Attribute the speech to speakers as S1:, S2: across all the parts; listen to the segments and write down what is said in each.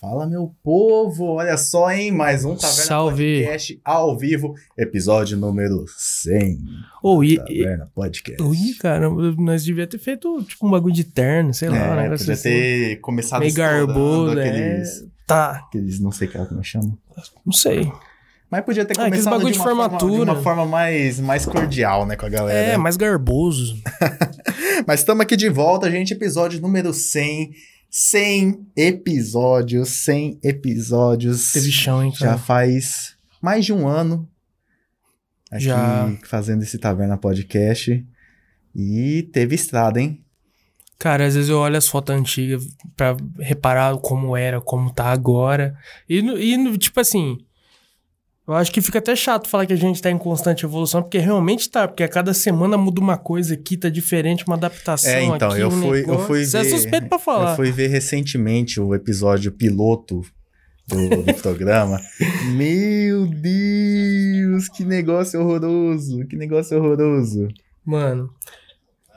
S1: Fala, meu povo! Olha só, hein? Mais um Taverna
S2: Salve.
S1: Podcast ao vivo, episódio número 100.
S2: Ou e, e-
S1: Taverna Podcast.
S2: Ui, cara, nós devia ter feito tipo um bagulho de terno, sei lá, um
S1: é,
S2: negócio
S1: podia
S2: assim.
S1: ter começado
S2: meio
S1: estourando
S2: garbudo,
S1: aqueles,
S2: é. Tá,
S1: aqueles, não sei que é como chama.
S2: não sei.
S1: Mas podia ter
S2: Ah, aqueles
S1: começado
S2: bagulho
S1: de
S2: de
S1: uma forma, de
S2: formatura.
S1: uma forma mais, mais cordial, né, com a galera.
S2: É, mais garboso.
S1: Mas estamos aqui de volta, gente. Episódio número 100. 100 episódios, 100 episódios.
S2: Teve chão, hein,
S1: Já
S2: cara.
S1: faz mais de um ano aqui
S2: Já.
S1: fazendo esse Taverna Podcast. E teve estrada, hein?
S2: Cara, às vezes eu olho as fotos antigas pra reparar como era, como tá agora. E, no- e no- tipo assim, eu acho que fica até chato falar que a gente tá em constante evolução, porque realmente tá, porque a cada semana muda uma coisa aqui, tá diferente, uma adaptação
S1: É, então,
S2: aqui,
S1: eu
S2: um
S1: fui- eu
S2: negócio.
S1: fui
S2: Você
S1: ver-
S2: é suspeito pra
S1: Eu
S2: falar.
S1: fui ver recentemente o episódio piloto do, do programa. Meu Deus, que negócio horroroso! Que negócio horroroso!
S2: Mano,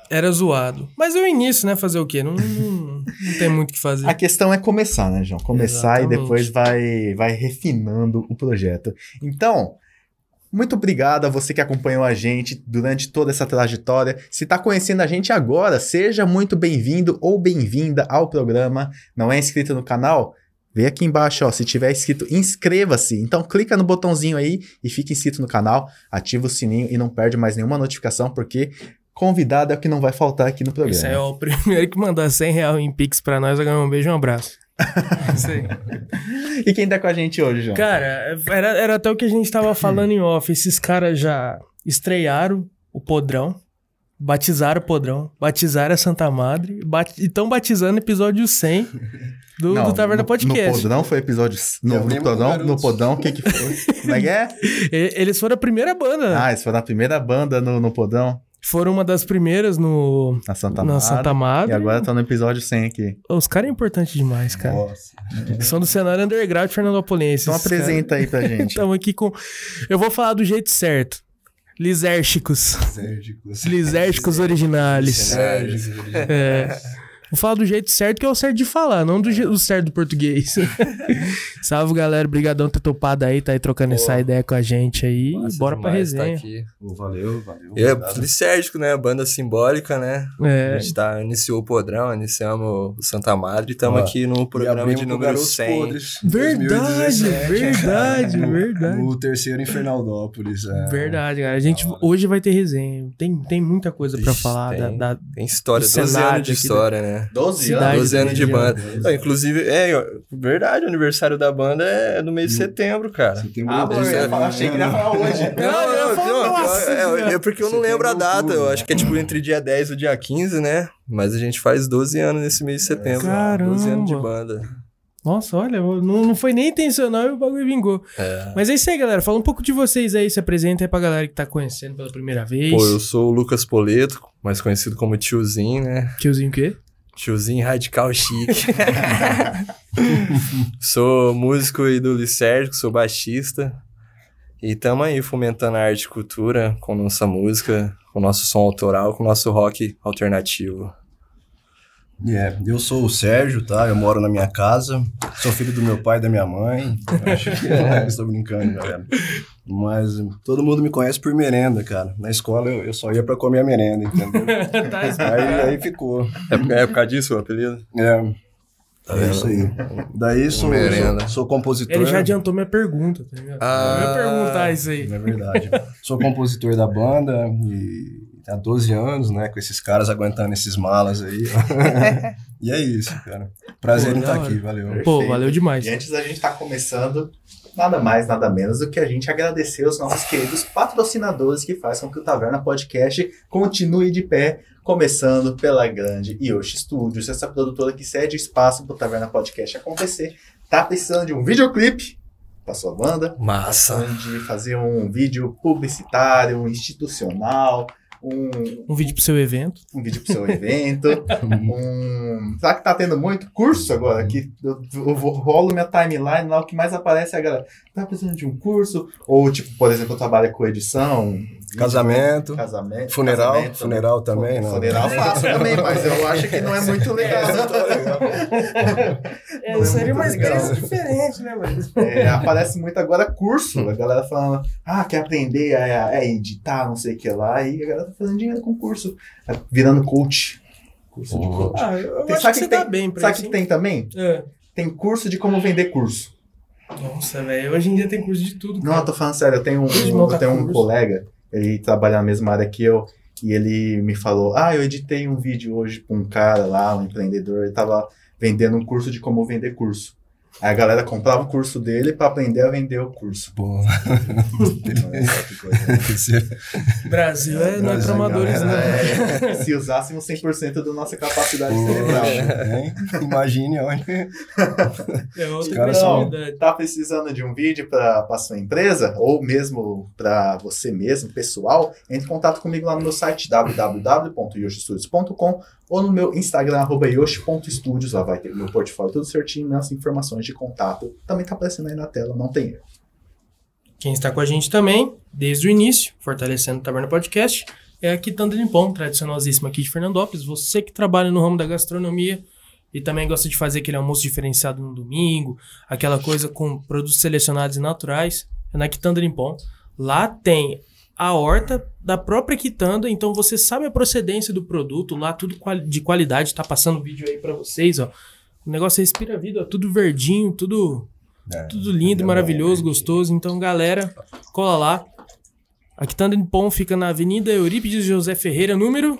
S2: era zoado. Mas é o início, né? Fazer o quê? Não, não, não tem muito o que fazer.
S1: A questão é começar, né, João? Começar e
S2: Exatamente.
S1: depois vai, vai refinando o projeto. Então, muito obrigado a você que acompanhou a gente durante toda essa trajetória. Se está conhecendo a gente agora, seja muito bem-vindo ou bem-vinda ao programa. Não é inscrito no canal? Vê aqui embaixo, ó, se tiver inscrito, inscreva-se. Então clica no botãozinho aí e fique inscrito no canal, ativa o sininho e não perde mais nenhuma notificação, porque convidado é o que não vai faltar aqui no programa.
S2: Isso aí é o primeiro que mandar 100 reais em Pix pra nós, vai ganhar um beijo e um abraço. É Isso aí.
S1: E quem tá com a gente hoje, João?
S2: Cara, era, era até o que a gente tava falando em off. Esses caras já estrearam o Podrão, batizaram o Podrão, batizaram a Santa Madre bat- e estão batizando o episódio 100 do, do Taverna
S1: no- No
S2: Podcast.
S1: podrão foi episódio. No,
S3: Eu
S1: no
S3: lembro um
S1: podrão,
S3: do
S1: no podrão, o que que foi? Como é que é?
S2: E- Eles foram a primeira banda.
S1: Ah, isso foi na primeira banda no, no podrão,
S2: Foram uma das primeiras no,
S1: na Santa
S2: na
S1: Mara.
S2: Santa
S1: E
S2: Madre.
S1: agora tá no episódio 100 aqui.
S2: Os caras é importante demais, cara.
S3: Nossa.
S2: São do cenário underground Fernandopolense.
S1: Então apresenta aí pra gente.
S2: Estamos aqui com. Eu vou falar do jeito certo. Lisérgicos.
S3: Lisérgicos.
S2: Lisérgicos originais.
S3: Lisérgicos.
S2: É. Vou falar do jeito certo, que é o certo de falar, não do je- o certo do português. Salve, galera. Obrigadão por ter topado aí, tá aí trocando essa ideia com a gente aí.
S4: Massa
S2: Bora pra
S4: demais tá
S2: resenha.
S4: aqui.
S3: Pô, valeu, valeu.
S4: E é
S3: obrigado.
S4: Lisérgico, né? Banda simbólica, né?
S2: É.
S4: A gente tá, iniciou o Podrão, iniciamos o Santa Madre e estamos
S3: Ó,
S4: aqui no programa
S3: abrimos
S4: de
S3: com
S4: número
S3: Garotos
S4: 100.
S3: Podres,
S2: Verdade,
S3: 2017,
S2: verdade,
S3: cara, no-
S2: verdade.
S3: No terceiro Infernaldópolis. É.
S2: Verdade, cara. A gente
S3: da hora.
S2: hoje vai ter resenha. Tem, tem muita coisa pra
S4: Ixi,
S2: falar
S4: tem.
S2: da- da,
S4: Tem história,
S2: Do
S4: 12
S2: cenário
S4: anos de
S2: aqui da-
S4: história, né?
S1: 12
S2: Cidade.
S1: anos.
S4: 12 anos de
S2: de
S4: banda.
S3: anos.
S4: Não, inclusive, é, eu- verdade, o aniversário da banda é no mês de
S3: E o-
S4: setembro, cara.
S3: Setembro,
S1: Ah,
S3: ah,
S1: bom, eu ia falar, achei que ia falar hoje.
S2: Não, eu ia falar um negócio,
S4: é,
S2: né?
S4: é porque eu não lembro a
S3: Setembro,
S4: data. Eu
S3: outubro.
S4: acho que é tipo entre dia 10 e o dia 15, né? Mas a gente faz 12 anos nesse mês de setembro.
S2: Caramba.
S4: 12 anos de banda.
S2: Nossa, olha, eu- não, não foi nem intencional e o bagulho vingou.
S4: É.
S2: Mas é isso aí, galera. Fala um pouco de vocês aí, se apresenta aí pra galera que tá conhecendo pela primeira vez.
S4: Pô, eu sou o Lucas Poleto, mais conhecido como Tiozinho, né?
S2: Tiozinho o quê?
S4: Tiozinho radical chique. sou músico e do Licérgico, sou baixista. E tamo aí fomentando a arte e cultura com nossa música, com nosso som autoral, com nosso rock alternativo.
S3: Yeah. É, Eu sou o Sérgio, tá? Eu moro na minha casa. Sou filho do meu pai e da minha mãe. Eu Acho que é, estou brincando, galera. Mas eh, todo mundo me conhece por merenda, cara. Na escola eu, eu só ia pra comer a merenda, entendeu?
S2: tá
S3: aí, aí ficou.
S4: É por, é por causa disso o apelido?
S3: É. É isso aí. Daí sou,
S4: merenda.
S3: sou, sou compositor.
S2: Ele já adiantou minha pergunta, tá ligado?
S4: Ah.
S2: Eu ia perguntar isso aí.
S3: É verdade. sou compositor da banda e há 12 anos, né? Com esses caras aguentando esses malas aí. e é isso, cara. Prazer
S2: Pô,
S3: em
S2: da
S3: estar
S2: hora.
S3: aqui, valeu.
S2: Pô,
S1: Perfeito.
S2: valeu demais.
S1: E antes da gente estar começando, nada mais, nada menos do que a gente agradecer os nossos queridos patrocinadores que fazem com que o Taverna Podcast continue de pé, começando pela grande Yoshi Studios, essa produtora que cede o espaço para o Taverna Podcast acontecer. Tá precisando de um videoclipe para sua banda,
S4: Massa.
S1: precisando de fazer um vídeo publicitário, um institucional, um,
S2: Um vídeo pro seu evento.
S1: um vídeo pro seu evento, um... Será que tá tendo muito curso agora? Que eu, eu vou- rolo minha timeline lá, o que mais aparece é a galera, tá precisando de um curso? Ou, tipo, por exemplo, eu trabalho com edição,
S3: Casamento,
S1: casamento...
S3: funeral,
S1: casamento,
S3: funeral também, né? não.
S1: Funeral eu faço também, mas eu acho que não é muito legal.
S2: É,
S1: Não é seria muito uma experiência legal.
S2: diferente, né, mano?
S1: É, aparece muito agora curso. A galera falando, ah, quer aprender a, a editar, não sei o que lá. E a galera tá fazendo dinheiro com curso. Tá virando coach. Curso de coach.
S2: Ah, eu
S1: Tem-
S2: acho
S1: sabe
S2: que
S1: que
S2: você
S1: tem-
S2: dá bem pra
S1: Sabe o
S2: isso.
S1: que tem também?
S2: É.
S1: Tem curso de como vender curso.
S2: Nossa, velho. Hoje em dia tem curso de tudo.
S1: Não, eu tô falando sério, eu tenho um,
S2: Eles montam
S1: eu tenho um
S2: curso.
S1: colega, ele trabalha na mesma área que eu, e ele me falou: Ah, eu editei um vídeo hoje pra um cara lá, um empreendedor, ele tava vendendo um curso de como vender curso. Aí a galera comprava o curso dele pra aprender a vender o curso.
S3: Pô,
S1: Que coisa, né?
S3: esse-
S2: Brasil é, não é pra
S3: Brasil,
S2: amadores,
S1: Galera,
S2: né?
S1: é, se usássemos 100% da nossa capacidade cerebral.
S3: Poxa, hein? Imagine onde.
S2: É outra
S3: caras
S1: são-
S2: personalidade.
S1: Tá precisando de um vídeo para a sua empresa ou mesmo para você mesmo, pessoal? Entre em contato comigo lá no meu site www.yoshistudios.com ou no meu Instagram arroba yoshi.studios, lá vai ter meu portfólio tudo certinho, minhas informações de contato. Também tá aparecendo aí na tela, não tem erro.
S2: Quem está com a gente também, desde o início, fortalecendo o Taberna Podcast, é a Quitanda Limpão, tradicionalíssima aqui de Fernandópolis. Você que trabalha no ramo da gastronomia e também gosta de fazer aquele almoço diferenciado no domingo, aquela coisa com produtos selecionados e naturais, é na Quitanda Limpão. Lá tem a horta da própria quitanda, então você sabe a procedência do produto, lá tudo quali- de qualidade, tá passando vídeo aí para vocês, ó. O negócio respira vida, ó, tudo verdinho, tudo
S3: É,
S2: tudo lindo,
S3: é
S2: maravilhoso,
S3: bom.
S2: gostoso. Então, galera, cola lá. A Quitanda em Pom fica na Avenida Eurípides José Ferreira, número.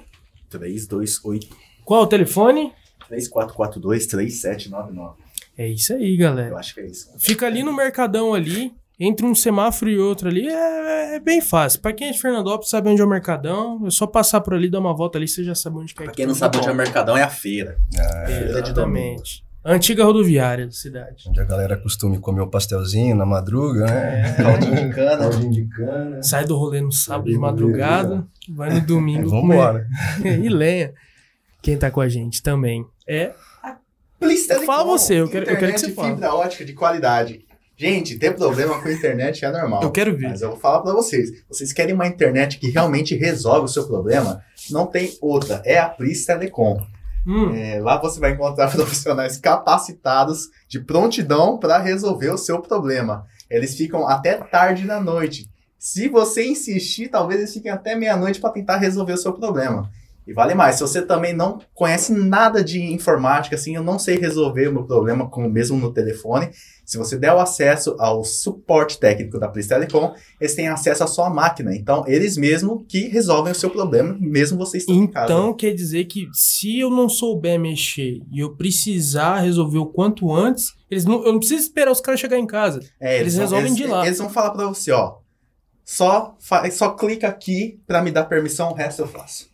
S1: 328
S2: Qual o telefone?
S1: 3442 3799.
S2: É isso aí, galera.
S1: Eu acho que é isso.
S2: Fica ali no Mercadão ali, entre um semáforo e outro ali, é, é bem fácil. Pra quem é de Fernandópolis, sabe onde é o Mercadão. É só passar por ali, dar uma volta ali, você já sabe onde que é.
S1: Pra quem não sabe onde é o mercadão, é a feira.
S3: É,
S1: Feira de domingo.
S2: Exatamente. Antiga rodoviária da cidade.
S3: onde a galera costuma comer o pastelzinho na madruga, né?
S1: Caldinho de cana.
S3: Caldinho de
S1: É.
S3: cana.
S2: Sai do rolê no sábado de madrugada, vai no domingo.
S3: Vamos
S2: comer.
S3: embora.
S2: e lenha. Quem tá com a gente também é
S1: Please Telecom.
S2: Fala você, eu quero- eu quero que você
S1: Internet
S2: fale.
S1: fibra ótica de qualidade. Gente, ter problema com a internet é normal.
S2: Eu quero ver.
S1: Mas eu vou falar pra vocês. Vocês querem uma internet que realmente resolve o seu problema? Não tem outra. É a Pris Telecom.
S2: Hum,
S1: É, lá você vai encontrar profissionais capacitados de prontidão para resolver o seu problema. Eles ficam até tarde da noite. Se você insistir, talvez eles fiquem até meia-noite para tentar resolver o seu problema. E vale mais, se você também não conhece nada de informática, assim, eu não sei resolver o meu problema com mesmo no telefone, se você der o acesso ao suporte técnico da Pris Telecom, eles têm acesso à sua máquina. Então, eles mesmo que resolvem o seu problema, mesmo você estando em casa.
S2: Então quer dizer que se eu não souber mexer e eu precisar resolver o quanto antes, eles não, eu não preciso esperar os caras chegar em casa.
S1: É,
S2: Eles
S1: vão-
S2: resolvem de lá.
S1: Eles vão falar pra você, ó. Só, fa- só clica aqui pra me dar permissão, o resto eu faço.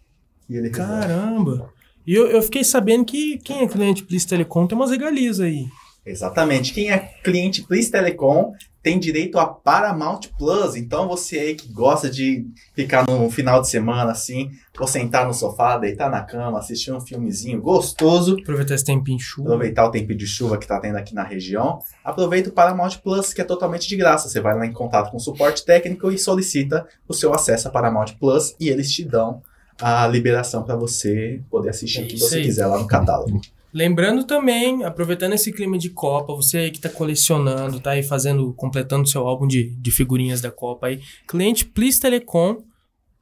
S1: E ele resolve.
S2: Caramba! E eu, eu fiquei sabendo que quem é cliente Bliss Telecom tem umas regalias aí.
S1: Exatamente. Quem é cliente Please Telecom tem direito a Paramount Plus. Então você aí que gosta de ficar no final de semana assim, ou sentar no sofá, deitar na cama, assistir um filmezinho gostoso,
S2: Aproveitar esse tempinho de chuva.
S1: aproveitar o tempo de chuva que tá tendo aqui na região, aproveita o Paramount Plus, que é totalmente de graça. Você vai lá em contato com o suporte técnico e solicita o seu acesso a Paramount Plus e eles te dão a liberação para você poder assistir
S2: É
S1: o que
S2: isso
S1: você
S2: aí.
S1: quiser lá no catálogo.
S2: Lembrando também, aproveitando esse clima de Copa, você aí que tá colecionando, tá aí fazendo, completando seu álbum de, de figurinhas da Copa aí, cliente Plis Telecom,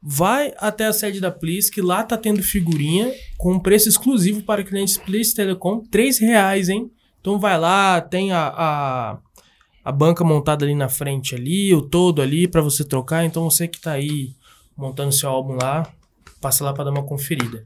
S2: vai até a sede da Plis, que lá tá tendo figurinha com um preço exclusivo para clientes Plis Telecom, R$ reais, hein? Então vai lá, tem a, a, a banca montada ali na frente ali, o todo ali para você trocar, então você que tá aí montando seu álbum lá, passa lá para dar uma conferida.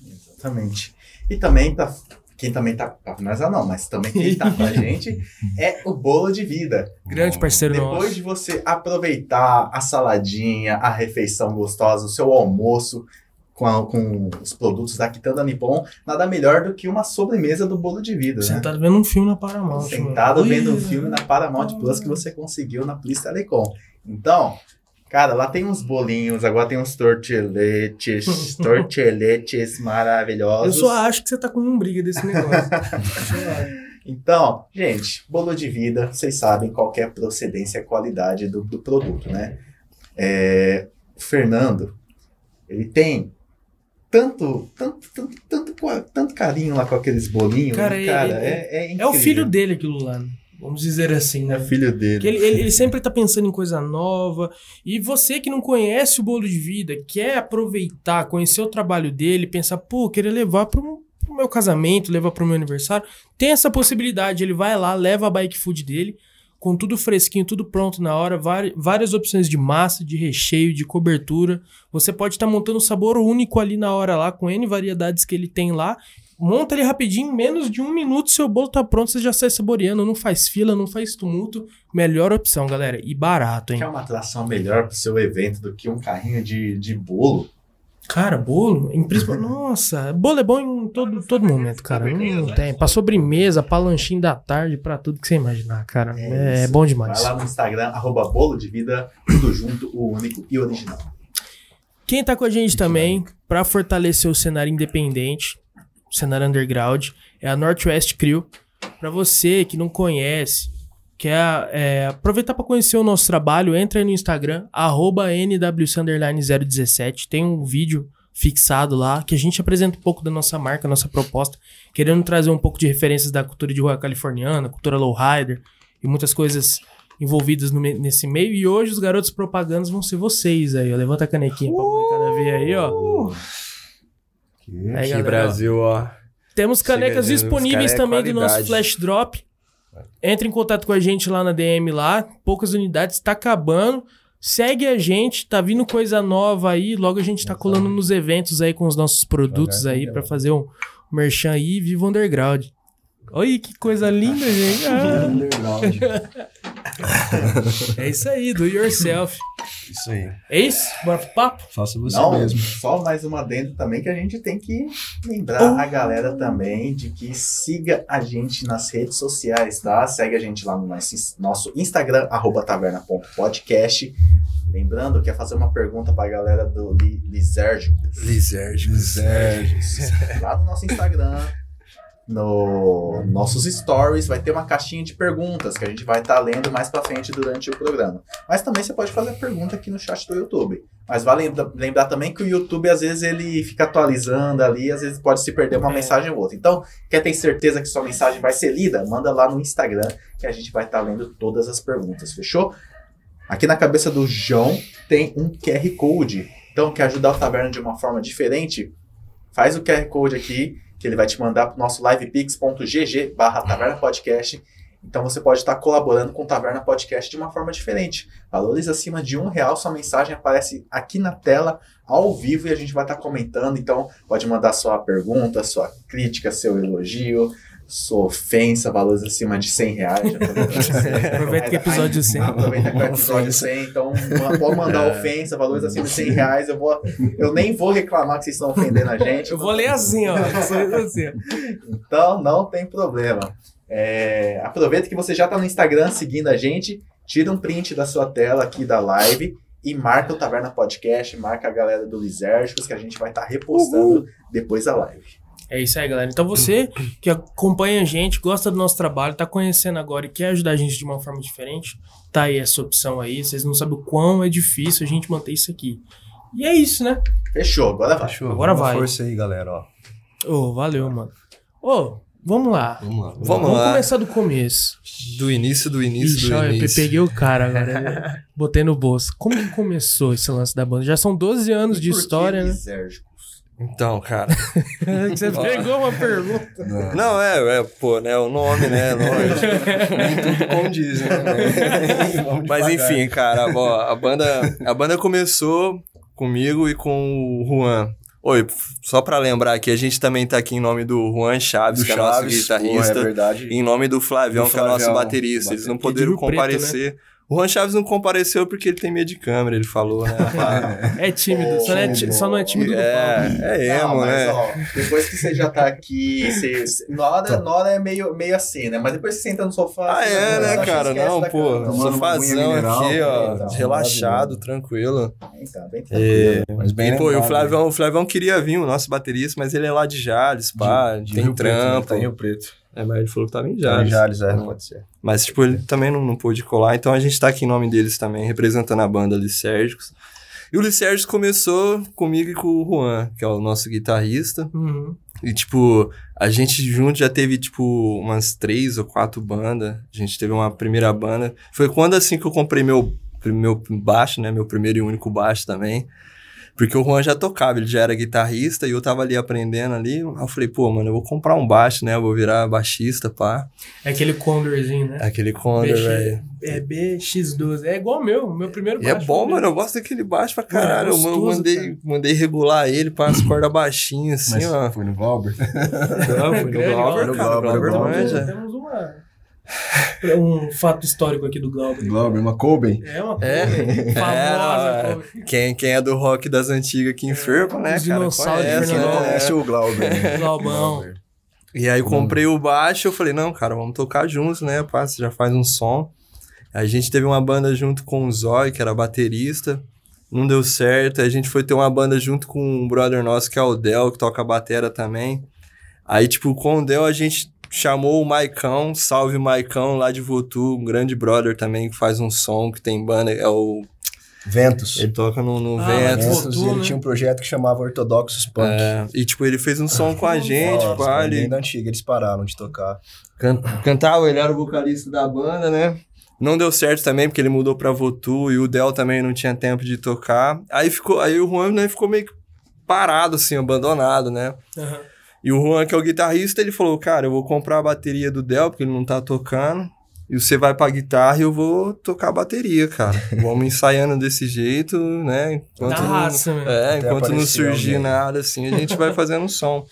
S1: Exatamente. E também para quem também tá com nós, ah, não, mas também quem tá com a gente é o bolo de vida.
S2: Grande parceiro nosso.
S1: Depois de você aproveitar a saladinha, a refeição gostosa, o seu almoço com, a- com os produtos da Quitanda Nippon, nada melhor do que uma sobremesa do bolo de vida, né?
S2: Sentado vendo um filme na Paramount.
S1: Sentado
S2: mano.
S1: vendo um
S2: Ih,
S1: filme na Paramount Plus que você conseguiu na Plus Telecom. Então, Cara, lá tem uns bolinhos, agora tem uns torteletes, torteletes
S2: Eu
S1: maravilhosos.
S2: só acho que você tá com um briga desse negócio.
S1: Então, gente, bolo de vida, vocês sabem qual que é a procedência e a qualidade do, do produto, né? É, o Fernando, ele tem tanto, tanto, tanto, tanto, qua- tanto carinho lá com aqueles bolinhos.
S2: Cara,
S1: Cara,
S2: ele-
S1: é, é
S2: é o filho
S1: dele.
S2: dele aquilo lá. né? Vamos dizer assim, né?
S1: É filho
S2: Porque
S1: dele.
S2: ele, ele- ele sempre tá pensando em coisa nova. E você que não conhece o bolo de vida, quer aproveitar, conhecer o trabalho dele, pensar, pô, eu queria levar pro, pro meu casamento, levar pro meu aniversário. Tem essa possibilidade. Ele vai lá, leva a bike food dele, com tudo fresquinho, tudo pronto na hora, vari- várias opções de massa, de recheio, de cobertura. Você pode estar montando um sabor único ali na hora lá, com N variedades que ele tem lá. Monta ele rapidinho, em menos de um minuto, seu bolo tá pronto, você já sai saboreando, não faz fila, não faz tumulto. Melhor opção, galera. E barato, hein?
S1: Quer uma atração melhor pro seu evento do que um carrinho de, de bolo?
S2: Cara, bolo, em principal. Nossa, bolo é bom em todo, todo momento, cara. Não tem. Pra sobremesa, pra lanchinho da tarde, pra tudo que você imaginar, cara. É, é bom demais.
S1: Vai lá no Instagram, arroba bolo de vida, tudo junto, o único e original.
S2: Quem tá com a gente também, pra fortalecer o cenário independente, o cenário underground, é a Northwest Crew. Pra você que não conhece, quer é, aproveitar pra conhecer o nosso trabalho, entra aí no Instagram, arroba NWC017. Tem um vídeo fixado lá que a gente apresenta um pouco da nossa marca, nossa proposta, querendo trazer um pouco de referências da cultura de rua californiana, cultura lowrider e muitas coisas envolvidas no me- nesse meio. E hoje os garotos propagandas vão ser vocês aí, ó. Levanta a canequinha pra molecada ver aí, ó.
S3: Que-
S2: Aí,
S4: Aqui,
S2: galera, ó.
S4: Brasil, ó.
S2: Temos
S4: Chega
S2: canecas
S4: dizendo,
S2: disponíveis
S4: os cara é
S2: também do nosso
S4: qualidade.
S2: Flash Drop. Entre em contato com a gente lá na DM lá. Poucas unidades, tá acabando. Segue a gente, tá vindo coisa nova aí. Logo a gente tá colando nos eventos aí com os nossos produtos
S3: Olha,
S2: aí pra fazer um merchan aí. Viva o Underground. Olha que coisa linda, gente. Ah,
S3: Underground.
S2: é isso aí, do yourself.
S3: Isso aí.
S2: É isso? Bora pro papo?
S3: Faça você
S1: Não,
S3: mesmo.
S1: só mais uma adendo também que a gente tem que lembrar a galera também de que siga a gente nas redes sociais, tá? Segue a gente lá no nosso nosso Instagram, arroba taverna.podcast. Lembrando que é fazer uma pergunta pra galera do li, Lisérgicos.
S4: Lisérgicos.
S3: É.
S1: Lá no nosso Instagram, no nossos stories, vai ter uma caixinha de perguntas que a gente vai estar lendo mais pra frente durante o programa. Mas também você pode fazer pergunta aqui no chat do YouTube. Mas vale lembra- lembrar também que o YouTube, às vezes, ele fica atualizando ali, às vezes pode se perder uma
S2: É.
S1: mensagem ou outra. Então, quer ter certeza que sua mensagem vai ser lida? Manda lá no Instagram que a gente vai estar lendo todas as perguntas, fechou? Aqui na cabeça do João tem um QR Code. Então, quer ajudar o Taverna de uma forma diferente? Faz o QR Code aqui, que ele vai te mandar pro nosso livepix.gg barra Taverna Podcast. Então você pode estar colaborando com o Taverna Podcast de uma forma diferente. Valores acima de um real, sua mensagem aparece aqui na tela, ao vivo, e a gente vai estar comentando. Então, pode mandar sua pergunta, sua crítica, seu elogio, sua ofensa, valores acima de 100 reais. já tô lembrando de 100.
S2: Aproveita que é episódio 100.
S1: Aproveita que é o episódio 100, então ma- pode mandar
S2: É.
S1: ofensa, valores acima de 100 reais. Eu, vou, eu nem vou reclamar que vocês estão ofendendo a gente.
S2: Eu vou ler assim, ó. Só assim, ó.
S1: Então não tem problema. É, aproveita que você já está no Instagram seguindo a gente, tira um print da sua tela aqui da live e marca o Taverna Podcast, marca a galera do Lisérgicos que a gente vai estar repostando depois da live.
S2: É isso aí, galera. Então você que acompanha a gente, gosta do nosso trabalho, tá conhecendo agora e quer ajudar a gente de uma forma diferente, tá aí essa opção aí. Vocês não sabem o quão é difícil a gente manter isso aqui. E é isso, né?
S1: Fechou, agora
S4: Tá.
S1: vai.
S3: Fechou?
S2: Agora
S3: Uma
S2: vai.
S3: Força aí, galera, ó.
S2: Ô, valeu, mano. Ô, vamos lá.
S3: Vamos lá.
S4: Vamos
S2: Vamos
S4: lá.
S2: começar do começo.
S4: Do início, do início,
S2: Ixi,
S4: do
S2: olha, eu
S4: início.
S2: peguei o cara agora. Botei no bolso. Como que começou esse lance da banda? Já são 12 anos de
S1: Por que
S2: história, né?
S1: Lisérgicos?
S4: Então, cara.
S2: Você pegou uma pergunta.
S4: Não, é, é, pô, né? O nome, né? Lógico.
S3: Tudo condiz, né? Vamos
S4: Mas
S3: devagar.
S4: enfim, cara, ó, a banda, a banda começou comigo e com o Juan. Oi, f- só pra lembrar aqui, a gente também tá aqui em nome do Juan Chaves,
S3: do
S4: que é nosso
S3: Chaves, pô, é
S4: guitarrista,
S3: verdade.
S4: e em nome do Flavião,
S3: Do
S4: que é nosso
S3: Flavião,
S4: baterista. Eles
S2: baterista. E de
S4: não
S3: né?
S4: poderam
S2: Rio Preto,
S4: comparecer. O Juan Chaves não compareceu porque ele tem medo de câmera, ele falou, né?
S2: É tímido, só, não é ti- só não é tímido no palco.
S4: é, é emo, né?
S1: Ah, ó, depois que você já tá aqui, você, você- na, hora, na hora é meio, meio assim, né? Mas depois que você senta no sofá...
S4: Tá.
S1: assim, você
S4: Ah, é,
S1: não-
S4: né,
S1: não
S4: cara?
S1: esquece
S4: Não,
S1: da
S4: pô,
S1: câmera.
S3: Tomando uma
S4: sofazão
S3: aguinha mineral,
S4: aqui, ó,
S1: então,
S4: relaxado, tranquilo.
S1: Então, bem
S4: E,
S1: tranquilo.
S3: Mas bem
S4: e, pô, e o é
S3: lembrado, né?
S4: Flavião, o Flavião queria vir, o nosso baterista, mas ele é lá de Jales, pá,
S3: De
S4: tem
S3: Rio Preto, né?
S4: trampo.
S3: Tá em Rio Preto.
S4: é, mas ele falou que tava em
S3: Tá em
S4: Jales.
S3: Jales, é,
S4: Não.
S3: pode ser.
S4: Mas, tipo, ele também não, não pôde colar, então a gente tá aqui em nome deles também, representando a banda Licérgicos. E o Licérgicos começou comigo e com o Juan, que é o nosso guitarrista.
S2: Uhum.
S4: E, tipo, a gente junto já teve, tipo, umas três ou quatro bandas. A gente teve uma primeira banda. Foi quando, assim, que eu comprei meu, meu baixo, né? Meu primeiro e único baixo também. Porque o Juan já tocava, ele já era guitarrista e eu tava ali aprendendo ali. Aí eu falei, pô, mano, eu vou comprar um baixo, né? Eu vou virar baixista, pá.
S2: É aquele Condorzinho, né?
S4: Aquele Condor,
S2: BX.
S4: velho.
S2: É BX12. É igual o meu, o meu primeiro
S4: E é
S2: baixo
S4: bom,
S2: foi
S4: mano, eu gosto daquele baixo pra
S2: Mano, é
S4: caralho. Eu
S2: gostoso, cara.
S4: mandei, mandei regular ele pra as cordas baixinhas, assim,
S3: Mas
S4: ó.
S3: foi no Valber?
S4: Não, foi
S2: É
S4: no
S2: grande,
S4: Glauber,
S2: Glauber, né?
S4: cara, o
S3: Glauber,
S4: Glauber
S3: Glauber.
S4: manja.
S2: Temos, temos uma, um fato histórico aqui do Glauber.
S3: Glauber, uma Colben.
S2: É uma
S4: É.
S2: cover famosa.
S4: É,
S2: cover.
S4: Quem, quem é do rock das antigas aqui em Firpa, né,
S2: Os
S4: cara?
S2: dinossauros de
S4: Conhece,
S3: Quem não
S2: Fernando
S4: né?
S3: conhece o Glauber? né?
S2: Glaubão.
S3: Glauber.
S4: E aí comprei o baixo, eu falei, não, cara, vamos tocar juntos, né, pá, você já faz um som. A gente teve uma banda junto com o Zói, que era baterista, não deu certo. Aí a gente foi ter uma banda junto com um brother nosso, que é o Del, que toca batera também. Aí, tipo, com o Del a gente chamou o Maicão, salve Maicão, lá de Votu, um grande brother também, que faz um som, que tem banda, é o...
S3: Ventus.
S4: Ele é toca no, no
S2: Ah,
S4: Vento.
S2: Ventus.
S3: Ventus,
S2: Votu,
S3: ele
S2: né?
S3: tinha um projeto que chamava Ortodoxos Punk.
S4: É, e tipo, ele fez um som com a gente,
S3: Ah, Nossa,
S4: pá,
S3: bem
S4: ele
S3: da antiga, eles pararam de tocar.
S4: can- cantava, ele era o vocalista da banda, né? Não deu certo também, porque ele mudou pra Votu e o Del também não tinha tempo de tocar. Aí ficou, aí o Juan né, ficou meio que parado, assim, abandonado, né?
S2: Aham.
S4: E o Juan, que é o guitarrista, ele falou: Cara, eu vou comprar a bateria do Del, porque ele não tá tocando. E você vai pra guitarra e eu vou tocar a bateria, cara. Vamos ensaiando desse jeito, né?
S2: Da
S4: não-
S2: raça, mano.
S4: é,
S3: Até
S4: enquanto não
S3: aparecer
S4: surgir
S3: alguém.
S4: nada, assim, a gente vai fazendo um som.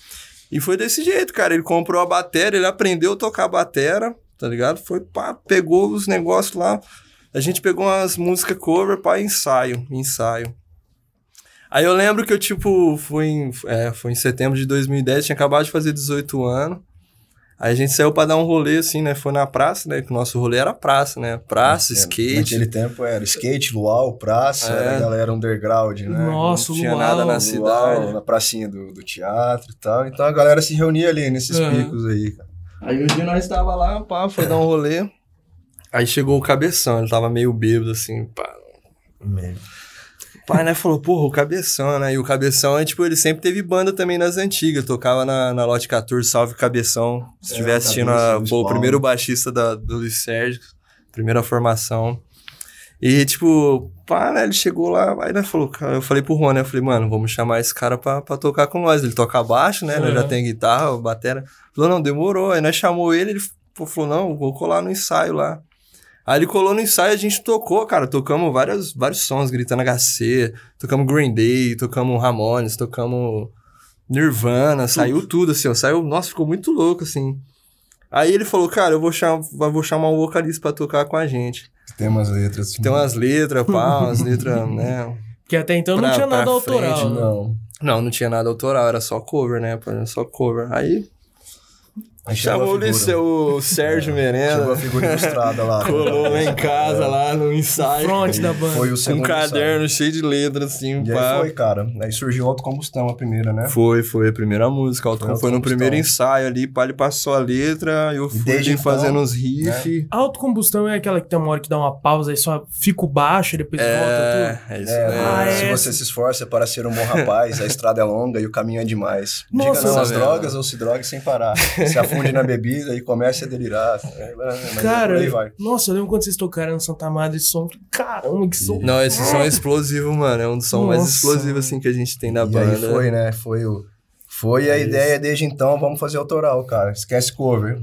S4: E foi desse jeito, cara. Ele comprou a batera, ele aprendeu a tocar a batera, tá ligado? Foi, pá, pegou os negócios lá. A gente pegou umas músicas cover pra ensaio, ensaio. Aí eu lembro que eu, tipo, fui em, é, foi em setembro de 2010, tinha acabado de fazer 18 anos. Aí a gente saiu pra dar um rolê, assim, né? Foi na praça, né? Que o nosso rolê era praça, né? Praça, skate.
S3: É, Naquele tempo era skate, luau, praça,
S4: É.
S3: era a galera underground, né?
S2: Nossa, o
S4: tinha
S2: Luau.
S4: nada na
S3: Luau,
S4: cidade.
S3: na pracinha do, do teatro e tal. Então a galera se reunia ali nesses
S2: Aham.
S3: picos aí, cara.
S4: Aí um dia nós tava lá, pá, foi dar um rolê. Aí chegou o cabeção, ele tava meio bêbado, assim, pá. O pai, né, falou, porra, o cabeção, né? E o cabeção, é, tipo, ele sempre teve banda também nas antigas. Tocava na, na Lote 14, salve cabeção. Se
S3: É,
S4: estiver assistindo,
S3: Cabeça,
S4: a-
S3: Luiz
S4: pô, o
S3: Paulo.
S4: primeiro baixista da, do Luiz Sérgio, primeira formação. E, tipo, pá, né, ele chegou lá, aí, né, falou, cara, eu falei pro Juan, né, eu falei, mano, vamos chamar esse cara pra, pra tocar com nós. Ele toca baixo, né, ele
S2: Uhum.
S4: já tem guitarra, batera. Falou, não, demorou. Aí nós chamou ele, ele pô, falou, não, vou colar no ensaio lá. Aí ele colou no ensaio, a gente tocou, cara, tocamos várias, vários sons, gritando HC, tocamos Green Day, tocamos Ramones, tocamos Nirvana, saiu tudo, assim, ó, saiu, nossa, ficou muito louco, assim. Aí ele falou, cara, eu vou, cham vou chamar um vocalista pra tocar com a gente.
S3: Tem umas letras.
S4: Tem umas letras, pá, umas letras, né,
S2: Que até então não
S4: Pra-
S2: tinha
S4: pra
S2: nada
S4: frente,
S2: autoral. né?
S3: Não.
S4: não, não tinha nada autoral, era só cover, né? Era só cover. Aí
S3: Aí chegou
S4: chamou
S3: a figura. É,
S4: o seu Sérgio
S3: Chegou a
S4: Merenda,
S3: figura ilustrada lá.
S4: colou lá em casa, lá no ensaio.
S2: Front da banda.
S3: Foi o
S4: um
S3: segundo
S4: caderno cheio de letras, assim,
S3: ensaio. E
S4: pá.
S3: aí foi, cara. Aí surgiu Autocombustão, a primeira, né?
S4: Foi, foi a primeira música. Foi,
S3: Foi
S4: foi no
S3: autocombustão.
S4: primeiro ensaio ali, pá, ele passou a letra, eu fui
S3: desde então, né?
S4: fazendo os riffs.
S2: Autocombustão é aquela que tem uma hora que dá uma pausa e só fica o baixo e depois volta tudo.
S4: É, é isso
S3: É,
S4: mesmo.
S2: Ah,
S3: se
S2: é.
S3: você se esforça para ser um bom rapaz, a estrada é longa e o caminho é demais.
S2: Nossa,
S3: Diga não às
S4: velho.
S3: drogas ou se drogue sem parar. Se afunde na bebida e comece a delirar. É, Mas
S2: Cara,
S3: por aí vai.
S2: nossa, eu lembro quando vocês tocaram no Santa Amada esse som. Caramba, que som.
S3: Uhum.
S4: Não, esse som é explosivo, mano. É um dos sons mais
S2: Nossa.
S4: explosivos, assim, que a gente tem na
S3: e
S4: banda.
S3: aí foi, né? Foi o. Foi a ideia desde então, vamos fazer autoral, cara. Esquece cover.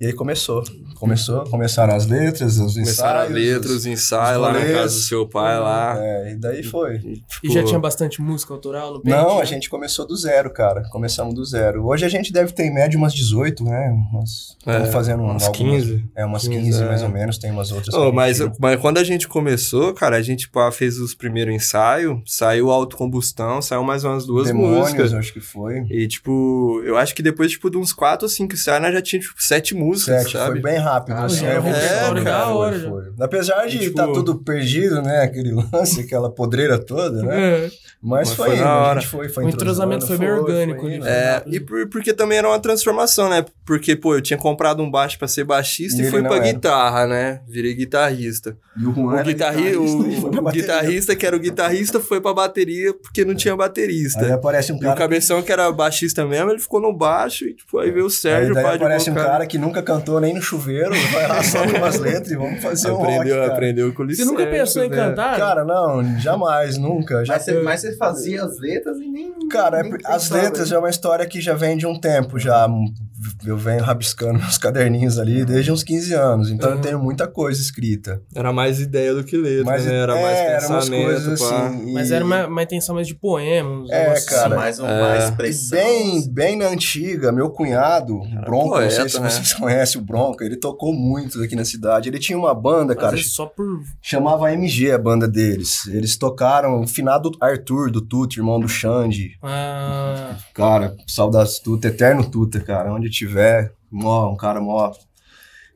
S3: E E aí começou. Começou, começaram as letras, os
S4: Começaram a
S3: ensaios.
S4: letra, os ensaios lá na
S3: rolês.
S4: casa do seu pai lá.
S3: É, e daí foi.
S2: E já tinha bastante música autoral no band?
S3: Não,
S2: né?
S3: a gente começou do zero, cara. Começamos do zero. Hoje a gente deve ter em média umas 18, né? Umas,
S4: É,
S3: vamos fazendo
S4: Uns
S3: algumas-
S4: 15.
S3: É, umas
S4: 15,
S3: 15,
S4: é.
S3: mais ou menos. Tem umas outras.
S4: Ô,
S3: que a
S4: mas,
S3: gente-
S4: mas quando a gente começou, cara, a gente pá, fez os primeiros ensaios, saiu autocombustão, saiu mais umas duas
S3: Demônios, né?
S4: músicas.
S3: acho que foi.
S4: E, tipo, eu acho que depois, tipo, de uns quatro ou cinco ensaios, nós já tinha, tipo, sete músicas,
S3: Sete,
S4: sabe?
S3: foi bem rápido.
S2: Ah,
S3: assim,
S2: já
S3: a
S2: é um
S3: evolução,
S4: repertório
S3: cara,
S2: da
S3: foi,
S2: hora, já.
S3: foi. Apesar de
S4: E, tipo-
S3: estar tudo perdido, né? Aquele lance, aquela podreira toda, né?
S2: É.
S3: Mas,
S4: Mas
S3: foi,
S4: foi
S3: indo,
S4: na
S3: a
S4: hora.
S3: gente foi, foi
S2: O entrosamento
S3: entrosando,
S2: foi meio orgânico
S3: foi
S2: ali,
S3: indo.
S2: né?
S4: É, e por- porque também era uma transformação, né? Porque, pô, eu tinha comprado um baixo pra ser baixista
S3: E
S4: e,
S3: ele
S4: fui
S3: não
S4: pra
S3: era.
S4: guitarra, né? Virei guitarrista.
S3: E o Juan
S4: O,
S3: era
S4: guitarri o,
S3: e foi pra
S4: o
S3: bateria.
S4: guitarrista que era o guitarrista foi pra bateria porque não tinha
S3: Aí
S4: baterista.
S3: aparece um
S4: E o
S3: cara. É.
S4: cabeção que era baixista mesmo, ele ficou no baixo e, tipo, aí veio o
S3: Aí
S4: Sérgio,
S3: daí
S4: pai de
S3: aparece um
S4: vocal.
S3: cara que nunca cantou nem no chuveiro, vai lá só com umas letras e vamos fazer um rock,
S4: Aprendeu,
S3: cara.
S4: aprendeu com o
S2: Você nunca
S4: Liceu,
S2: pensou em
S4: né?
S2: cantar?
S3: Cara, não, jamais, nunca. Já
S1: Mas você, mas você fazia as letras e nem.
S3: Cara, é
S1: nem
S3: por-
S1: pensava,
S3: as letras
S1: né?
S3: já é uma história que já vem de um tempo já. Eu venho rabiscando meus caderninhos ali desde uns 15 anos, então eu
S2: Uhum.
S3: tenho muita coisa escrita.
S4: Era mais ideia do que letra,
S3: Mas
S4: né? Era
S3: é,
S4: mais
S3: eram umas
S4: pensamento,
S3: coisas
S4: pá.
S3: assim. e-
S2: Mas era uma, uma intenção mais de poema. uns
S3: É,
S2: negócios
S3: cara.
S2: assim.
S1: mais uma
S4: é.
S1: mais assim,
S3: e
S1: expressão.
S3: bem, bem na antiga, meu cunhado, o Bronco, não sei
S4: poeta,
S3: se
S4: né?
S3: vocês conhecem o Bronco, ele tocou muito aqui na cidade. Ele tinha uma banda,
S2: Mas
S3: cara,
S2: é só por...
S3: chamava MG a banda deles. Eles tocaram o finado Arthur, do Tuta, irmão do Xande.
S2: Ah,
S3: Cara, saudades Tuta, eterno Tuta, cara, onde tiver, mó, um cara mó.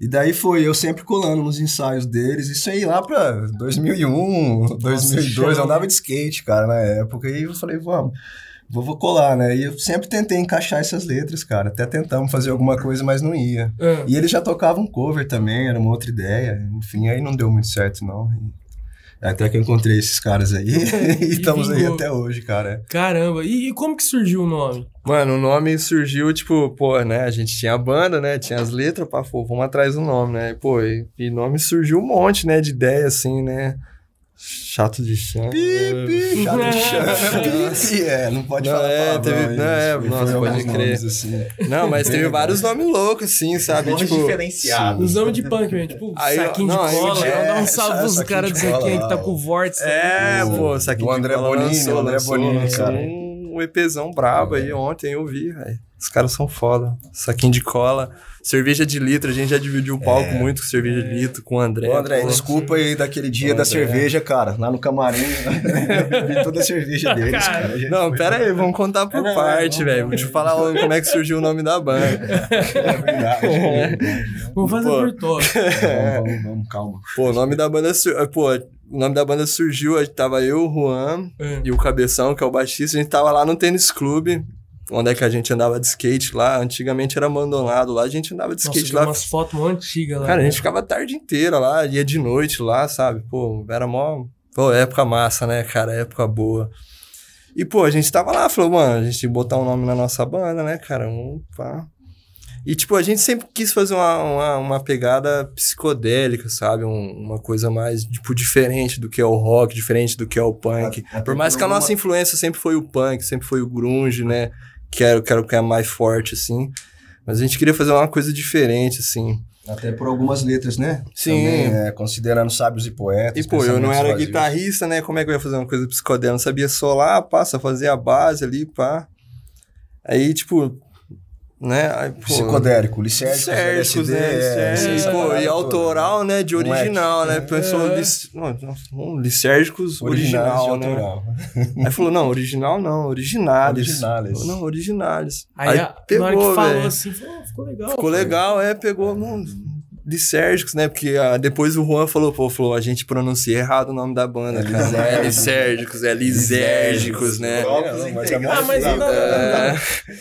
S3: E daí foi eu sempre colando nos ensaios deles, isso aí lá pra 2001, 2002,
S2: chão.
S3: eu andava de skate, cara, na época, e eu falei, vamos, vou, vou colar, né? E eu sempre tentei encaixar essas letras, cara, até tentamos fazer alguma coisa, mas não ia.
S2: ah.
S3: E eles já tocavam um cover também, era uma outra ideia, enfim, aí não deu muito certo, não. E até que eu encontrei esses caras aí, e estamos aí
S2: vingou.
S3: até hoje, cara.
S2: Caramba, e, e como que surgiu o nome?
S4: Mano, o nome surgiu, tipo, pô, né? A gente tinha a banda, né? Tinha as letras, pá, pô, vamos atrás do nome, né? E, Pô, e, e nome surgiu um monte, né? De ideia, assim, né? Chato de chão. né?
S3: Chato de
S2: É.
S3: chão. Pi, É, não pode
S4: Não,
S3: falar
S4: é,
S3: palavrão
S4: teve-
S3: aí,
S4: não, é,
S3: foi
S4: nossa,
S3: alguns
S4: pode crer.
S3: nomes, assim.
S4: Não, mas teve
S3: Bem,
S4: vários nomes loucos, assim, sabe?
S1: Nomes
S4: Tipo,
S1: diferenciados.
S2: Os nomes de punk, mesmo, tipo,
S4: Aí, ó,
S2: saquinho
S4: não,
S2: de
S4: aí eu
S2: cola.
S4: tinha-
S2: Dá um salve
S3: é, saquinho
S2: pros caras do
S3: de cola,
S2: saquinho aí que tá
S3: ó.
S2: com vórtice.
S4: É,
S3: O-
S4: pô, saquinho
S3: o
S4: de
S3: André
S4: cola
S3: Bonini,
S4: lançou,
S3: o André
S4: lançou,
S3: Bonini,
S4: lançou
S3: cara. É.
S4: um EPzão brabo aí ontem, eu vi, velho. Os caras são foda. Saquinho de cola, cerveja de litro, a gente já dividiu o palco muito com cerveja de litro, com o André.
S3: Ô, É. André,
S4: pô.
S3: desculpa aí daquele dia da
S4: André.
S3: cerveja, cara, lá no camarim. eu Vi toda a cerveja deles, cara. A gente
S4: Não,
S3: foi-
S4: pera aí, vamos contar por
S3: Não,
S4: parte,
S3: não,
S4: velho.
S3: não.
S4: Deixa eu falar o- como é que surgiu o nome da banda.
S3: É verdade. É.
S2: Vamos fazer
S4: Pô.
S2: por todo.
S3: Vamos, vamos, vamos, calma.
S4: Pô, o nome da banda. sur- Pô, o nome da banda surgiu, tava eu, o Juan
S2: É.
S4: e o Cabeção, que é o baixista. A gente tava lá no tênis clube, onde é que a gente andava de skate lá. Antigamente era abandonado lá, a gente andava de
S2: Nossa,
S4: skate
S2: tem
S4: lá.
S2: umas fotos mó antigas lá. né?
S4: Cara, a gente ficava a tarde inteira lá, ia de noite lá, sabe? Pô, era mó. Pô, época massa, né, cara? Época boa. E, pô, a gente tava lá, falou, mano, a gente tem que botar um nome na nossa banda, né, cara? Um, pá. E, tipo, a gente sempre quis fazer uma, uma, uma pegada psicodélica, sabe? Um- uma coisa mais, tipo, diferente do que é o rock, diferente do que é o punk.
S3: Até
S4: Por mais que a
S3: alguma-
S4: nossa influência sempre foi o punk, sempre foi o grunge, né? Que era, que era o que é mais forte, assim. Mas a gente queria fazer uma coisa diferente, assim.
S3: Até por algumas letras, né?
S4: Sim.
S3: Também, é, considerando sábios e poetas.
S4: E, pô, eu não
S3: pensamentos
S4: era
S3: vazios.
S4: guitarrista, né? Como é que eu ia fazer uma coisa psicodélica? Eu Não sabia solar, pá, só fazia a base ali, pá. Aí, tipo, né? Aí, pô,
S3: Psicodélico, licérgicos,
S4: Cercos, né?
S3: é,
S4: Cercos,
S3: essa
S4: pô,
S3: parada
S4: e
S3: toda.
S4: autoral, né? De
S3: Um ex,
S4: original, né?
S2: né?
S4: Pensou,
S2: É.
S4: lic... não, não, um licérgicos
S3: Originais
S4: original,
S3: de
S4: né?
S3: autoral.
S4: Aí falou, não, original não, originales.
S3: Originales.
S4: Não, originales.
S2: Aí, a-
S4: pegou,
S2: na hora que falou
S4: velho.
S2: assim, falou, "Ah, ficou legal.
S4: Ficou legal, é, pegou não, de Sérgicos, né? Porque ah, depois o Juan falou, pô, falou, a gente pronuncia errado o nome da banda, cara. Não é Lisérgicos, é Lisérgicos, né?
S1: Próprios
S3: Não, mas é
S1: integrantes
S2: Ah, mas
S1: da
S2: ainda-
S1: banda.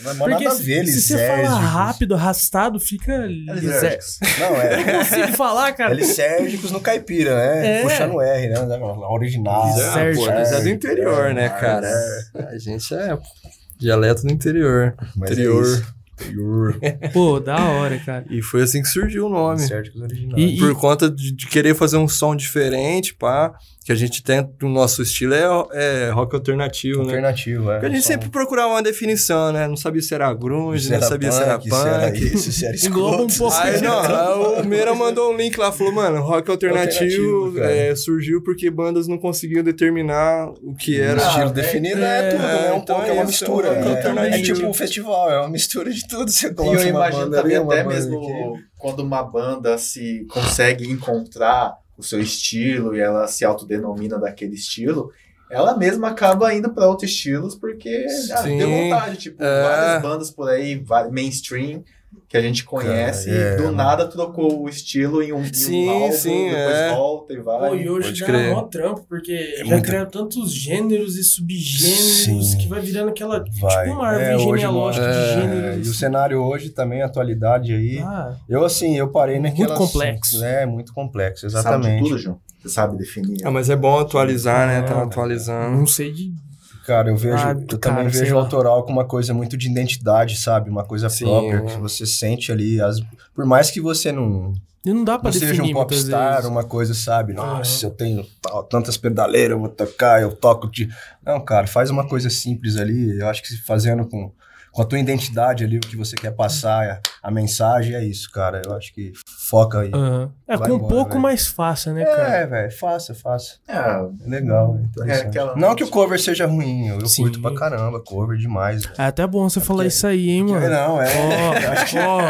S3: Não é mó
S2: Porque
S3: nada a
S2: se,
S3: ver,
S2: se você fala
S3: lisérgicos.
S2: rápido, arrastado, fica lisérgico.
S1: Lisérgicos.
S3: Não,
S2: Não
S3: é.
S2: consigo falar,
S3: É
S2: cara.
S3: lisérgicos no caipira, né?
S2: É.
S3: Puxar no R, né? Original.
S4: Ah, pô, nós é do interior, né, cara? É, A gente é pô, dialeto do interior.
S3: Mas é
S4: Interior.
S3: isso. Interior.
S2: Pô, da hora, cara.
S4: E foi assim que surgiu o nome.
S3: Lisérgicos originais.
S2: E, e-
S4: Por conta de, de querer fazer um som diferente, pá. Que a gente tem, o nosso estilo é, é rock alternativo, né?
S3: Alternativo, é.
S4: Porque a gente
S3: Som-
S4: sempre procurava uma definição, né? Não sabia se era grunge,
S3: se
S4: não
S3: era
S4: sabia se era
S3: punk, se era
S4: punk.
S3: isso, se era
S2: Engloba um
S3: escroto.
S2: pouco.
S4: Aí, não, aí o Meira mandou um link lá, falou, mano, rock alternativo,
S3: Alternativo, cara.
S4: é, surgiu porque bandas não conseguiam determinar o que
S3: Um
S4: era.
S3: estilo definido é,
S2: é,
S3: tudo, né? É um
S4: então
S3: pouco, é
S4: é
S3: uma
S4: isso,
S3: mistura.
S4: é um
S3: né? É,
S4: alternativo.
S3: tipo um festival, é uma mistura de tudo. Você
S1: E
S3: coloca
S1: eu
S3: uma
S1: imagino
S3: banda
S1: também
S3: ali, uma
S1: até
S3: banda
S1: mesmo
S3: aqui.
S1: quando uma banda se consegue encontrar o seu estilo e ela se autodenomina daquele estilo, ela mesma acaba indo para outros estilos porque ah,
S4: Sim.
S1: deu vontade, tipo,
S4: É.
S1: várias bandas por aí, va- mainstream que a gente conhece,
S3: Cara, é.
S1: do nada trocou o estilo em um, em um
S4: Sim,
S1: álbum,
S4: sim,
S1: depois
S4: é.
S1: volta e vai.
S2: Pô, e hoje
S4: Pode
S2: dá
S4: crer. É
S2: mó trampo, porque já
S3: muito.
S2: criaram tantos gêneros e subgêneros
S3: Sim.
S2: que vai virando aquela.
S3: Vai.
S2: Tipo uma árvore
S3: É, hoje
S2: genealógica
S3: mostra-
S2: de
S3: é,
S2: gêneros.
S3: E o cenário hoje também, a atualidade aí.
S2: Ah,
S3: Eu, assim, eu parei
S2: Muito
S3: naquelas...
S2: complexo.
S3: É, muito complexo,
S1: Você Sabe de
S3: exatamente.
S1: tudo, João? Você sabe definir.
S4: Ah, mas é bom atualizar, né? Tá
S3: Ah,
S2: Não,
S4: atualizando.
S2: não sei de.
S3: Cara, eu vejo,
S2: Ah,
S3: eu
S2: cara,
S3: também
S2: sei
S3: vejo o
S2: lá.
S3: autoral como uma coisa muito de identidade, sabe? Uma coisa
S4: Sim,
S3: própria
S4: é.
S3: que você sente ali. as- Por mais que você não,
S2: E não né? dá pra
S3: não seja um
S2: definir muitas
S3: popstar,
S2: vezes.
S3: uma coisa, sabe? Nossa, eu tenho tal- tantas pedaleiras, eu vou tocar, eu toco. De... Não, cara, faz uma coisa simples ali. Eu acho que fazendo com, com a tua identidade ali, o que você quer passar, a, a mensagem, é isso, cara. Eu acho que foca aí.
S2: Aham. É
S3: Vai
S2: com um
S3: embora,
S2: pouco
S3: velho.
S2: mais fácil, né, cara?
S3: É, velho, faça, faça.
S1: Ah,
S3: É legal, é interessante.
S1: É aquela-
S3: Não que o cover seja ruim, eu, eu
S2: Sim.
S3: curto pra caramba, cover demais. velho.
S2: É até bom você falar
S3: porque-
S2: isso aí, hein, mano.
S3: Não, é tá
S2: Ó, ó,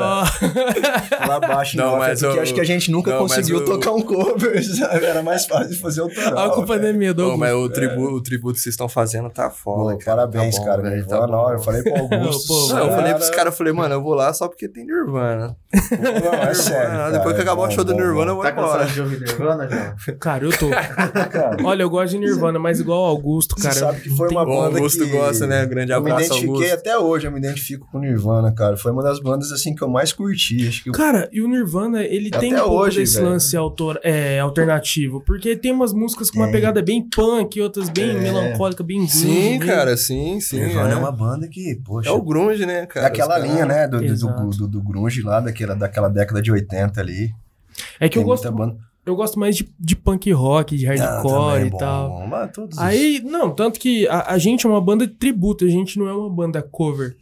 S2: ó.
S3: lá abaixo
S4: Não,
S3: não,
S4: mas
S3: mas porque
S4: o-
S3: acho que a gente nunca
S4: não, mas
S3: conseguiu
S4: o-
S3: tocar um cover, sabe? Era mais fácil fazer autoral.
S2: Olha a culpa da minha
S4: Pô, mas
S2: dor.
S3: é.
S4: o tributo, o tributo que vocês estão fazendo tá
S3: Pô,
S4: foda. cara.
S3: parabéns,
S4: Tá bom,
S3: cara.
S4: velho,
S3: Nirvana,
S4: tá bom.
S3: ó, eu falei pro Augusto.
S2: Pô,
S4: Não, eu falei pros
S3: cara,
S4: caras, eu falei, mano, eu vou lá só porque tem Nirvana.
S3: Não, é sério.
S4: Nirvana,
S3: cara,
S4: depois
S3: é
S4: que acabar
S3: bom,
S4: o show do
S3: bom,
S4: Nirvana, eu vou
S1: tá
S4: embora.
S1: cansado de ouvir Nirvana, João?
S2: Cara, eu tô. Olha, eu gosto de Nirvana, mas igual o Augusto,
S3: Você
S2: cara.
S3: sabe que
S2: não
S3: foi
S2: tem
S3: uma
S4: O
S3: banda
S4: um Augusto
S3: que-
S4: gosta, né? Grande
S3: Eu me
S4: abraço,
S3: identifiquei
S4: Augusto.
S3: até hoje, eu me identifico com Nirvana, cara. Foi uma das bandas assim que eu mais curti. Acho que eu
S2: Cara, e o Nirvana, ele
S3: Até
S2: tem um pouco
S3: hoje,
S2: desse
S3: velho.
S2: lance autor, é, alternativo. Porque tem umas músicas com uma
S3: Tem.
S2: pegada bem punk, outras bem
S3: É.
S2: melancólica, bem grunge.
S4: Sim,
S2: bem-
S4: cara, sim, sim.
S3: Nirvana é.
S4: é.
S3: uma banda que, poxa,
S4: É o grunge, né, cara?
S3: daquela
S4: Os caras-
S3: linha, né? Do, do, do,
S2: Exato.
S3: do- do grunge lá, daquela, daquela década de 80 ali.
S2: É que eu
S3: Tem muita
S2: gosto,
S3: banda.
S2: eu gosto mais de, de punk rock, de
S3: Ah, também
S2: hardcore
S3: é
S2: e
S3: bom,
S2: tal.
S3: bom, mas todos os-
S2: Aí, não, tanto que a, a gente é uma banda de tributo, a gente não é uma banda cover.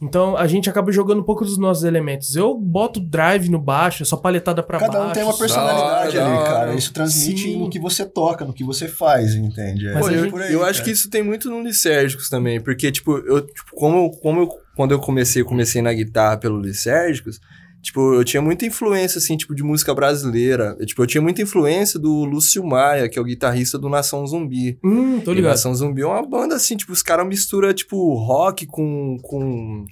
S2: Então a gente acaba jogando um pouco dos nossos elementos. Eu boto drive no baixo, é só paletada pra
S3: Cada
S2: baixo.
S3: um tem uma personalidade
S4: da hora, da
S3: ali,
S4: hora.
S3: cara. Isso transmite
S2: Sim.
S3: no que você toca, no que você faz, entende? É
S2: Mas
S4: Pô,
S2: a
S4: eu,
S2: gente-
S3: por aí,
S4: eu
S3: cara.
S4: acho que isso tem muito no Licérgicos também, porque, tipo, eu, tipo, como, eu- como eu, quando eu comecei, eu comecei na guitarra pelo Licérgicos, tipo, eu tinha muita influência, assim, tipo, de música brasileira. Eu, tipo, eu tinha muita influência do Lúcio Maia, que é o guitarrista do Nação Zumbi.
S2: Hum, tô ligado.
S4: Nação Zumbi é uma banda assim, tipo, os caras misturam, tipo, rock com. com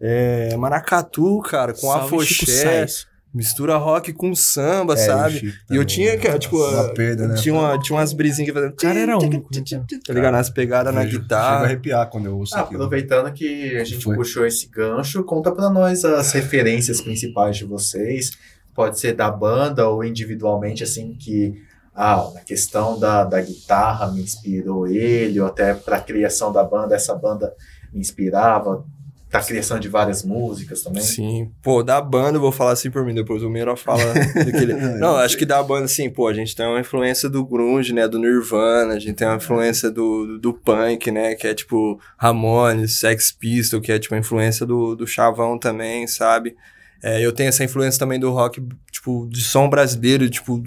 S4: é, maracatu, cara, tá com
S2: Salve, Chico
S4: afoxé.
S2: Sainz.
S4: Mistura rock com samba,
S3: É,
S4: sabe?
S3: Chico
S4: E eu
S3: também,
S4: tinha,
S3: né?
S4: cara, tipo.
S3: Uma
S4: a-
S3: perda, né?
S4: Tinha, uma, tinha umas brisinhas que faziam. O
S2: cara era único, né,
S4: Tá ligado? Nas pegadas na
S3: Vejo- Chego a
S4: guitarra.
S3: arrepiar quando eu ouço
S1: Ah,
S3: aquilo.
S1: aproveitando que a gente
S3: Foi.
S1: puxou esse gancho, conta pra nós as referências principais de vocês. Pode ser da banda ou individualmente, assim, que ah, a questão da, da guitarra me inspirou ele, ou até pra criação da banda, essa banda me inspirava, da criação de várias músicas também.
S4: Sim, pô, da banda, eu vou falar assim por mim, depois o Meira fala daquele. Não, acho que da banda, assim, pô, a gente tem uma influência do grunge, né, do Nirvana, a gente tem uma influência do, do, do punk, né, que é tipo Ramones, Sex Pistol, que é tipo a influência do, do Chavão também, sabe? É, eu tenho essa influência também do rock, tipo, de som brasileiro, tipo,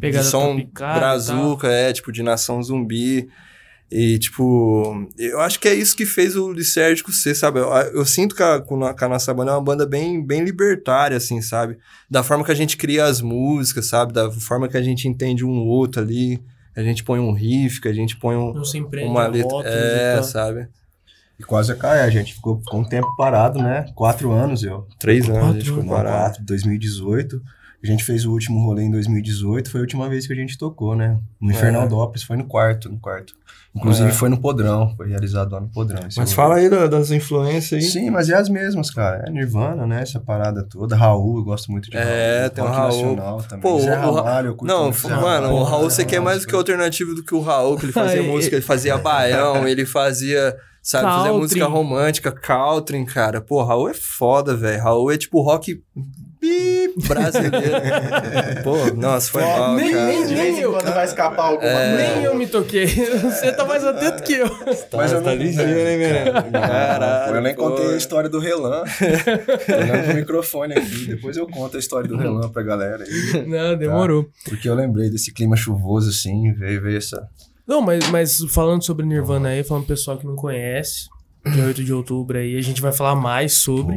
S2: Pegada
S4: de som
S2: tropical e
S4: brazuca, é, tipo, de nação zumbi. E, tipo, eu acho que é isso que fez o Licérgico ser, sabe? Eu, eu sinto que a, com a- que a nossa banda é uma banda bem, bem libertária, assim, sabe? Da forma que a gente cria as músicas, sabe? Da forma que a gente entende um outro ali. A gente põe um riff, que a gente põe um-
S2: Não se empreende.
S4: uma letra.
S2: rótulos
S4: É,
S2: né, e tal.
S4: sabe?
S3: E quase a cair, a gente ficou, ficou um tempo parado, né? Quatro anos eu.
S4: Três anos a gente
S2: Quatro né?
S4: foi
S2: anos.
S4: parar.
S3: 4, 2018. A gente fez o último rolê em 2018, foi a última vez que a gente tocou, né? No Infernaldópolis, foi no quarto, no quarto. Inclusive
S4: É.
S3: foi no Podrão, foi realizado lá no Podrão. esse
S4: Mas
S3: rolê.
S4: fala aí da- das influências aí.
S3: Sim, mas é as mesmas, cara. É Nirvana, né? Essa parada toda. Raul, eu gosto muito de
S4: É,
S3: Raul.
S4: tem o
S3: Rock
S4: Raul.
S3: Nacional também.
S4: Pô,
S3: Zé
S4: o Ra-
S3: Ramalho, eu curto
S4: Não,
S3: muito
S4: f-
S3: Zé Ramalho.
S4: mano, o Raul
S2: É,
S4: você
S3: Zé
S4: quer é mais do que alternativo do que o Raul, que ele fazia
S2: Ah, e-
S4: música, ele fazia baião, ele fazia, sabe, fazia
S2: Country.
S4: música romântica, country, cara. Pô, Raul é foda, velho. Raul é tipo rock Bip, brasileiro. Pô, nossa, foi
S1: Ó,
S4: mal,
S2: nem-
S4: cara.
S2: nem-
S1: De vez em
S2: eu,
S1: quando
S2: cara.
S1: vai escapar alguma
S4: É.
S2: Nem
S1: coisa.
S2: eu me toquei. Você tá mais atento que eu.
S4: Mas eu não-
S3: hein, Merenda?
S4: Caralho,
S3: Eu nem contei
S4: pô.
S3: a história do Relan. Olhando pro microfone aqui. Depois eu conto a história do Relan pra galera aí.
S2: Não, demorou.
S3: Porque eu lembrei desse clima chuvoso assim, veio, veio essa.
S2: Não, mas, mas falando sobre Nirvana aí, falando pro pessoal que não conhece, dia 8 de outubro aí, a gente vai falar mais sobre.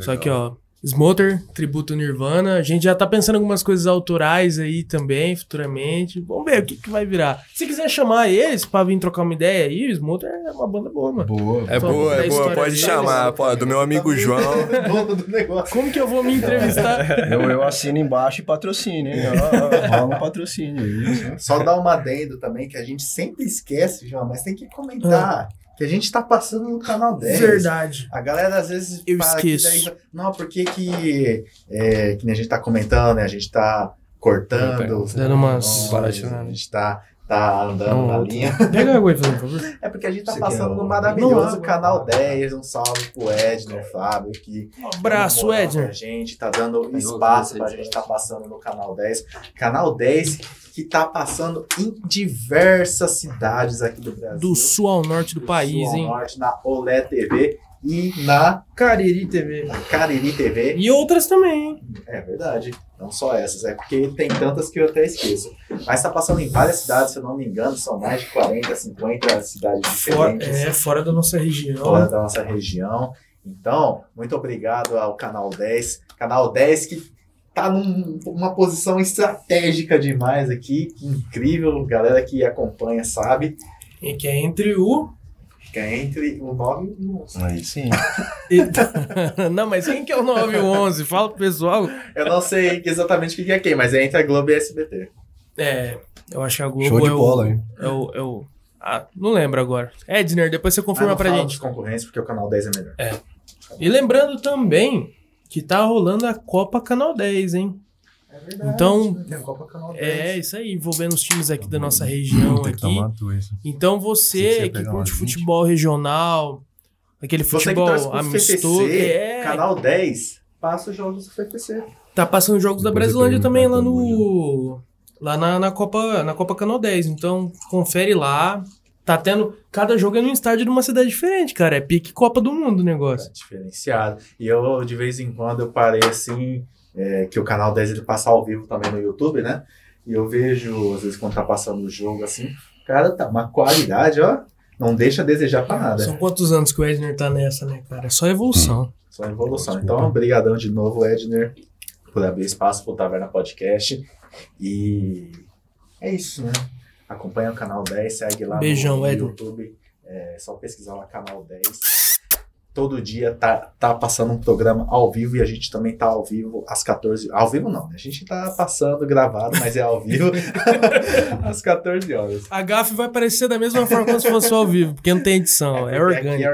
S2: Só que, ó, Smother, tributo Nirvana. A gente já tá pensando em algumas coisas autorais aí também, futuramente. Vamos ver o que, que vai virar. Se quiser chamar eles pra vir trocar uma ideia aí, o Smother é uma banda boa, mano.
S3: Boa.
S4: É
S2: Só
S4: boa,
S2: contar a
S4: é boa.
S2: história
S4: Pode
S2: deles.
S4: chamar, pô, do meu amigo João.
S1: Tá Dono do negócio.
S2: Como que eu vou me entrevistar?
S3: Eu, eu assino embaixo e patrocínio,
S4: É.
S3: hein? Ó, Rola um patrocínio. aí.
S1: Só dar uma adendo também, que a gente sempre esquece, João, mas tem que comentar que a gente tá passando no canal 10.
S2: É Verdade.
S1: A galera às vezes.
S2: Eu
S1: fala que
S2: esqueço.
S1: daí- não, por que que. é, que nem a gente tá comentando, né? A gente tá cortando.
S2: Dando umas
S1: nós,
S4: paratinada.
S1: A gente tá, tá andando
S2: Não,
S1: na
S2: outra.
S1: linha.
S2: Pega água aí, por favor.
S1: É porque a gente tá
S3: Você
S1: passando
S3: quer
S1: no
S3: um-
S1: maravilhoso
S2: Não,
S1: canal 10. Um salve pro Edno, Fábio, que
S2: Um abraço,
S1: moral pra
S2: Edner.
S1: gente, tá dando
S3: eu
S1: espaço
S3: sei,
S1: pra
S3: sei.
S1: gente tá passando no canal 10. Canal 10 que tá passando em diversas cidades aqui do Brasil.
S2: Do sul ao norte do,
S1: Do
S2: país,
S1: sul ao
S2: hein?
S1: Norte, na Olé TV e na
S2: Cariri TV.
S1: Cariri TV.
S2: E outras também, hein?
S1: É verdade. Não só essas, é porque tem tantas que eu até esqueço. Mas tá passando em várias cidades, se eu não me engano, são mais de 40, 50 cidades
S2: Fora,
S1: diferentes
S2: é, fora da nossa região.
S1: fora da nossa região. Então, muito obrigado ao Canal 10. Canal 10 que tá num- numa posição estratégica demais aqui. Que incrível, galera que acompanha sabe.
S2: E que é entre o.
S1: Fica entre o 9 e o 11.
S3: Aí sim.
S2: Eita. Não, mas quem que é o 9 e o 11? Fala pro pessoal.
S1: Eu não sei exatamente o que que é quem, mas é entre a Globo e a SBT.
S2: É, eu acho que a Globo
S3: Show de
S2: é, o,
S3: bola, hein?
S2: é o. é o- Ah, não lembro agora. Edner, depois você confirma
S1: Mas Ah, não
S2: pra
S1: fala
S2: gente.
S1: de concorrência, porque o Canal 10 é melhor.
S2: E lembrando também que tá rolando a Copa Canal 10, hein?
S1: É verdade.
S2: Então,
S1: né? tem a Copa Canal 10.
S2: É, isso aí, envolvendo os times aqui da nossa região
S3: Tem que
S2: aqui.
S3: tomar tudo isso.
S2: Então
S3: Você
S2: você
S3: quer
S2: que
S3: pegar
S2: curte
S3: umas 20?
S2: futebol regional, aquele
S1: Você que torce
S2: futebol
S1: pro
S2: amistoso,
S1: FFC,
S2: é,
S1: Canal 10 passa os jogos do PPC.
S2: tá passando jogos da
S3: Depois eu um
S2: Brasilândia
S3: pergunto
S2: também
S3: pra
S2: lá
S3: todo
S2: no lá na, na Copa, na Copa Canal 10. Então confere lá. Tá tendo cada jogo é num estádio de uma cidade diferente, cara, é pique Copa do Mundo o negócio.
S1: Tá diferenciado. E eu, de vez em quando, eu parei assim, é, que o canal 10 ele passa ao vivo também no YouTube, né? E eu vejo, às vezes, quando tá passando o jogo assim, cara, tá uma qualidade, ó. Não deixa a desejar pra nada.
S2: São quantos anos que o Edner tá nessa, né, cara? É só evolução.
S1: Só evolução. Então, obrigadão de novo, Edner, por abrir espaço pro Taverna Podcast. E é isso, né? Acompanha o canal 10, segue lá
S2: Beijão,
S1: no, no
S2: Edner.
S1: YouTube. É só pesquisar lá canal 10. Todo dia tá, tá passando um programa ao vivo e a gente também tá ao vivo às 14 Ao vivo não, né? a gente tá passando gravado, mas é ao vivo às 14 horas.
S2: A gafe vai aparecer da mesma forma como se fosse ao vivo, porque não tem edição, é,
S1: Porque Aqui é
S2: orgânico.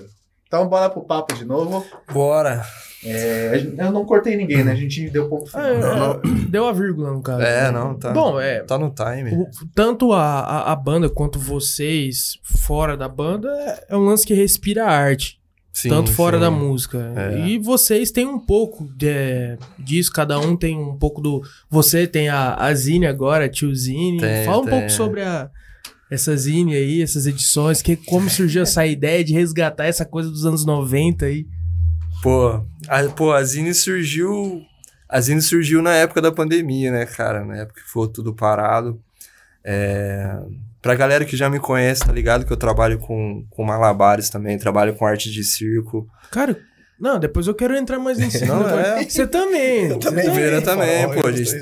S1: orgânico. Então bora pro papo de novo.
S4: Bora.
S1: É, a gente- eu não cortei ninguém, né? A gente deu ponto final.
S2: É, é, Deu a vírgula no caso.
S4: É, não, tá.
S2: Bom, é,
S4: Tá no time.
S2: O- tanto a, a, a banda quanto vocês fora da banda é- é um lance que respira arte,
S4: Sim,
S2: tanto fora
S4: sim.
S2: da música.
S4: É.
S2: E vocês têm um pouco de, disso, cada um tem um pouco do. Você tem a, a Zine agora, a tio Zine.
S4: Tem,
S2: Fala um
S4: tem.
S2: pouco sobre a, essa Zine aí, essas edições, que, como surgiu essa ideia de resgatar essa coisa dos anos 90 aí.
S4: Pô, a, pô, a Zine surgiu. A Zine surgiu na época da pandemia, né, cara? Na época que foi tudo parado. É, pra galera que já me conhece, tá ligado? Que eu trabalho com, com malabares também, trabalho com arte de circo.
S2: Cara, não, depois eu quero entrar mais nisso.
S4: Não, é.
S2: Você também. Eu
S4: também, Vera também, pô, gente.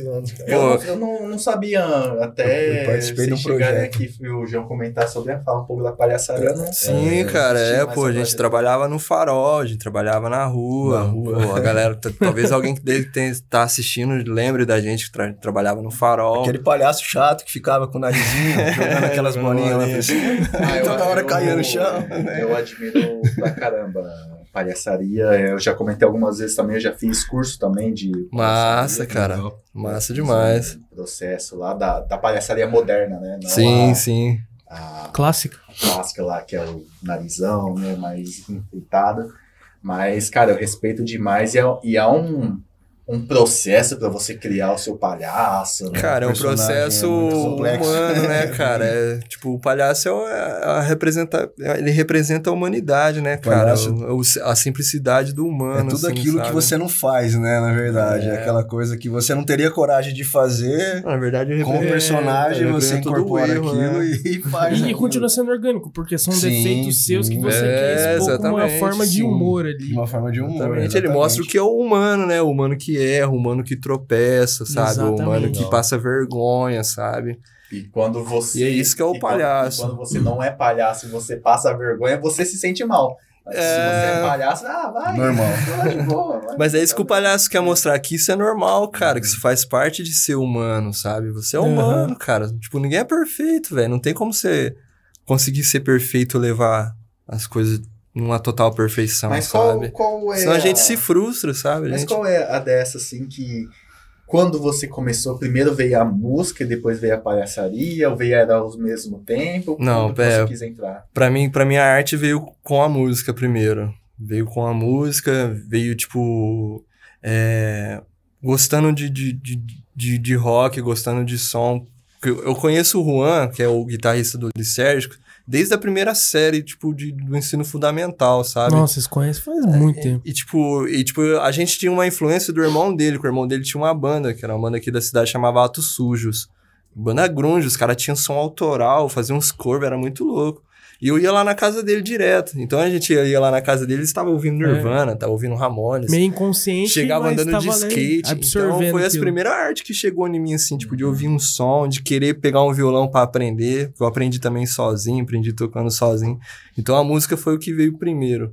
S1: Eu,
S4: Pô,
S1: não, eu não, não sabia até
S3: Eu participei de um
S1: vocês chegarem
S3: projeto.
S1: aqui e o João comentar sobre a fala um pouco da palhaçada. eu não-
S4: Sim,
S1: eu não
S4: cara,
S1: assisti,
S4: é,
S1: mas
S4: pô, a
S1: eu
S4: gente
S1: gosto.
S4: trabalhava no farol, a gente trabalhava na rua.
S3: Na rua.
S4: pô, a galera, t- talvez alguém que deve ter, tá assistindo lembre da gente que tra- trabalhava no farol.
S3: Aquele palhaço chato que ficava com o narizinho,
S4: É,
S3: jogando aquelas bolinhas lá pra cima.
S1: Ah, eu-
S3: Toda hora
S1: eu-
S3: caía no chão.
S4: né?
S1: Eu admiro pra caramba a palhaçaria. Eu já comentei algumas vezes também, eu já fiz curso também de.
S4: Massa,
S1: palhaçaria,
S4: cara. Massa demais.
S1: Processo lá da, da palhaçaria moderna, né? Não
S4: Sim,
S1: a-
S4: sim.
S1: a
S2: Clássica.
S1: clássica lá, que é o narizão, né? Mais enfeitado. Mas, cara, eu respeito demais e é, e é um, um processo pra você criar o seu palhaço. né?
S4: Cara, é um
S3: personagem é
S4: processo
S3: muito complexo.
S4: humano, né, cara? É, tipo, o palhaço é, o- é a representa, ele representa a humanidade, né, cara?
S3: palhaço-
S4: O- o- a simplicidade do humano.
S3: é tudo
S4: assim,
S3: aquilo que
S4: sabe?
S3: você não faz, né? Na verdade. É.
S4: É.
S3: aquela coisa que você não teria coragem de fazer.
S4: Ah, Na verdade,
S3: Com o
S4: representa-
S3: personagem,
S4: é,
S3: você
S4: representa todo o
S3: incorpora
S4: erro, né?
S3: aquilo e, e faz. né?
S2: E,
S3: aquilo.
S2: continua sendo orgânico, porque são
S3: Sim,
S2: defeitos seus que
S3: sim.
S2: você
S4: É,
S2: quer expor como uma
S4: exatamente,
S2: forma de
S3: sim.
S2: humor ali.
S3: De uma forma de humor.
S4: Exatamente, ele mostra o que é o humano, né? O humano que erra, o humano que tropeça, sabe? O humano
S2: Exatamente.
S4: que passa vergonha, sabe?
S1: E quando você.
S4: E é isso que é o
S1: e quando-
S4: palhaço.
S1: e Quando, você não é palhaço e você passa a vergonha, você se sente mal. Mas Se
S4: É.
S1: você é palhaço, ah, vai.
S3: Normal.
S1: tá de boa, vai.
S4: Mas é isso que o palhaço quer mostrar aqui, isso é normal, cara, que isso faz parte de ser humano, sabe? Você é
S2: Aham.
S4: humano, cara. Tipo, ninguém é perfeito, velho. Não tem como você conseguir ser perfeito e levar as coisas numa total perfeição,
S1: Mas qual,
S4: sabe?
S1: qual é.
S4: Senão a gente se frustra, sabe? A
S1: Mas
S4: gente-
S1: qual é a dessa, assim, que quando você começou, primeiro veio a música e depois veio a palhaçaria, ou veio era ao mesmo tempo?
S4: Não, é,
S1: Quando
S4: pera.
S1: você quis entrar.
S4: Pra mim, pra mim, a arte veio com a música primeiro. Veio com a música, veio, tipo, é, gostando de, de, de, de, de rock, gostando de som. Porque Eu eu conheço o Juan, que é o guitarrista do Lisérgico, desde a primeira série, tipo, de, do ensino fundamental, sabe? É,
S2: Nossa, vocês conhecem faz muito tempo.
S4: E tipo, e, tipo, a gente tinha uma influência do irmão dele, que o irmão dele tinha uma banda, que era uma banda aqui da cidade chamava Atos Sujos. Banda grunge, os caras tinham som autoral, faziam uns covers, era muito louco. E eu ia lá na casa dele direto. Então a gente ia lá na casa dele, eles estavam ouvindo Nirvana, tava ouvindo Ramones.
S2: Meio inconsciente,
S4: Chegava
S2: mas
S4: andando de
S2: tava ali,
S4: skate. Então
S2: absorvendo
S4: foi as
S2: aquilo.
S4: primeira arte que chegou em mim, assim, tipo, de ouvir um som, de querer pegar um violão pra aprender. Eu aprendi também sozinho, aprendi tocando sozinho. Então a música foi o que veio primeiro.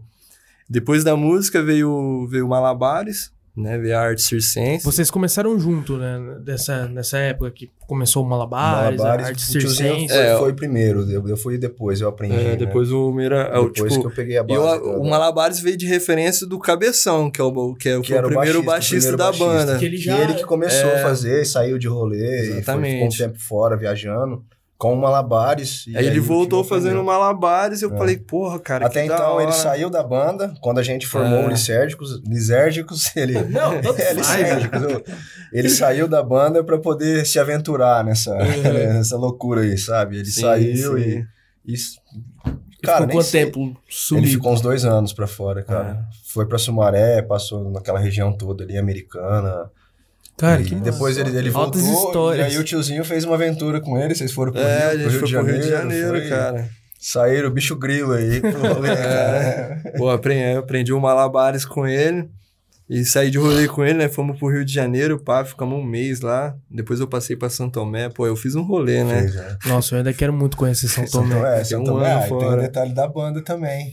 S4: Depois da música veio veio o Malabares, né? Veio a arte circense.
S2: Vocês começaram junto, né? Dessa, nessa época que começou o Malabares,
S3: Malabares,
S2: a arte
S3: o tiozinho
S2: circense.
S3: foi,
S4: É,
S3: foi primeiro, eu, eu fui depois, eu aprendi.
S4: É,
S3: né?
S4: depois o Meira, é, o,
S3: Depois
S4: tipo,
S3: que eu peguei a
S4: E
S3: base.
S4: eu-
S3: da-
S4: o Malabares veio de referência do Cabeção, que é o, que é,
S3: Que
S4: foi
S3: era
S4: o
S3: o
S4: primeiro
S3: baixista,
S4: baixista,
S3: o primeiro
S4: da
S3: baixista.
S4: banda.
S2: Que ele
S3: que
S2: já...
S3: ele que começou
S4: É.
S3: a fazer, e saiu de rolê, e foi- ficou um
S4: Exatamente.
S3: tempo fora viajando com o Malabares. e
S4: Aí tipo, ele
S3: o time
S4: voltou fazendo
S3: aprendeu.
S4: malabares e eu
S3: É.
S4: falei, porra, cara,
S3: Até
S4: que da
S3: então ele
S4: hora.
S3: saiu da banda, quando a gente formou
S4: É.
S3: o Lisérgicos, Lisérgicos ele,
S2: Não, tanto
S3: é,
S2: faz.
S3: Lisérgicos,
S4: né?
S3: eu- ele saiu da banda pra poder se aventurar nessa,
S2: É.
S3: nessa loucura aí, sabe? Ele
S4: Uhum. Sim,
S3: saiu
S4: sim.
S3: e. Isso.
S2: Cara,
S3: nem
S2: ficou quanto
S3: sei.
S2: tempo
S3: Ele
S2: sumido?
S3: ficou uns dois anos pra fora, cara.
S4: É.
S3: Foi pra Sumaré, passou naquela região toda ali, americana.
S2: Cara,
S3: e
S2: que
S3: depois ele, ele
S2: Altas
S3: voltou.
S2: histórias.
S3: E aí o tiozinho fez uma aventura com ele. Vocês foram pro Rio,
S4: É, a gente
S3: pro Rio
S4: foi
S3: de
S4: pro
S3: Janeiro.
S4: Rio de Janeiro,
S3: foi-
S4: cara. É.
S3: Saíram o bicho grilo aí pro rolê, cara.
S4: Pô, aprendi, aprendi o malabares com ele. E saí de rolê com ele, né? Fomos pro Rio de Janeiro, pá, ficamos um mês lá. Depois eu passei pra São Tomé. Pô, eu fiz um rolê, né?
S3: Fez, né?
S2: Nossa, eu ainda quero muito conhecer São
S3: São
S2: Tomé.
S3: Tomé,
S4: Tem
S3: São
S4: um
S3: Tomé.
S4: ano
S3: Ah, e tem o
S4: fora.
S3: detalhe da banda também.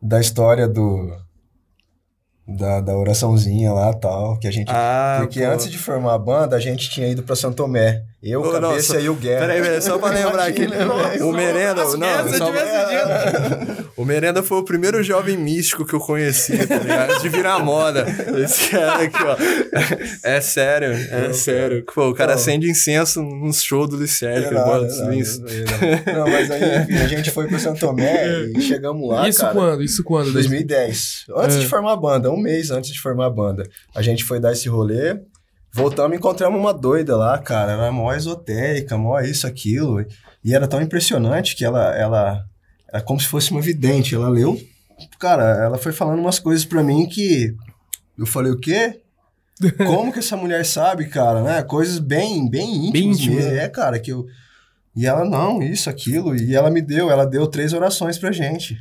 S3: Da história do... Da, da oraçãozinha lá tal, que a gente...
S4: Ah,
S3: porque
S4: pô.
S3: antes de formar a banda, a gente tinha ido pra São Tomé. Eu,
S4: Ô,
S3: Cabeça
S4: nossa,
S3: e o Guerra.
S4: Peraí, peraí, só pra lembrar é aqui.
S3: Imagina, velho.
S4: o Merenda,
S2: nossa,
S4: não,
S2: se eu
S4: só-
S2: tivesse
S4: o Merenda foi o primeiro jovem místico que eu conheci, tá ligado? De virar moda. Esse cara aqui, ó. É sério, é sério. Pô, o cara
S3: Não.
S4: acende incenso nos shows do Liceu, que
S3: Não,
S4: bota
S3: não,
S4: os links.
S3: não, não. Não, mas aí enfim, a gente foi pra São Tomé e chegamos lá,
S2: Isso
S3: cara.
S2: quando? Isso quando?
S3: 2010. Antes
S2: É.
S3: de formar a banda, um mês antes de formar a banda. A gente foi dar esse rolê, voltamos e encontramos uma doida lá, cara. Ela é mó esotérica, mó isso, aquilo. E era tão impressionante que ela, ela era como se fosse uma vidente. Ela leu. Cara, ela foi falando umas coisas pra mim que eu falei, o quê? Como que essa mulher sabe, cara, né? Coisas bem, bem íntimas.
S2: Bem íntimas. né?
S3: mesmo. É, cara, que eu... E ela, não, isso, aquilo. E ela me deu, ela deu três orações pra gente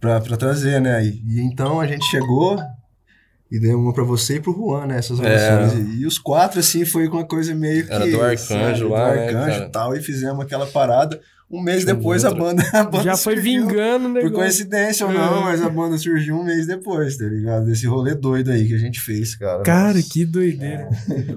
S3: pra, pra trazer, né? E, e então a gente chegou e deu uma pra você e pro Juan, né? Essas orações. E, e os quatro, assim, foi uma coisa meio que.
S4: É. Era do arcanjo
S3: sabe,
S4: lá,
S3: Do
S4: né,
S3: arcanjo
S4: cara?
S3: e tal, e fizemos aquela parada. Um mês
S4: Tinha
S3: depois a
S4: outra.
S3: banda, a banda.
S2: Já foi
S3: um, surgiu.
S2: vingando, né?
S3: Por coincidência ou não,
S2: É.
S3: mas a banda surgiu um mês depois, tá ligado? Desse rolê doido aí que a gente fez, cara.
S2: Cara,
S3: Nossa.
S2: que doideira.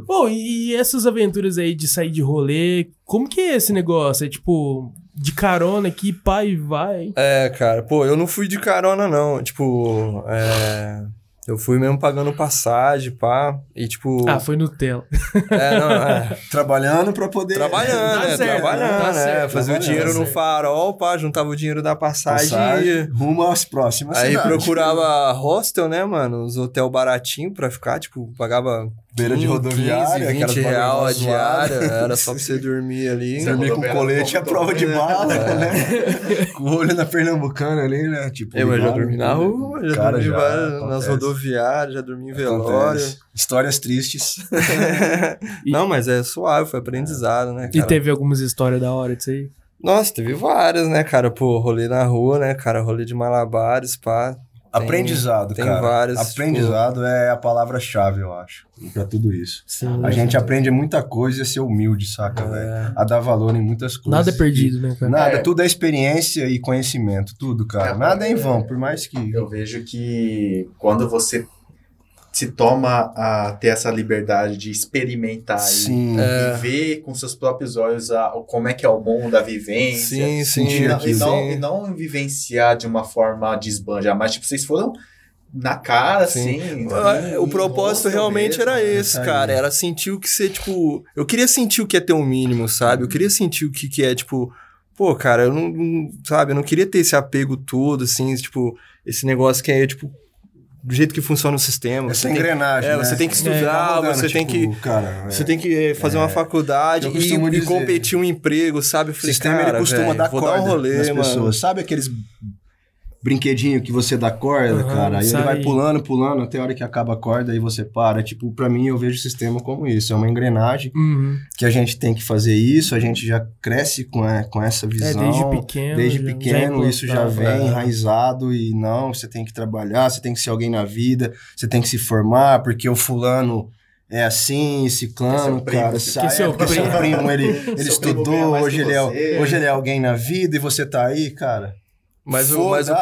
S2: Bom, e, e essas aventuras aí de sair de rolê, como que é esse negócio? É tipo, de carona aqui, pai, vai.
S4: É, cara, pô, eu não fui de carona, não. Tipo, é, Eu fui mesmo pagando passagem, pá. E tipo.
S2: Ah, foi Nutella.
S4: é, não, é.
S3: Trabalhando pra poder.
S4: Trabalhando,
S2: Tá
S4: né?
S2: certo,
S4: trabalhando,
S2: tá
S4: né?
S2: certo,
S4: Fazia o
S2: trabalhando,
S4: dinheiro
S2: tá
S4: no
S2: certo.
S4: farol, pá, juntava o dinheiro da passagem.
S3: Passagem, rumo às próximas
S4: Aí
S3: cidades.
S4: procurava hostel, né, mano? Os hotel baratinho pra ficar, tipo, pagava
S3: Beira de
S4: 15,
S3: rodoviária,
S4: 20
S3: aquelas
S4: um real a
S3: baladas
S4: diária.
S3: zoadas.
S4: Era só pra você dormir ali.
S1: Você
S3: Dormir com
S1: Rodoviária
S3: colete à
S1: do
S3: prova de
S1: Pernambuco,
S3: bala, né? Com o olho na pernambucana ali, né? Tipo,
S4: Eu, eu É, já
S3: ligado,
S4: dormi na
S3: tudo.
S4: rua, já
S3: Cara,
S4: dormi
S3: já,
S4: várias- nas
S3: acontece.
S4: rodoviárias, já dormi em velório.
S3: Acontece. Histórias tristes.
S2: E-
S4: Não, mas é suave, foi aprendizado, né, cara?
S2: E teve algumas histórias da hora disso aí?
S4: Nossa, teve várias, né, cara? Pô, rolê na rua, né, cara? Rolê de malabares, pá.
S3: Aprendizado,
S4: tem
S3: cara.
S4: várias, tipo,
S3: Aprendizado é a palavra-chave, eu acho, pra tudo isso.
S2: Sim.
S3: A gente aprende muita coisa a ser humilde,
S4: É.
S3: saca, velho? A dar valor em muitas coisas.
S2: Nada é perdido, né, cara?
S3: Nada,
S1: É.
S3: tudo é experiência e conhecimento, tudo, cara.
S1: É,
S3: Nada é em
S1: é.
S3: vão, por mais que.
S1: Eu vejo que quando você se toma a ter essa liberdade de experimentar
S3: Sim,
S4: É.
S3: é
S1: e viver com seus próprios olhos a, como é que é o mundo, a vivência.
S4: Sim, sim.
S1: E não, e,
S4: sim.
S1: não, e não vivenciar de uma forma de esbanja, mas tipo, vocês foram na cara,
S4: Sim.
S1: assim.
S4: Ah,
S1: no-
S4: O
S1: no
S4: propósito
S1: rosto
S4: realmente
S1: mesmo.
S4: era esse,
S3: Isso aí.
S4: cara. Era sentir o que você, tipo. Eu queria sentir o que é ter um mínimo, sabe? Eu queria sentir o que, que é, tipo. Pô, cara, eu não, não- Sabe? Eu não queria ter esse apego todo, assim, tipo. Esse negócio que é, tipo. Do jeito que funciona o sistema.
S3: essa
S4: Você tem,
S3: engrenagem.
S4: é,
S3: né?
S4: você tem que
S2: É, tá
S4: estudar,
S3: mudando,
S4: você tem que.
S3: tipo, Cara,
S4: Você
S3: é.
S4: tem que eh, fazer uma faculdade
S3: Eu
S4: e,
S3: costumo
S4: e
S3: dizer,
S4: competir um emprego, sabe? Eu
S3: O
S4: falei,
S3: sistema
S4: cara,
S3: ele costuma
S4: velho,
S3: dar
S4: vou dar
S3: corda
S4: um rolê,
S3: nas
S4: mano.
S3: pessoas. Sabe aqueles brinquedinho que você dá corda,
S2: Aham,
S3: cara? Aí
S2: sai.
S3: ele vai pulando, pulando, até a hora que acaba a corda e você para. Tipo, pra mim eu vejo o sistema como isso. É uma engrenagem
S2: Uhum.
S3: que a gente tem que fazer isso, a gente já cresce com, a- com essa
S2: É,
S3: visão.
S2: desde pequeno.
S3: Desde
S2: já- né? já
S3: pequeno, isso já
S2: implantado.
S3: vem enraizado e não, você tem que trabalhar, você tem que ser alguém na vida, você tem que se formar, porque o fulano é assim,
S1: Porque seu
S3: ciclano,
S1: primo,
S3: cara,
S1: que
S3: sai,
S2: seu
S3: é, porque seu
S2: primo.
S3: primo, ele,
S1: Seu
S3: ele
S1: primo ganha
S3: estudou,
S1: mais
S3: hoje
S1: que
S3: ele, é,
S1: você.
S3: hoje ele é alguém na vida e você tá aí, cara.
S4: Mas o, mas o
S3: Foda-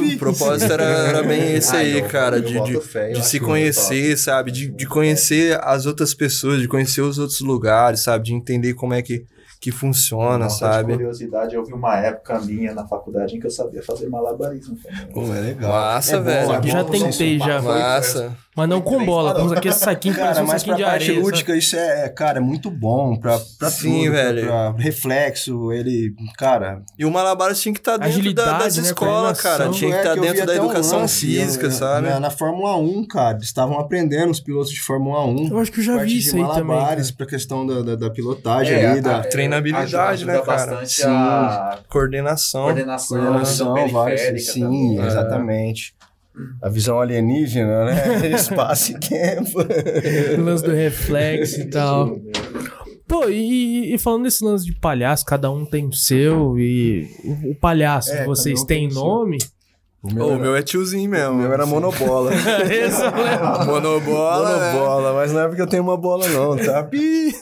S3: Pi, pi,
S4: o
S3: pi.
S4: propósito era, era bem esse
S1: Ah,
S4: aí,
S1: eu-
S4: cara,
S1: eu
S4: de,
S1: boto
S4: de,
S1: fé, eu
S4: de
S1: acho
S4: se
S1: muito
S4: conhecer,
S1: top.
S4: sabe? De, de conhecer as outras pessoas, de conhecer os outros lugares, sabe? De entender como é que, que funciona,
S1: Nossa, De
S4: sabe?
S1: curiosidade, eu vi uma época minha na faculdade em que eu sabia fazer malabarismo. também.
S3: Pô, é legal.
S4: Massa, velho.
S2: é Já bom, tentei, já.
S4: Massa.
S2: Mas não com
S1: Três
S2: bola,
S1: farol.
S2: com aquele saquinho que parece
S3: Cara,
S2: um
S3: mas
S2: saquinho
S3: pra
S2: de
S3: parte
S2: areia. sabe?
S3: lúdica, isso é, cara, muito bom pra, pra
S4: Sim,
S3: tudo, pra-
S4: velho.
S3: pra reflexo, ele, cara,
S4: E o Malabar tinha que estar dentro da-
S2: Agilidade,
S4: das
S2: né?
S4: escolas, cara.
S2: Coordenação.
S4: Tinha que
S3: É,
S4: estar
S3: eu vi
S4: dentro da
S3: até um
S4: educação
S3: lance, Né?
S4: física,
S3: eu-
S4: sabe?
S3: Na, na Fórmula 1, cara, eles estavam aprendendo os pilotos de Fórmula 1.
S2: Eu acho que eu já
S3: parte
S2: vi
S3: de
S2: isso aí também. cara.
S3: malabares pra questão da, da, da pilotagem
S1: É,
S3: ali,
S1: a-
S3: da
S1: a-
S4: Treinabilidade,
S1: ajuda
S4: né, cara?
S1: bastante
S3: Sim.
S1: a
S4: Coordenação.
S1: coordenação, né,
S3: coordenação, vários.
S1: periférica também,
S3: Sim,
S2: É.
S1: né?
S3: exatamente. A visão alienígena, né? Espaço e tempo.
S1: É
S2: O lance do reflexo e tal. Pô, e, e falando desse lance de palhaço, cada um tem o seu, e o, o palhaço
S3: É,
S2: de vocês
S3: cada um
S2: tem
S3: tem o seu.
S2: nome?
S3: O
S4: Ô, o meu é tiozinho mesmo. é
S3: monobola.
S2: Esse eu
S3: né?
S2: lembro.
S4: Monobola. né?
S3: monobola, mas não é porque eu tenho uma bola, não, tá? Pi!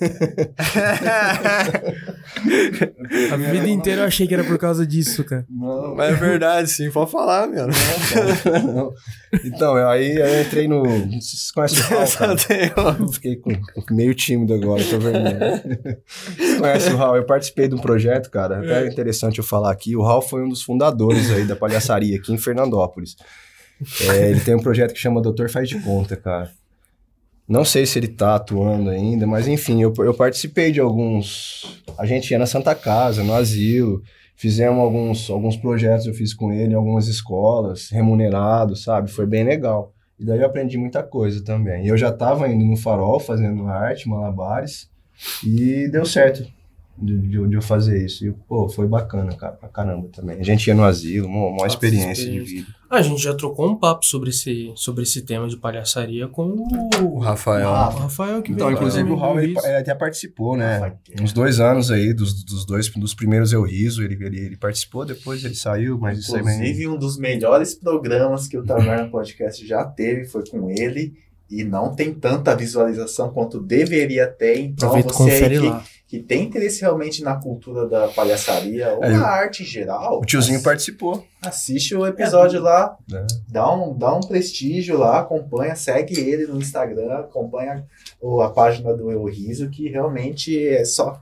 S2: A vida inteira eu achei que era por causa disso, cara.
S3: Não,
S4: Mas é verdade, sim. Pode falar, meu.
S3: Não. Então, eu- aí eu entrei no. Vocês conhecem o né? Hall, cara?
S4: um.
S3: Eu Fiquei com, com- meio tímido agora, tô vermelho. Vocês conhecem o Hall? Eu participei de um projeto, cara, até é. interessante eu falar aqui. O Hall foi um dos fundadores aí da palhaçaria aqui em Fernandópolis. É, ele tem um projeto que chama Doutor Faz de Conta, cara. Não sei se ele tá atuando ainda, mas enfim, eu, eu participei de alguns. A gente ia na Santa Casa, no asilo, fizemos alguns, alguns projetos, eu fiz com ele, em algumas escolas, remunerado, sabe? Foi bem legal. E daí eu aprendi muita coisa também. E Eu já tava indo no farol, fazendo arte, malabares, e deu certo de, de- de eu fazer isso. E, pô, foi bacana, cara, pra caramba também. A gente ia no asilo, uma, uma experiência de vida.
S2: A gente já trocou um papo sobre esse, sobre esse tema de palhaçaria com
S4: O
S2: o
S4: Rafael.
S2: Ah, o Rafael que
S3: Então,
S2: veio
S3: inclusive, o
S2: também
S3: Raul,
S2: do
S3: ele,
S2: Rio.
S3: ele até participou, né?
S1: Rafa, que-
S3: Uns dois anos aí, dos, dos dois, dos primeiros eu riso, ele, ele, ele participou, depois ele saiu, mas isso aí... é mas-
S1: Inclusive, um dos melhores programas que o Taverna Podcast já teve foi com ele. E não tem tanta visualização quanto deveria ter. Então,
S2: Aproveita e
S1: você aí
S2: confere
S1: que,
S2: lá.
S1: que que tem interesse realmente na cultura da palhaçaria ou
S3: É,
S1: na
S3: eu-
S1: arte em geral,
S3: O tiozinho
S1: ass-
S3: participou.
S1: assiste o episódio lá,
S3: É.
S1: dá, um, dá um prestígio lá, acompanha, segue ele no Instagram, acompanha o- a página do Eu Riso, que realmente é só.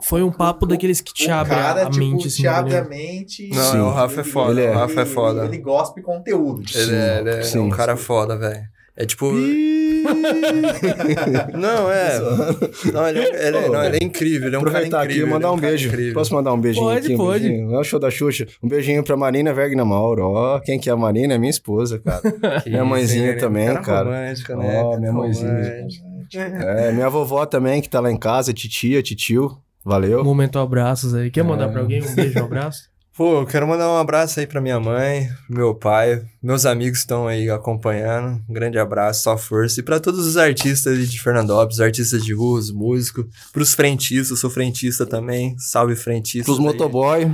S2: Foi um papo daqueles que
S1: o
S2: te abre
S1: cara,
S2: a
S1: tipo,
S2: mente, assim,
S1: te abre a
S2: né?
S1: mente.
S4: Não,
S3: Sim.
S4: o Rafa é foda.
S3: Ele é.
S4: O Rafa é foda.
S1: Ele, ele gospe conteúdo. tipo,
S4: Ele é, ele é
S3: Sim,
S4: um
S3: sim.
S4: cara foda, velho. É tipo. não, é. Não, ele é, ele é- não, ele é incrível. Ele é um cara
S3: Aproveitar
S4: incrível.
S3: aqui e
S4: ele é
S3: mandar um
S4: cara
S3: beijo.
S4: incrível.
S3: Posso mandar um beijinho
S2: Pode,
S3: aqui? um
S2: pode.
S3: beijinho? Não é o show da Xuxa. Um beijinho pra Marina Wegner Mauro. Ó, quem que é a Marina? É minha esposa, cara.
S4: Que
S3: Minha
S4: isso,
S3: mãezinha
S4: hein, ele é um
S3: também, cara.
S4: Romântica,
S3: Ó,
S4: né?
S3: minha mãezinha.
S4: Romântico.
S3: É, minha vovó também, que tá lá em casa, titia, titio. Valeu.
S2: Momento abraços aí. Quer mandar
S3: É.
S2: pra alguém um beijo, um abraço?
S4: Pô, eu quero mandar um abraço aí pra minha mãe, pro meu pai, meus amigos que estão aí acompanhando. Um grande abraço, só força. E pra todos os artistas aí de Fernandópolis, artistas de rua, os músicos, pros frentistas, sou frentista também. Salve frentista.
S3: Pros motoboy.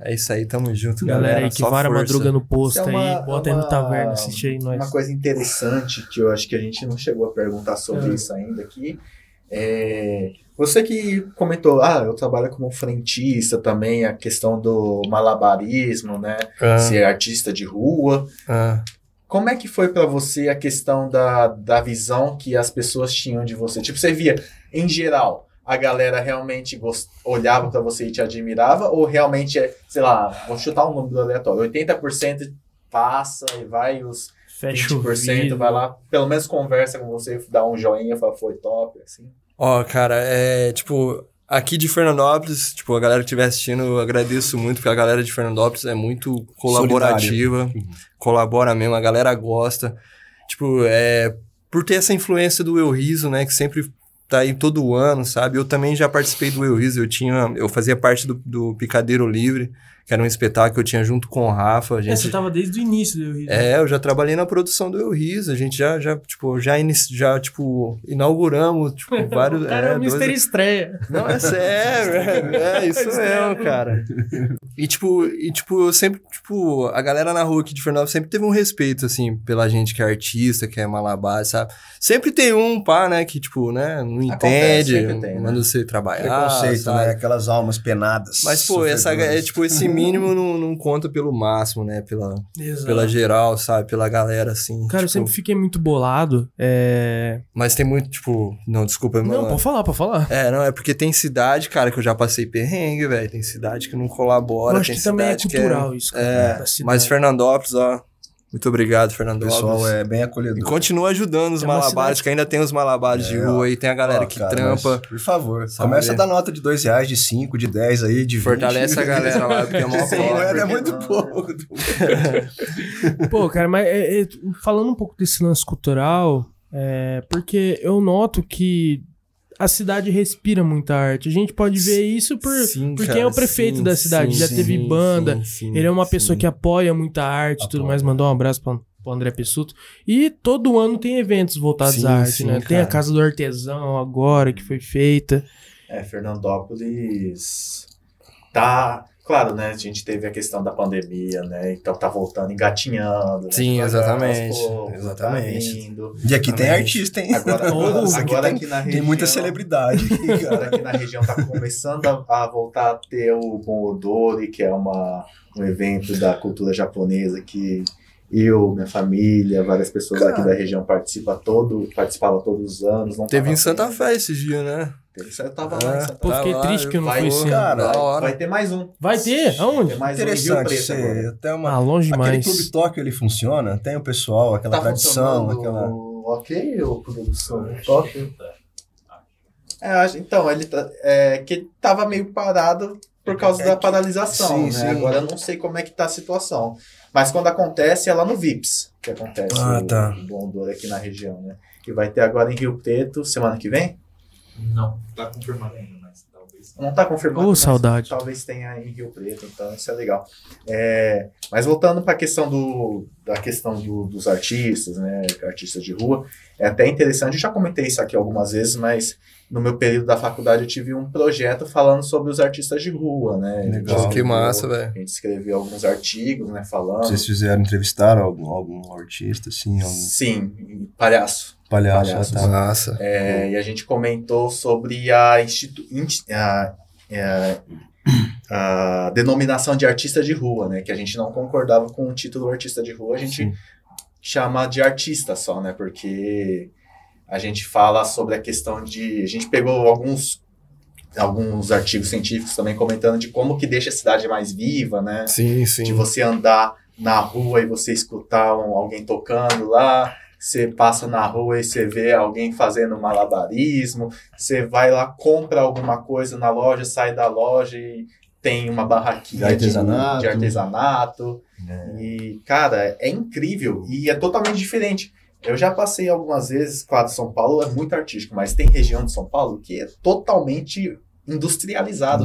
S4: É isso aí, tamo junto, galera.
S2: Galera aí que
S4: só
S2: vara a
S4: força.
S2: madruga no posto
S1: Isso é uma-
S2: aí, bota aí
S1: uma-
S2: no taverna, assiste aí nós.
S1: Uma coisa interessante que eu acho que a gente não chegou a perguntar sobre
S2: É.
S1: isso ainda aqui. É, você que comentou, ah, eu trabalho como frentista também, a questão do malabarismo, né?
S4: Ah,
S1: Ser artista de rua.
S4: ah.
S1: Como é que foi pra você a questão da, da visão que as pessoas tinham de você? Tipo, você via, em geral, a galera realmente gost- olhava pra você e te admirava? Ou realmente é, sei lá, vou chutar um número aleatório, 80% passa e vai os
S2: Fecha o
S1: 20%
S2: vidro.
S1: vai lá, pelo menos conversa com você, dá um joinha, fala, foi top, assim.
S4: Ó, cara, é tipo, aqui de Fernandópolis, tipo, a galera que estiver assistindo, eu agradeço muito, porque a galera de Fernandópolis é muito colaborativa, colabora mesmo, a galera gosta. Tipo, é por ter essa influência do Eu Riso, né, que sempre tá aí todo ano, sabe? Eu também já participei do Eu Riso, eu tinha, eu fazia parte do, do Picadeiro Livre, que era um espetáculo que eu tinha junto com o Rafa, a
S2: É,
S4: gente
S2: você tava desde o início do Rio.
S4: é, eu já trabalhei na produção do Eu Riso, a gente já, já tipo, já, inici- já tipo, inauguramos, tipo, vários...
S2: o cara é,
S4: é,
S2: o
S4: dois-
S2: Mister Estreia.
S4: Não, é sério, é, é isso mesmo, cara. E tipo, e tipo, eu sempre, tipo, a galera na rua aqui de Fernando sempre teve um respeito, assim, pela gente que é artista, que é malabar, sabe? Sempre tem um pá, né, que tipo, né, não
S1: Acontece,
S4: entende,
S1: sempre tem, né?
S4: manda você trabalhar,
S3: Preconceito,
S4: sabe?
S3: né? Aquelas almas penadas.
S4: Mas, pô, essa, é,
S3: sofredoras.
S4: tipo, esse mínimo não, não conta pelo máximo, né? Pela,
S2: Exato.
S4: pela geral, sabe? Pela galera, assim.
S2: Cara, eu
S4: tipo,
S2: sempre fiquei muito bolado. É...
S4: Mas tem muito, tipo. Não, desculpa,
S2: Não,
S4: mano.
S2: pode falar, pode falar.
S4: É, não, é porque tem cidade, cara, que eu já passei perrengue, velho. Tem cidade que não colabora.
S2: eu acho
S4: tem
S2: que também é
S4: cidade que
S2: cultural isso, cara.
S4: É,
S2: da cidade.
S4: Mas Fernandópolis, ó. Muito obrigado,
S3: O
S4: Fernandópolis.
S3: pessoal é bem
S4: E
S3: acolhedor.
S4: continua ajudando os
S2: É uma
S4: malabares,
S2: cidade-
S4: que ainda tem os malabares de
S3: É,
S4: rua aí, tem a galera
S3: Ó,
S4: que
S3: cara,
S4: trampa.
S3: mas, por favor,
S4: Sabe?
S3: começa a dar nota de dois reais, de cinco, de 10 aí, de 20.
S4: Fortalece a galera lá, porque é mó
S1: Sim,
S4: foda.
S1: moeda
S3: é
S1: porque
S3: muito
S1: não-
S3: pouco.
S2: Pô, cara, mas é, é, falando um pouco desse lance cultural, é, porque eu noto que a cidade respira muita arte. A gente pode ver isso por,
S4: Sim,
S2: por
S4: cara,
S2: quem é o prefeito
S4: sim,
S2: da cidade.
S4: sim,
S2: Já teve
S4: sim,
S2: banda.
S4: sim, sim,
S2: Ele é uma
S4: sim.
S2: pessoa que apoia muita arte e tudo
S3: Apoia.
S2: mais. Mandou um abraço pra, pro André Pessuto. E todo ano tem eventos voltados
S4: Sim,
S2: à arte,
S4: sim,
S2: né? Tem a
S4: cara.
S2: Casa do Artesão agora, que foi feita.
S1: É, Fernandópolis tá, claro, né, a gente teve a questão da pandemia, né, então tá voltando, engatinhando. né,
S4: Sim,
S1: devagar,
S4: exatamente,
S1: aos poucos,
S3: exatamente.
S1: Tá vindo.
S3: E aqui tem
S4: Também.
S3: artista, hein?
S1: Agora,
S2: Oh,
S1: agora, agora
S3: tem-
S1: aqui na região...
S3: Tem muita celebridade.
S1: Agora aqui na região tá começando a, a voltar a ter o Bon Odori, que é uma, um evento da cultura japonesa que eu, minha família, várias pessoas
S4: Cara.
S1: aqui da região participa todo, participava todos os anos. Não
S4: Teve
S1: tava
S4: em Santa
S1: tendo.
S4: Fé esses dias, né?
S1: Teve em Santa- Eu tava lá em
S4: Ah,
S1: Santa
S2: Pô,
S4: Tá
S2: fiquei
S4: lá,
S2: triste que eu não
S1: vai,
S2: fui esse ano.
S3: cara.
S4: Da
S1: Vai,
S4: hora.
S1: vai ter mais um.
S2: Vai ter? Aonde?
S1: Tem mais um em Rio
S3: Interessante.
S1: Preto
S3: Você,
S1: agora.
S3: até uma...
S2: Ah, longe
S3: Aquele
S2: demais.
S3: Clube Tóquio, ele funciona? Tem o pessoal, aquela
S1: Tá
S3: tradição,
S1: funcionando
S3: aquela...
S1: Ok, ô produção. Top. É, acho- então, ele tá, é, que tava meio parado por causa
S3: É
S1: da
S3: que-
S1: paralisação,
S3: sim,
S1: né?
S3: sim.
S1: Agora eu não sei como é que tá a situação. Mas quando acontece, é lá no VIPS que acontece
S3: Ah,
S1: o,
S3: tá.
S1: o Bom Odor aqui na região, né? Que vai ter agora em Rio Preto semana que vem?
S5: Não, tá confirmado ainda, mas talvez não.
S1: Não tá confirmado.
S2: Ô,
S1: mas
S2: saudade.
S1: Talvez tenha em Rio Preto, então isso é legal. É, mas voltando para a questão do da questão do- dos artistas, né, artistas de rua, é até interessante. Eu já comentei isso aqui algumas vezes, mas no meu período da faculdade eu tive um projeto falando sobre os artistas de rua, né?
S3: Legal.
S1: A gente
S4: Que massa,
S1: escreveu-
S4: velho.
S1: A gente escreveu alguns artigos, né, falando.
S3: Vocês fizeram, entrevistaram algum, tá? algum artista, assim? algum-
S1: Sim, palhaço.
S3: Palhaços.
S1: Palhaços.
S4: Massa.
S1: É, e a gente comentou sobre a, institu- inti- a- é, a denominação de artista de rua, né? Que a gente não concordava com o título artista de rua, a gente chama de artista só, né? Porque a gente fala sobre a questão de. A gente pegou alguns, alguns artigos científicos também comentando de como que deixa a cidade mais viva, né?
S4: Sim, sim.
S1: de
S3: Tipo,
S1: você andar na rua e você escutar um- alguém tocando lá, você passa na rua e você vê alguém fazendo malabarismo, você vai lá, compra alguma coisa na loja, sai da loja e tem uma barraquinha
S3: De artesanato.
S1: de artesanato. E, cara, é incrível e é totalmente diferente. Eu já passei algumas vezes, claro, São Paulo é muito artístico, mas tem região de São Paulo que é totalmente industrializado,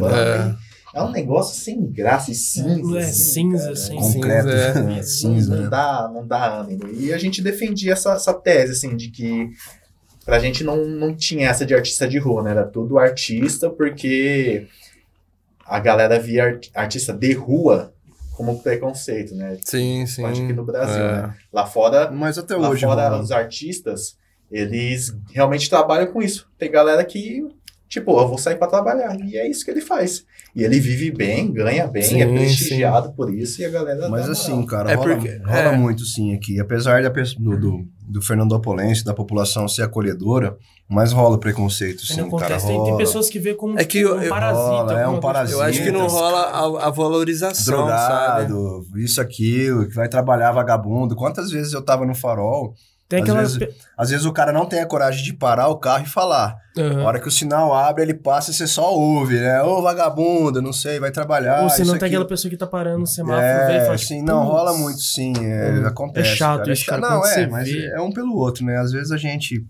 S1: totalmente
S3: né?
S1: urbano.
S4: É.
S1: e é um negócio sem graça e cinza.
S2: É,
S1: assim,
S2: cinza,
S1: cara.
S2: sim.
S3: Concreto.
S4: Cinza,
S3: né?
S1: Não
S3: Cinza.
S1: dá, não dá ânimo. E a gente defendia essa, essa tese, assim, de que pra gente não, não tinha essa de artista de rua, né? Era tudo artista, porque a galera via ar- artista de rua como preconceito, né?
S4: Sim, sim.
S1: Acho que no Brasil,
S4: É.
S1: né? Lá fora,
S3: Mas até
S1: lá
S3: hoje.
S1: fora,
S3: rola.
S1: os artistas, eles realmente trabalham com isso. Tem galera que, tipo, eu vou sair pra trabalhar. E é isso que ele faz. E ele vive bem, ganha bem,
S4: Sim,
S1: é prestigiado por isso, e a galera.
S3: Mas
S1: dá
S3: assim,
S1: moral.
S3: cara,
S4: É
S3: rola,
S4: porque-
S3: rola
S4: é.
S3: muito sim aqui. Apesar da pes- do, do, do Fernando Apolense, da população ser acolhedora, mas rola preconceito sim,
S2: Ainda
S3: cara.
S2: acontece, tem,
S3: Rola.
S2: tem pessoas que vê como
S4: É que eu-
S2: um
S4: eu-
S2: parasita.
S3: rola, é
S2: alguma
S3: um
S2: coisa.
S3: parasita.
S4: Eu acho que não rola
S3: né?
S4: a, a valorização, sabe?
S3: Drogado, isso, aquilo, que vai trabalhar vagabundo. Quantas vezes eu tava no farol,
S2: Tem
S3: Às
S2: aquela.
S3: vezes- às vezes o cara não tem a coragem de parar o carro e falar.
S2: Aham.
S3: A hora que o sinal abre, ele passa e você só ouve, né? Ô vagabundo, não sei, vai trabalhar.
S2: Ou se não
S3: isso,
S2: tem aquela
S3: aquilo.
S2: pessoa que tá parando no semáforo, velho, e
S3: É,
S2: fala,
S3: assim,
S2: tipo,
S3: não,
S2: "Putz,
S3: rola muito sim, é,
S2: Hum,
S3: acontece.
S2: é chato
S3: cara.
S2: isso, cara,
S3: Não,
S2: quando
S3: é,
S2: você
S3: mas
S2: vê.
S3: é um pelo outro, né? Às vezes a gente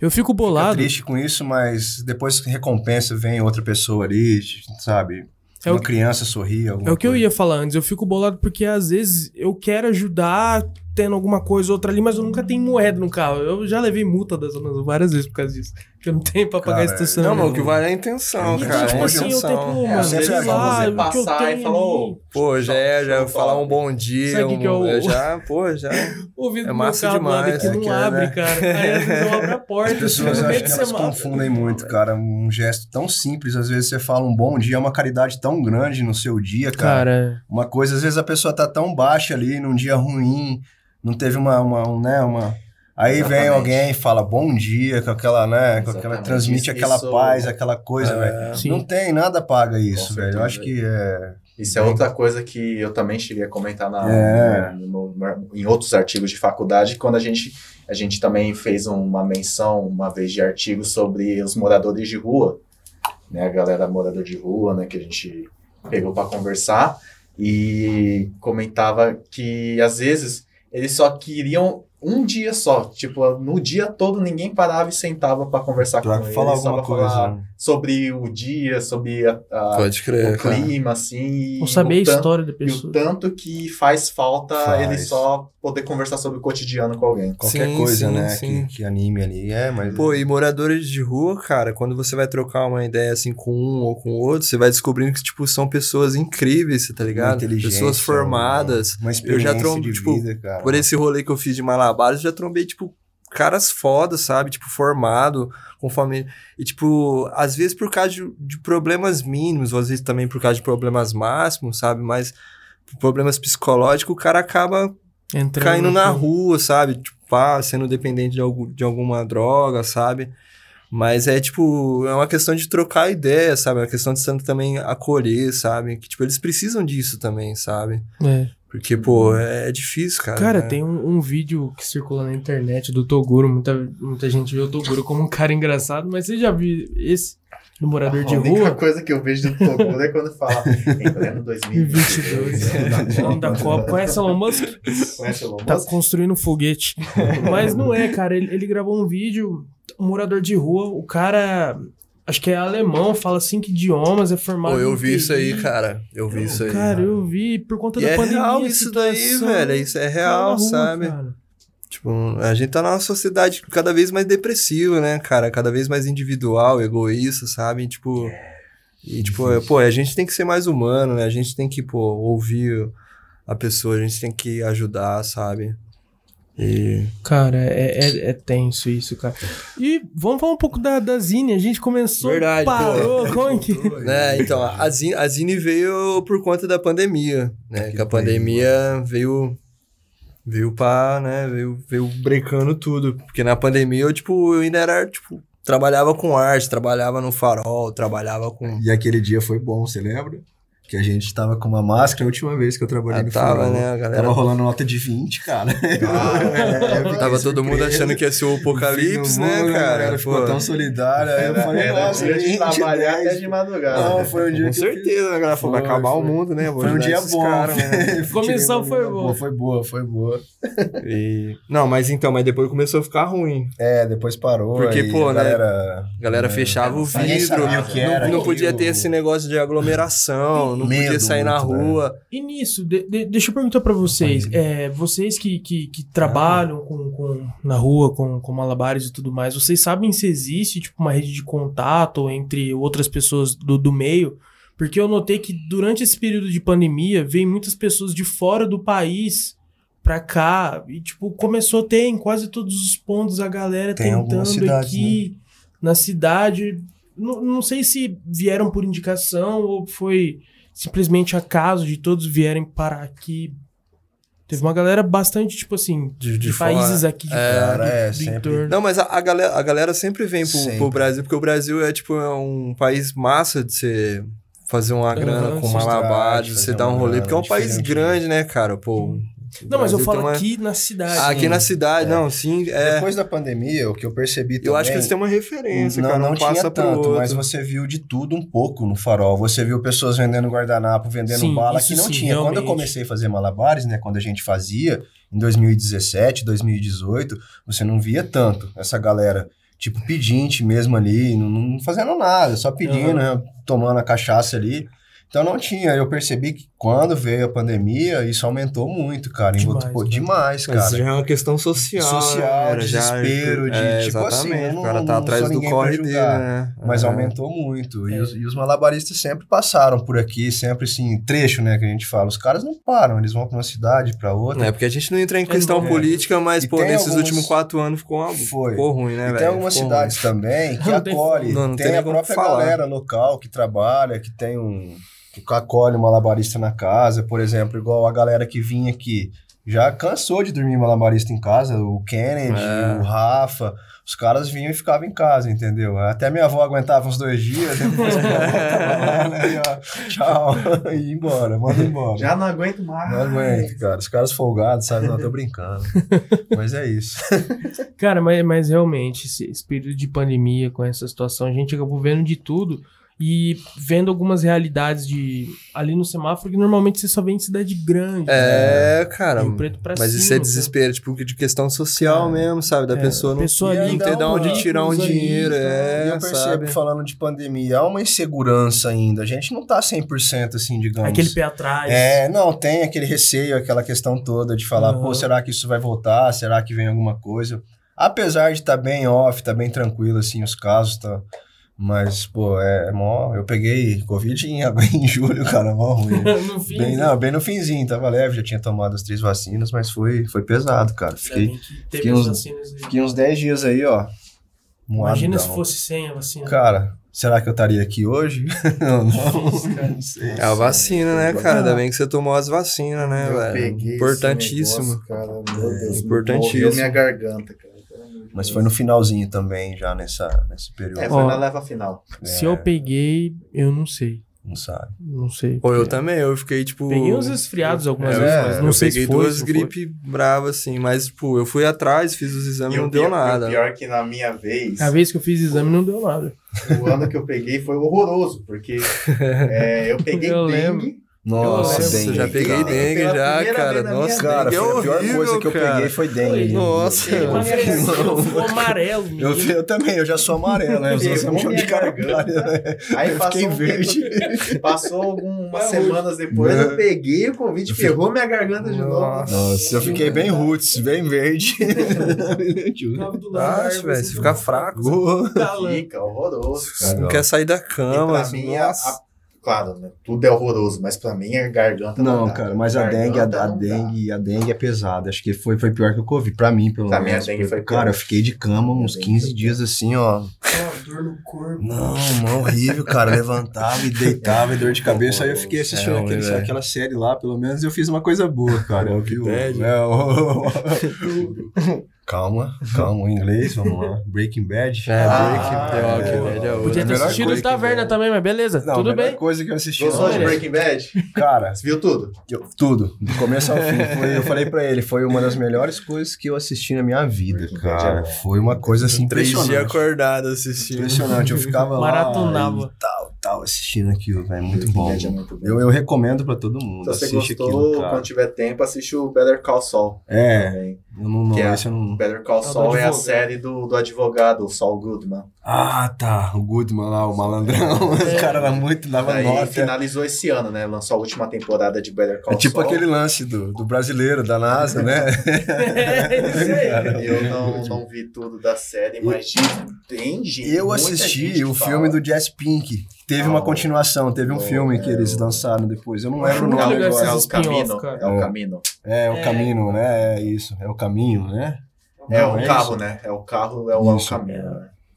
S2: Eu fico
S3: fica
S2: bolado.
S3: triste com isso, mas depois que recompensa, vem outra pessoa ali, sabe?
S2: É o
S3: uma
S2: que-
S3: criança sorri, alguma
S2: É o que eu
S3: coisa.
S2: ia falar antes. Eu fico bolado porque às vezes eu quero ajudar tendo alguma coisa ou outra ali, mas eu nunca tenho moeda no carro. Eu já levei multa das zonas várias vezes por causa disso. Que eu não tenho pra pagar
S3: Cara,
S4: Não,
S2: estacionamento.
S4: mas o que vale é a intenção,
S2: E,
S4: cara.
S2: tipo
S4: é a
S2: assim, eu tenho,
S4: intenção.
S2: pô,
S1: É,
S2: mano,
S1: às
S2: sei
S1: vezes é só
S2: lá,
S1: você
S2: o que eu
S1: passar e
S2: tenho
S1: falar,
S2: ali.
S1: "Ô,
S4: Pô, já é, já eu falar um bom dia.
S2: Sabe o que que é
S4: um-
S2: o-
S4: Já, pô, já.
S2: O vidro
S4: É
S2: do meu
S4: massa
S2: carro do lado
S4: demais,
S2: aqui não
S3: é que é,
S2: abre,
S3: né?
S2: cara. Aí às vezes eu abro a porta, assim,
S3: As pessoas
S2: no meio
S3: acho
S2: de
S3: que elas
S2: semana.
S3: confundem muito, cara. Um gesto tão simples, às vezes você fala um bom dia, é uma caridade tão grande no seu dia, cara.
S2: Cara,
S3: Uma coisa, às vezes a pessoa tá tão baixa ali, num dia ruim, não teve uma, uma um, né, uma... Aí vem
S1: Exatamente.
S3: alguém e fala bom dia, com aquela, né, com aquela,
S1: Exatamente.
S3: transmite
S1: Isso-
S3: aquela
S1: isso-
S3: paz,
S4: é
S3: aquela
S2: é,
S3: coisa, velho.
S4: Ah,
S2: sim.
S3: Não tem, nada paga isso,
S1: Com
S3: velho. Eu
S1: certeza.
S3: acho que é...
S1: Isso é outra coisa que eu também cheguei a comentar na,
S3: É.
S1: no- no- em outros artigos de faculdade, quando a gente, a gente também fez uma menção uma vez de artigo sobre os moradores de rua, né? A galera morador de rua, né? Que a gente pegou para conversar e comentava que às vezes eles só queriam um dia só, tipo, no dia todo ninguém parava e sentava para conversar
S3: Pra
S1: com eles,
S3: falar
S1: só
S3: alguma
S1: pra falar
S3: coisa. né?
S1: sobre o dia, sobre a- a
S4: Pode crer,
S1: o
S4: É, cara.
S1: clima, assim.
S2: não saber a
S1: o tan-
S2: história da
S1: E o
S2: pessoa.
S1: tanto que faz falta
S3: Faz.
S1: ele só poder conversar sobre o cotidiano com alguém.
S3: Qualquer
S4: Sim,
S3: coisa,
S4: sim,
S3: né,
S4: sim.
S3: Que, que anime ali. É, mas...
S4: Pô, e moradores de rua, cara, quando você vai trocar uma ideia assim com um ou com outro, você vai descobrindo que, tipo, são pessoas incríveis, tá ligado?
S3: inteligência,
S4: Pessoas formadas.
S3: Uma experiência
S4: trom-
S3: de
S4: tipo,
S3: vida, cara.
S4: Por esse rolê que eu fiz de malabares, eu já trombei, tipo, caras fodas, sabe? Tipo, formado, com família. E, tipo, às vezes por causa de, de problemas mínimos, ou às vezes também por causa de problemas máximos, sabe? Mas por problemas psicológicos, o cara acaba
S2: Entrando
S4: caindo
S2: no-
S4: na rua, sabe? Tipo, pá, sendo dependente de, algu- de alguma droga, sabe? Mas é tipo, é uma questão de trocar ideia, sabe? É uma questão de você também acolher, sabe? Que, tipo, eles precisam disso também, sabe?
S2: É.
S4: Porque, pô, é, é difícil, cara.
S2: Cara,
S4: né?
S2: tem um, um vídeo que circula na internet do Toguro. Muita, muita gente vê o Toguro como um cara engraçado, mas você já viu esse do morador de
S1: a única
S2: rua?
S1: coisa que eu vejo do Toguro é quando fala em pleno né? 2022,
S4: É,
S2: O nome da Copa conhece Elon Musk?
S1: Conhece o Elon
S2: Tá
S1: Musk?
S2: construindo um foguete. Mas não é, cara. Ele, ele gravou um vídeo, um morador de rua. O cara, acho que é alemão, fala cinco idiomas, é formado.
S4: Pô, eu
S2: em
S4: vi isso aí,
S2: TI.
S4: cara. Eu vi isso aí.
S2: Cara, eu vi por conta
S4: E
S2: da
S4: é
S2: pandemia.
S4: real
S2: a
S4: isso daí,
S2: situação,
S4: velho. Isso é
S2: tá na
S4: real,
S2: rua,
S4: sabe?
S2: cara.
S4: Tipo, a gente tá numa sociedade cada vez mais depressiva, né, cara? Cada vez mais individual, egoísta, sabe? Tipo.
S2: É.
S4: E, tipo, é, pô, a gente tem que ser mais humano, né? A gente tem que, pô, ouvir a pessoa, a gente tem que ajudar, sabe? E
S2: Cara, é, é, é tenso isso, cara. E vamos falar um pouco da, da Zine. A gente começou,
S4: Verdade,
S2: parou, como é que...
S4: né? Então, a Zine, a Zine veio por conta da pandemia, né? Que a pandemia veio veio pá, né? Veio veio brecando tudo, porque na pandemia eu tipo, eu ainda era tipo trabalhava com arte, trabalhava no farol, trabalhava com
S3: E aquele dia foi bom, você lembra? Que a gente tava com uma máscara a última vez que eu trabalhei
S4: ah,
S3: no
S4: tava,
S3: farol.
S4: né, a galera.
S3: Tava rolando nota de 20, cara. É, eu fiquei
S4: Tava todo mundo
S3: surpreso.
S4: achando que ia ser o apocalipse,
S3: Fim do
S4: né,
S3: mundo, A
S4: cara?
S3: galera ficou
S4: Pô.
S3: tão solidária.
S2: Tá
S3: Aí eu falei, nossa,
S1: dia de
S3: gente,
S1: trabalhar
S3: né?
S1: até de madrugada.
S3: Não, foi um dia
S4: Com
S3: que eu
S4: certeza, né, galera? Foi, vai
S3: Foi,
S4: acabar o
S3: foi.
S4: mundo, né? Vou
S3: Foi um
S4: ajudar
S3: dia
S4: esses
S3: bom.
S4: caras, né?
S2: Comissão
S3: Tirei uma
S2: foi
S3: nota
S2: boa.
S3: Foi boa, foi boa.
S4: E- Não, mas então, mas depois começou a ficar ruim.
S3: É, depois parou.
S4: Porque,
S3: aí
S4: pô,
S3: a
S4: né?
S3: galera...
S4: A galera fechava o
S3: Ninguém
S4: vidro,
S3: É, sabia o que era
S4: não, não
S3: aquilo.
S4: podia ter esse negócio de aglomeração, não podia
S3: Medo
S4: sair na
S3: muito, né?
S4: rua.
S2: E nisso, de- de- deixa eu perguntar pra vocês. é, vocês que, que, que trabalham com, com- na rua, com, com malabares e tudo mais, vocês sabem se existe tipo, uma rede de contato entre outras pessoas do, do meio? Porque eu notei que durante esse período de pandemia, veio muitas pessoas de fora do país pra cá. E, tipo, começou a ter em quase todos os pontos a galera
S3: Tem
S2: tentando
S3: algumas cidades, né?
S2: aqui na cidade. Não, não sei se vieram por indicação ou foi simplesmente acaso de todos vierem parar aqui. Teve uma galera bastante, tipo assim, de,
S4: de
S2: países aqui de
S3: Cara,
S2: do-
S3: é,
S2: do
S3: sempre.
S2: entorno.
S4: Não, mas a, a galera, a galera sempre vem pro,
S3: Sempre.
S4: pro Brasil, porque o Brasil é tipo é um país massa de você fazer uma grana
S2: Aham,
S4: com
S2: se
S4: malabar,
S3: distrair,
S4: de
S3: fazer
S4: você dar um
S3: uma
S4: rolê,
S3: grana,
S4: porque é um país
S3: diferente,
S4: grande, né, cara? Pô, o
S2: Não, mas eu
S4: Brasil
S2: falo
S4: tem uma-
S2: aqui né? na cidade.
S4: Ah, aqui
S2: Sim.
S4: na cidade, não, sim, é.
S3: Depois da pandemia, o que eu percebi
S4: Eu acho que
S3: também-
S4: eles têm uma referência,
S3: não,
S4: cara,
S3: não,
S4: um
S3: tinha
S4: passa pro
S3: tanto,
S4: outro.
S3: mas você viu de tudo um pouco no farol. Você viu pessoas vendendo guardanapo, vendendo
S2: Sim,
S3: bala,
S2: isso
S3: que não
S2: sim,
S3: tinha. Quando eu
S2: realmente.
S3: comecei a fazer malabares, né, quando a gente fazia, em 2017, 2018, você não via tanto essa galera, tipo, pedinte mesmo ali, não, não fazendo nada, só pedindo, né, tomando a cachaça ali. Então não tinha, eu percebi que quando veio a pandemia, isso aumentou muito, cara. Em outro-
S2: Demais,
S3: pô,
S2: né?
S3: demais,
S4: Mas
S3: cara
S4: já é uma questão social. né,
S3: social,
S4: galera?
S3: de
S4: Já-
S3: desespero, de
S4: é,
S3: tipo assim,
S4: exatamente,
S3: eu não,
S4: o cara
S3: não
S4: tá
S3: sou
S4: atrás do
S3: ninguém
S4: corre
S3: pra
S4: dele,
S3: julgar.
S4: né?
S3: Mas
S4: É.
S3: aumentou muito. E,
S2: É.
S3: os, e os malabaristas sempre passaram por aqui, sempre assim, trecho, né? Que a gente fala. Os caras não param, eles vão pra uma cidade, pra outra.
S4: É, porque a gente não entra em questão
S2: É.
S4: política, mas,
S3: E
S4: pô,
S3: tem
S4: nesses
S3: algumas-
S4: últimos quatro anos ficou, uma-
S3: Foi.
S4: ficou ruim, né,
S3: e
S4: velho?
S3: tem algumas
S4: Ficou
S3: cidades também que
S2: Não tem como-
S3: acolhem,
S4: não, não
S3: tem,
S4: tem nem
S3: a
S4: como
S3: própria
S4: falar.
S3: galera local que trabalha, que tem um. que acolhe o malabarista na casa, por exemplo, igual a galera que vinha aqui. Já cansou de dormir malabarista em casa, o Kennedy,
S4: É.
S3: o Rafa, os caras vinham e ficavam em casa, entendeu? Até minha avó aguentava uns dois dias, depois voltava lá, né, e, ó, tchau, e ia embora, manda embora.
S1: Já não aguento mais.
S3: Não aguento, cara, os caras folgados, sabe? Não, tô brincando. Mas é isso.
S2: Cara, mas, mas realmente, esse, esse período de pandemia, com essa situação, a gente acabou vendo de tudo e vendo algumas realidades de ali no semáforo que normalmente você só vê em cidade grande.
S4: É,
S2: né?
S4: cara.
S2: Rio preto pra
S4: Mas
S2: cima,
S4: isso é
S2: cara.
S4: desespero, tipo, de questão social mesmo, sabe? Da
S2: né? É,
S4: pessoa não,
S2: pessoa
S4: não
S2: ali,
S4: ter de
S3: dá
S4: onde
S3: uma-
S4: tirar um
S2: uns ali,
S4: dinheiro,
S2: então,
S3: E
S4: é,
S3: eu percebo,
S4: sabe?
S3: falando de pandemia, há uma insegurança ainda. A gente não tá 100% assim, digamos.
S2: Aquele pé atrás.
S3: É, não, tem aquele receio, aquela questão toda de falar,
S2: Aham.
S3: pô, será que isso vai voltar? Será que vem alguma coisa? Apesar de estar tá bem off, tá bem tranquilo, assim, os casos, tá... Mas, pô, é, é mó... Eu peguei Covid em, em julho, cara, mó ruim.
S2: no fim. né?
S3: Bem, não, bem no finzinho, tava leve, já tinha tomado as três vacinas, mas foi, foi pesado, cara.
S2: ainda
S3: Fiquei,
S2: bem É, que teve
S3: fiquei
S2: as
S3: uns-
S2: vacinas aí.
S3: fiquei uns 10 dias aí, ó. moadão.
S2: Imagina se fosse sem a vacina.
S3: Cara, será que eu estaria aqui hoje? não, não, não sei.
S4: É a vacina, né, cara? Ainda
S3: Ah.
S4: bem que você tomou as vacinas, né,
S1: Eu
S4: velho?
S1: peguei
S4: Importantíssimo.
S1: esse negócio, cara, meu Deus,
S4: importantíssimo.
S1: Morreu minha garganta, cara. pelo amor de
S3: Mas
S1: Deus.
S3: foi no finalzinho também, já nessa, nesse período.
S1: É, foi
S2: Ó.
S1: na leva final.
S2: Se
S3: é.
S2: eu peguei, eu não sei.
S3: Não sabe.
S2: Não sei.
S3: É.
S2: É.
S4: Ou eu também, eu fiquei, tipo.
S2: Peguei uns esfriados algumas
S4: É,
S2: vezes, mas não
S4: eu
S2: sei
S4: peguei
S2: se foi.
S4: duas
S2: se não
S4: gripe bravas, assim, mas, tipo, eu fui atrás, fiz os exames e não
S1: o
S4: deu
S1: pior-
S4: nada.
S1: O pior é que na minha vez,
S2: foi. É A vez que eu fiz exame não deu nada.
S1: o ano que eu peguei foi horroroso, porque é, eu peguei
S2: Eu
S1: dengue.
S2: lembro.
S4: Nossa,
S2: Nossa,
S4: eu já
S1: dengue,
S4: peguei
S1: cara.
S4: dengue
S1: Pela
S4: já,
S1: primeira
S4: cara.
S1: vez na
S4: Nossa,
S1: minha
S3: Cara,
S4: dengue é
S3: foi a pior
S4: horrível,
S3: coisa que eu
S4: cara.
S3: peguei foi dengue.
S4: Nossa.
S1: Eu
S2: Mas é
S1: fiquei um
S2: ele
S1: louco.
S2: ficou amarelo,
S3: Eu,
S2: menino.
S3: eu também, eu já sou amarelo, né? Eu sou- sou
S1: Pegou
S3: um
S1: minha
S3: de caralho.
S1: garganta, Aí
S3: Eu
S1: passou
S3: fiquei
S1: um
S3: verde. é
S1: tempo- passou algumas
S2: Não.
S1: semanas depois, eu peguei o Covid, ferrou minha garganta de novo.
S4: Nossa.
S3: Nossa, eu fiquei bem roots, bem verde.
S2: Tava do lado da
S4: Nossa,
S2: árvore,
S4: Ah, velho,
S2: assim,
S4: você fica fraco.
S2: galã.
S1: Fica horroroso.
S4: Você não
S3: Legal.
S4: quer sair da
S1: E
S4: cama.
S1: pra
S4: assim,
S1: mim, é a-
S4: nossa.
S1: a- claro, né, tudo é horroroso, mas pra mim a garganta
S3: Não,
S1: dá.
S3: cara, mas a dengue, a,
S1: Garganta
S3: a
S1: não dá.
S3: dengue, a dengue é pesada. Acho que foi, foi pior que o Covid, pra mim, pelo
S1: Pra
S3: menos.
S1: mim, é a Tá, dengue foi
S3: Cara,
S1: pior.
S3: eu fiquei de cama uns
S1: dengue
S3: 15
S1: foi
S3: dias assim, ó.
S2: dor no corpo.
S3: Não, mano, horrível, cara. Levantava e deitava, e dor de cabeça. Aí eu fiquei
S4: É
S3: assistindo
S4: ruim,
S3: aquele-
S4: velho.
S3: aquela série lá, pelo menos eu fiz uma coisa boa, cara. Eu vi o.
S4: Bad.
S3: é, o- Calma, calma, em inglês, vamos lá. Breaking Bad.
S4: É,
S1: Ah,
S4: Breaking Bad,
S1: é.
S4: Breaking Bad é outra.
S2: Podia
S3: A
S2: ter
S3: melhor
S2: assistido
S3: coisa
S2: o
S3: que
S2: Taverna
S3: vem.
S2: também, mas beleza,
S3: Não, a
S2: tudo
S3: melhor
S2: bem.
S3: coisa que eu assisti.
S1: Gostou de
S2: Olha.
S1: Breaking Bad?
S3: Cara,
S1: Você viu tudo?
S3: eu- tudo, do começo ao fim. Foi- eu falei pra ele, foi uma das melhores coisas que eu assisti na minha vida,
S1: Breaking Bad é
S3: cara.
S1: bom.
S3: Foi uma coisa assim
S4: Três dias
S3: impressionante.
S4: acordado assistindo.
S3: Impressionante, eu ficava lá
S2: Maratonava.
S3: e tal, tal, assistindo aquilo, velho, muito
S1: Breaking
S3: bom.
S1: Bad é muito bom.
S3: Eu, eu recomendo pra todo mundo,
S1: Então Se você
S3: assiste
S1: gostou,
S3: aquilo, cara.
S1: quando tiver tempo, assiste o Better Call Saul.
S3: É,
S1: também.
S3: eu não, não,
S1: Que é-
S3: esse eu não...
S1: Better Call
S2: do
S1: Saul é a
S2: advogado.
S1: série do, do advogado, o Saul Goodman.
S3: Ah, tá, o Goodman lá, o malandrão, o cara era muito, dava
S1: Daí
S3: nota.
S1: finalizou esse ano, né? Lançou a última temporada de Better Call
S3: É tipo
S1: Saul.
S3: aquele lance do, do brasileiro, da NASA, né?
S2: É isso aí.
S1: Eu não, não vi tudo da série, mas diz- tem gente.
S3: Eu
S1: muita gente
S3: assisti
S1: que
S3: o
S1: fala.
S3: filme do Jazz Pink. Teve
S1: Ah,
S3: uma continuação, teve um
S1: bom,
S3: filme que
S1: é,
S3: eles
S1: eu-
S3: lançaram depois. Eu não lembro o
S2: Nunca
S3: nome
S2: lembro
S1: É
S3: agora.
S2: dessas-
S1: o caminho.
S2: spin-off, cara.
S1: É o caminho.
S3: É, o
S2: É.
S3: caminho, né? É isso. É o caminho, né?
S1: É
S3: Não,
S1: o
S3: é
S1: carro,
S3: isso?
S1: né? É o carro, é o, é o
S3: Isso.
S1: caminho. né?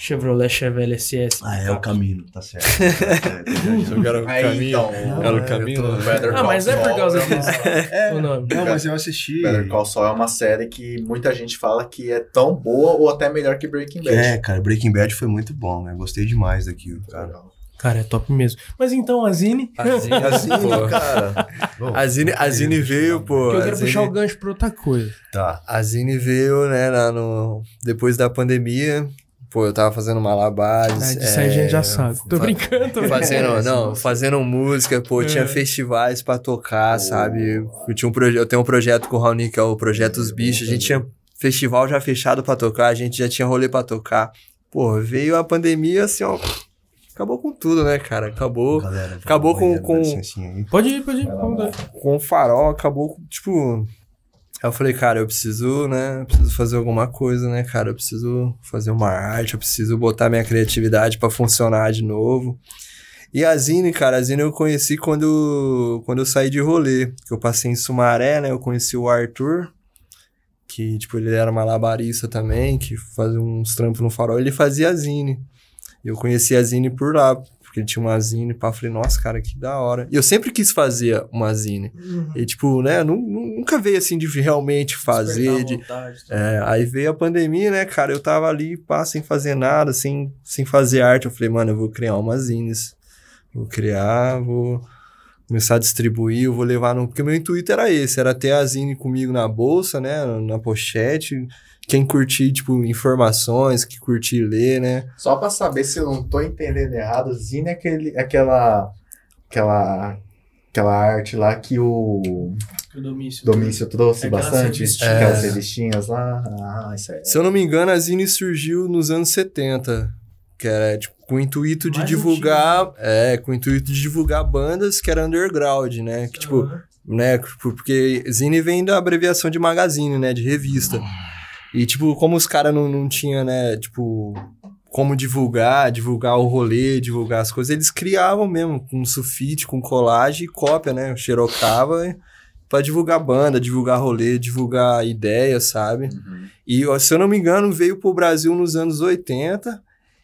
S2: Chevrolet Chevelle SS.
S3: Ah, é o caminho, tá certo. É,
S4: Jogaram o
S1: Aí
S4: caminho.
S1: então.
S4: Era o
S3: é,
S4: caminho.
S3: eu tô-
S4: né?
S1: Better
S2: Ah, mas é por
S1: Call
S2: causa
S1: Saul é uma-
S2: disso o nome.
S3: Não, mas eu assisti.
S1: Better Call Saul é uma série que muita gente fala que é tão boa ou até melhor que Breaking Bad.
S3: É, cara, Breaking Bad foi muito bom, né? Gostei demais daquilo, cara.
S1: Legal.
S2: Cara, é top mesmo. Mas então, a Zine.
S4: A Zine, a Zine, pô.
S3: cara.
S4: A Zine, a Zine veio, pô.
S2: que eu
S4: a
S2: quero
S4: Zine-
S2: puxar o gancho pra outra coisa.
S3: Tá.
S4: A Zine veio, né, lá no... depois da pandemia. Pô, eu tava fazendo malabares. é,
S2: Né? Disso aí a gente já sabe. Tô
S4: fa-
S2: brincando. tô
S4: Fazendo, não, fazendo música, pô, tinha festivais pra tocar, sabe? Eu, tinha um proje- eu tenho um projeto com o Raoni, que é o Projeto Os Bichos, a gente tinha festival já fechado pra tocar, a gente já tinha rolê pra tocar. Pô, veio a pandemia, assim, ó, acabou com tudo, né, cara? Acabou
S3: Galera,
S4: Acabou com-
S3: banheiro, dá
S4: com-
S3: licencinha aí.
S2: Pode ir, pode ir.
S4: com o farol, acabou, com- tipo... Aí eu falei, cara, eu preciso, né, eu preciso fazer alguma coisa, né, cara? Eu preciso fazer uma arte, eu preciso botar minha criatividade pra funcionar de novo. E a Zine, cara, a Zine eu conheci quando, quando eu saí de rolê. Que eu passei em Sumaré, né? Eu conheci o Arthur, que, tipo, ele era malabarista também, que fazia uns trampos no farol. Ele fazia a Zine. E eu conheci a Zine por lá, porque ele tinha uma Zine. Pá, eu falei, nossa, cara, que da hora. E eu sempre quis fazer uma Zine. E, tipo, né? nu- nu- Nunca veio, assim, de realmente fazer, de, é, aí veio a pandemia, né, cara? Eu tava ali, pá, sem fazer nada, sem, sem fazer arte. Eu falei, mano, eu vou criar umas zines. Vou criar, vou começar a distribuir, eu vou levar no. Porque meu intuito era esse, era ter a zine comigo na bolsa, né? Na pochete. Quem curtir, tipo, informações, que curtir ler, né?
S1: Só pra saber se eu não tô entendendo errado, Zine é aquele, aquela, aquela, aquela arte lá que o Domício trouxe
S2: Aquelas
S1: bastante,
S2: revistinhas.
S4: É.
S1: aquelas revistinhas lá. Ah, isso aí.
S4: Se eu não me engano, a zine surgiu nos anos 70. Que era, tipo, com o intuito de
S2: Mais
S4: divulgar. É, com o intuito de divulgar bandas que era underground, né? Que, tipo, né? tipo, Porque zine vem da abreviação de magazine, né? De revista. E, tipo, como os caras não, não tinham, né? Tipo, como divulgar, divulgar o rolê, divulgar as coisas, eles criavam mesmo, com sulfite, com colagem e cópia, né? Xerocava e- pra divulgar banda, divulgar rolê, divulgar ideia, sabe? E, ó, se eu não me engano, veio pro Brasil nos anos 80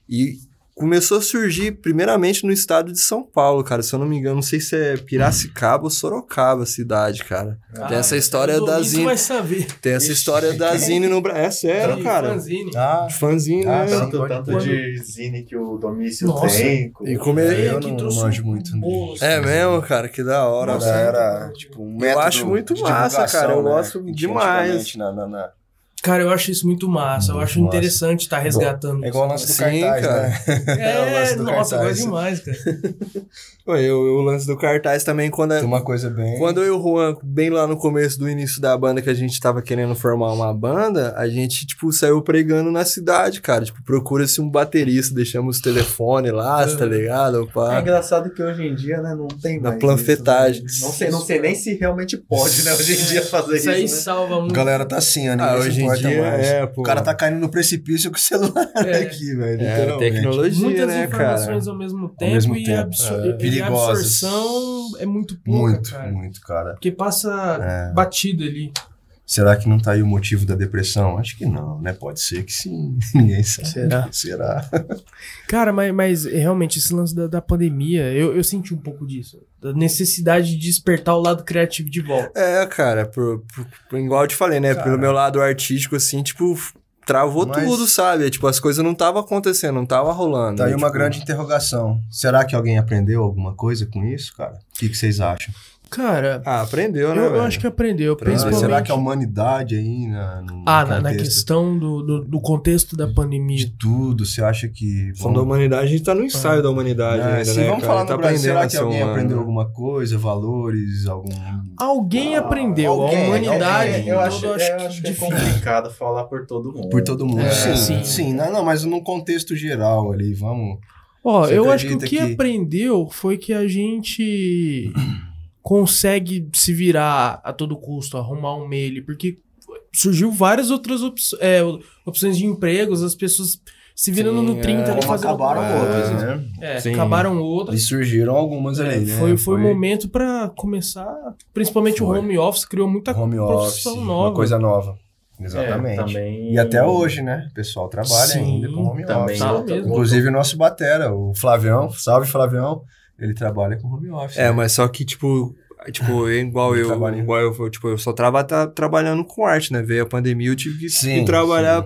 S4: e começou a surgir primeiramente no estado de São Paulo, cara. Se eu não me engano, não sei se é Piracicaba ou Sorocaba a cidade, cara.
S1: Ah,
S4: Tem essa história da Zine.
S2: vai saber.
S4: Tem essa história da Zine no Brasil. É sério, cara.
S2: Fanzine.
S3: Ah,
S4: Fanzine,
S3: Ah,
S4: né?
S3: sim.
S1: Tanto,
S3: pode-
S1: tanto
S2: quando-
S1: de Zine que o Domício
S2: Nossa.
S1: tem.
S4: E como é-
S3: eu
S2: que
S3: não
S2: trouxe
S3: manjo
S2: um
S3: muito
S2: bolo,
S3: disso.
S4: É mesmo, cara, que da hora.
S3: Era, era, tipo, um método
S4: acho muito
S3: de
S4: massa,
S3: divulgação,
S4: cara, eu
S3: né,
S4: gosto
S3: que tinha
S4: demais.
S3: antigamente na- na- na-
S2: Cara, eu acho isso muito massa. eu
S3: Muito
S2: acho
S3: massa.
S2: interessante estar resgatando.
S3: É igual o lance do
S4: Sim,
S3: cartaz,
S4: cara.
S3: né?
S2: isso.
S3: é o lance
S2: É,
S3: do
S2: nossa, eu gosto
S3: cartaz.
S2: demais, cara.
S4: Pô, Eu, eu lance do cartaz também, quando, é-
S3: Tem uma coisa bem...
S4: Quando eu e o Juan, bem lá no começo do início da banda, que a gente tava querendo formar uma banda, a gente, tipo, saiu pregando na cidade, cara. Tipo, procura-se um baterista, deixamos o telefone lá, tá ligado?
S1: É
S4: Pá.
S1: engraçado que hoje em dia, né, não tem
S4: Na
S1: mais.
S4: planfetagem.
S1: isso, né? Não sei, não sei nem se realmente pode, né, hoje em dia fazer
S2: Isso aí
S1: isso. né?
S2: salva
S3: A
S2: muito.
S3: galera tá assim, ó, ninguém
S4: Ah,
S3: se
S4: hoje em
S3: importa suporta
S4: dia,
S3: mais.
S4: é, pô.
S3: O cara tá caindo no precipício com o celular
S2: É.
S3: aqui, velho.
S4: É,
S3: literalmente.
S4: tecnologia,
S2: Muitas
S4: né, cara?
S2: informações ao mesmo tempo,
S3: mesmo
S2: e,
S3: tempo,
S2: absor-
S3: é.
S2: e a
S3: Perigosas.
S2: absorção é muito pouca,
S3: Muito,
S2: cara.
S3: muito, cara.
S2: Porque passa batido ali.
S3: Será que não tá aí o motivo da depressão? Acho que não, né? Pode ser que sim. Ninguém sabe.
S2: Será?
S3: Será?
S2: Cara, mas, mas realmente, esse lance da, da pandemia, eu, eu senti um pouco disso. Da necessidade de despertar o lado criativo de volta.
S4: É, cara, por, por- por- igual eu te falei, né?
S3: Cara.
S4: Pelo meu lado artístico, assim, tipo, travou
S3: Mas-
S4: tudo, sabe? Tipo, as coisas não estavam acontecendo, não estavam rolando.
S3: Tá aí
S4: né?
S3: uma
S4: Tipo,
S3: grande interrogação. Será que alguém aprendeu alguma coisa com isso, cara? O que, que vocês acham?
S2: Cara,
S4: Ah, aprendeu,
S2: eu,
S4: né?
S2: eu
S4: velho?
S2: acho que aprendeu, principalmente...
S3: Será que a humanidade aí né, na, no
S2: Ah, na, na
S3: contexto
S2: questão do, do, do contexto da pandemia.
S3: de tudo, você acha que...
S4: Som da humanidade, a gente tá no ensaio da
S3: É,
S4: humanidade ainda,
S3: se
S4: né,
S3: vamos
S4: cara?
S3: falar
S4: tá
S3: no Brasil, será
S4: aprendendo
S3: que
S4: a ser
S3: alguém
S4: humano,
S3: aprendeu
S4: né?
S3: alguma coisa, valores, algum...
S2: Alguém aprendeu, a
S3: alguém,
S2: humanidade.
S3: alguém.
S2: toda,
S1: É, eu acho,
S2: acho
S1: eu
S2: que
S1: acho que é
S2: difícil.
S1: complicado falar por todo mundo.
S3: Por todo mundo,
S2: É,
S3: sim,
S2: sim.
S3: sim. Não, não, mas num contexto geral ali, vamos.
S2: Ó,
S3: Você
S2: eu acho que o que
S3: acredita que-
S2: aprendeu foi que a gente consegue se virar a todo custo, arrumar um meio, porque surgiu várias outras opço- é, opções de empregos, as pessoas se virando
S4: Sim,
S2: no 30 ali
S4: é,
S2: fazendo
S3: acabaram
S2: alguma coisa.
S3: outras, né?
S2: É,
S4: Sim.
S2: acabaram
S3: E
S2: outras.
S3: surgiram algumas
S2: É,
S3: ali, né?
S2: foi, foi o momento pra começar, principalmente
S3: Foi.
S2: o home office, criou muita
S3: home office,
S2: profissão nova.
S3: uma coisa nova.
S1: É,
S3: Exatamente.
S1: também-
S3: E até hoje, né? O pessoal trabalha
S2: Sim,
S3: ainda com home
S1: também. é
S3: office. né?
S2: Tá
S1: Outra-
S2: mesmo.
S3: Inclusive o nosso batera, o Flavião, salve Flavião, ele trabalha com home office.
S4: É,
S3: né?
S4: mas só que, tipo, tipo, eu- igual
S3: Muito
S4: eu,
S3: trabalhinho.
S4: igual eu, eu, tipo, eu só tava tá, trabalhando com arte, né? Veio a pandemia, eu tive que
S3: Sim,
S4: que trabalhar,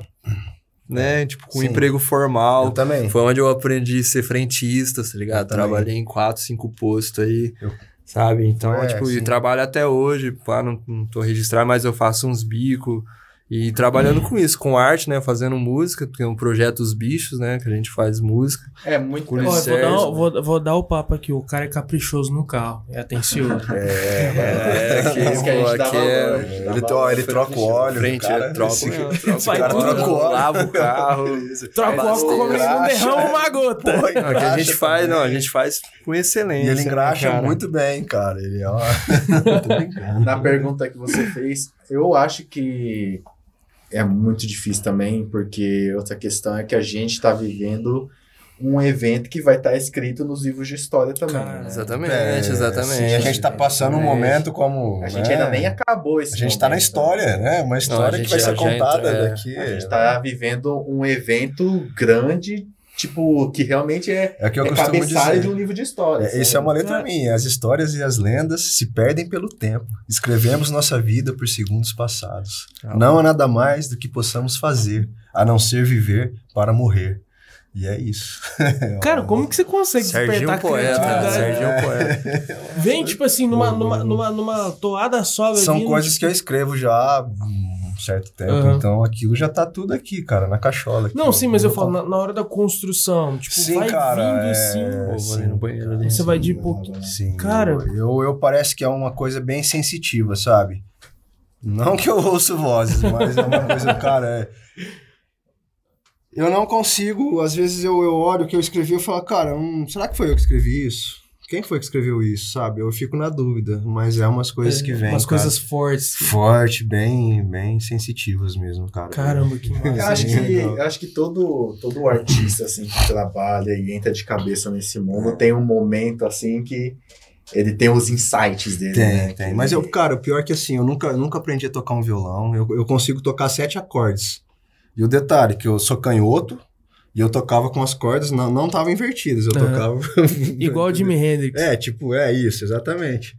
S4: né? Tipo, com um
S3: Sim.
S4: emprego
S3: eu
S4: formal.
S3: também.
S4: Foi onde eu aprendi a ser frentista, tá ligado?
S3: Eu também.
S4: Trabalhei em quatro, cinco postos aí,
S3: Eu-
S4: sabe? Então,
S3: É,
S4: tipo,
S3: sim.
S4: e trabalho até hoje, pá, não, não tô registrado, mas eu faço uns bicos. E trabalhando
S3: Hum.
S4: com isso, com arte, né? Fazendo música, tem um projeto Os Bichos, né? Que a gente faz música.
S1: É muito
S4: Ó,
S2: Ó, eu vou,
S4: Sérgio,
S2: dar,
S4: né?
S2: o- vou, vou dar o papo aqui, o cara é caprichoso no carro, é atencioso.
S4: É,
S1: que isso que a gente dá valor.
S3: É, Ele, ó, ele troca o óleo,
S4: frente,
S3: cara,
S4: eu troco,
S3: esse-
S4: mesmo, eu troco,
S2: Vai
S4: o cara
S2: tudo.
S4: troca o óleo, lava o carro.
S2: Troca o
S3: É
S4: Faz
S2: álcool comigo, não
S3: graxa.
S2: derrama uma gota.
S3: Pô,
S4: Não, que a gente
S3: encaixa
S4: faz, não, a
S3: também.
S4: gente faz com excelência.
S3: E ele
S4: né,
S3: engraxa
S4: cara?
S3: muito bem, cara. Ele, ó. Tô brincando.
S1: Na pergunta que você fez, eu acho que é muito difícil também, porque outra questão é que a gente está vivendo um evento que vai estar escrito nos livros de história também.
S2: Cara,
S1: né?
S4: Exatamente,
S3: É,
S4: exatamente.
S3: sim, a gente tá passando um
S4: Exatamente.
S3: momento como.
S1: A gente
S3: né,
S1: ainda é nem acabou esse
S3: A gente tá na
S1: momento.
S3: história, né? Uma história
S4: gente
S3: que vai
S4: já-
S3: ser
S4: já
S3: contada
S4: entra- é.
S3: daqui.
S1: A gente
S3: né?
S1: tá vivendo um evento grande, tipo, que realmente é,
S3: É o que eu
S1: é
S3: costumo
S1: cabeçalho de
S3: dizer.
S1: um livro de história.
S3: É, Isso
S1: sabe?
S3: é uma letra
S2: Cara-
S3: minha. As histórias e as lendas se perdem pelo tempo. Escrevemos nossa vida por segundos passados.
S4: Ah,
S3: Não há nada mais do que possamos fazer, a não ser viver para morrer. E é isso.
S2: Cara, como que você consegue
S4: Serginho
S3: é
S2: despertar a
S3: um
S4: poeta,
S3: né?
S2: criatividade?
S4: Serginho poeta.
S2: Vem, tipo assim, numa,
S3: Pô,
S2: numa,
S3: mano.
S2: numa, numa toada só.
S3: Uhum. São
S2: vindo,
S3: coisas que
S2: tipo-
S3: eu escrevo já há um certo tempo.
S2: Aham.
S3: Então aquilo já tá tudo aqui, cara, na cachola. aqui.
S2: Não, sim, mas eu falo, na, na hora da construção, tipo,
S3: Uhum. Sim,
S2: vai
S3: cara,
S2: vindo
S3: é,
S2: assim.
S4: Pô, vou
S3: sim,
S4: ali no banheiro ali.
S2: Você vai de um pouco.
S3: Sim.
S2: Cara-
S3: eu, eu, eu parece que é uma coisa bem sensitiva, sabe? Não que eu ouço vozes, mas é uma coisa, cara. É... Eu não consigo, às vezes eu, eu olho o que eu escrevi e falo, cara, hum, será que foi eu que escrevi isso? Quem foi que escreveu isso, sabe? Eu fico na dúvida, mas é umas coisas que vêm.
S2: Umas
S3: cara.
S2: coisas fortes.
S3: forte, bem, bem sensitivas mesmo, cara.
S2: Caramba, que
S1: Eu
S2: massa.
S1: acho
S3: Sim,
S1: que,
S3: legal.
S1: eu acho que todo, todo artista assim, que trabalha e entra de cabeça nesse mundo tem um momento assim que ele tem os insights dele. né?
S3: Tem,
S1: Que
S3: tem. Mas eu,
S1: ele-
S3: cara, o pior é que assim, eu nunca, nunca aprendi a tocar um violão. Eu, eu consigo tocar sete acordes. E o detalhe, que eu sou canhoto e eu tocava com as cordas, não, não tava invertidas, eu
S2: Aham.
S3: tocava.
S2: Igual o Jimi Hendrix.
S3: É, tipo, é isso, exatamente.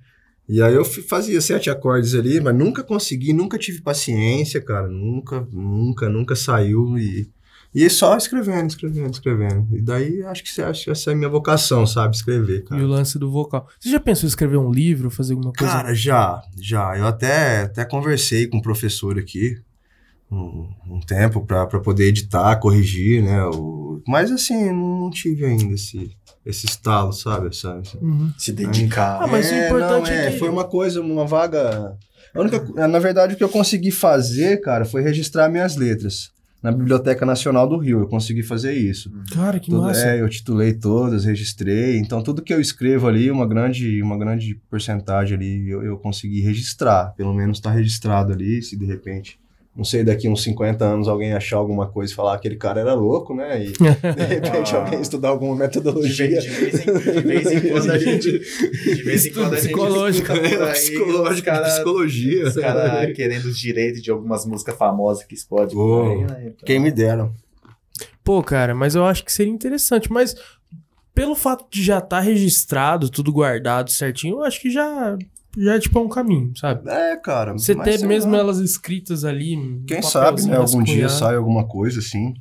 S3: E aí eu fi- fazia sete acordes ali, mas nunca consegui, nunca tive paciência, cara. Nunca, nunca, nunca saiu e. E só escrevendo, escrevendo, escrevendo. E daí acho que, acho que essa é a minha vocação, sabe? Escrever, cara.
S2: E o lance do vocal. Você já pensou em escrever um livro, fazer alguma coisa?
S3: Cara, já, já. Eu até, até conversei com um professor aqui um, um tempo pra pra poder editar, corrigir, né? o- Mas assim, não tive ainda esse, esse estalo, sabe? Essa, essa-
S2: Uhum.
S1: Se dedicar.
S2: Ah, mas o importante é que-
S3: Foi uma coisa, uma vaga. A única, co- na verdade, o que eu consegui fazer, cara, foi registrar minhas letras. Na Biblioteca Nacional do Rio, eu consegui fazer isso.
S2: Cara, que
S3: Tudo-
S2: massa.
S3: é, eu titulei todas, registrei. Então, tudo que eu escrevo ali, uma grande, uma grande porcentagem ali, eu, eu consegui registrar. Pelo menos tá registrado ali, se de repente não sei, daqui uns 50 anos alguém achar alguma coisa e falar "Ah, aquele cara era louco, né? E de repente
S1: Ah.
S3: alguém estudar alguma
S1: De vez,
S3: metodologia.
S1: de vez em, de vez em quando a gente. De vez em quando a gente.
S2: Psicológico,
S3: né?
S1: escuta por aí os
S3: Psicológica,
S1: cara-
S3: psicologia.
S1: Os caras querendo os direitos de algumas músicas famosas que explodem por
S3: Oh.
S1: aí, né? Então,
S3: Quem me deram.
S2: Pô, cara, mas eu acho que seria interessante. Mas pelo fato de já estar registrado, tudo guardado certinho, eu acho que já, já é tipo um caminho, sabe?
S3: É, cara.
S2: Você
S3: mas
S2: ter
S3: sei
S2: mesmo um
S3: lá.
S2: elas escritas ali. no
S3: Quem
S2: papel,
S3: sabe,
S2: assim,
S3: né? Algum dia
S2: rascunhado.
S3: sai alguma coisa assim.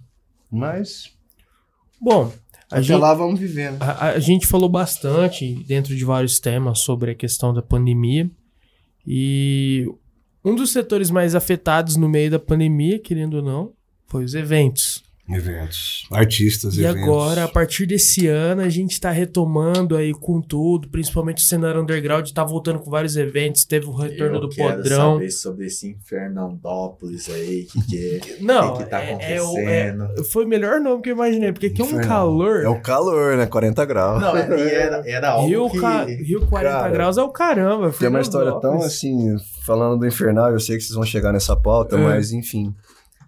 S3: Mas.
S2: Bom, a
S3: até
S2: gente,
S3: lá vamos viver, né?
S2: a, a gente falou bastante dentro de vários temas sobre a questão da pandemia. E um dos setores mais afetados no meio da pandemia, querendo ou não, foi os eventos.
S3: Eventos. Artistas,
S2: E
S3: eventos.
S2: agora, a partir desse ano, a gente tá retomando aí com tudo, principalmente o cenário underground, tá voltando com vários eventos, teve o retorno
S1: eu
S2: do
S1: quero
S2: podrão.
S1: saber sobre esse Infernandópolis aí, que, que, é, que,
S2: Não,
S1: que tá
S2: é- é o-
S1: acontecendo.
S2: Foi o melhor nome que eu imaginei, porque aqui é um
S3: Inferno.
S2: calor.
S3: É o calor, né? 40 graus.
S1: Não, é, e era, era algo
S2: Rio,
S1: que...
S2: ca- Rio 40
S3: Cara,
S2: graus é o caramba.
S3: Tem uma história tão
S2: Fernandópolis.
S3: assim, falando do infernal, eu sei que vocês vão chegar nessa pauta,
S2: É.
S3: mas enfim.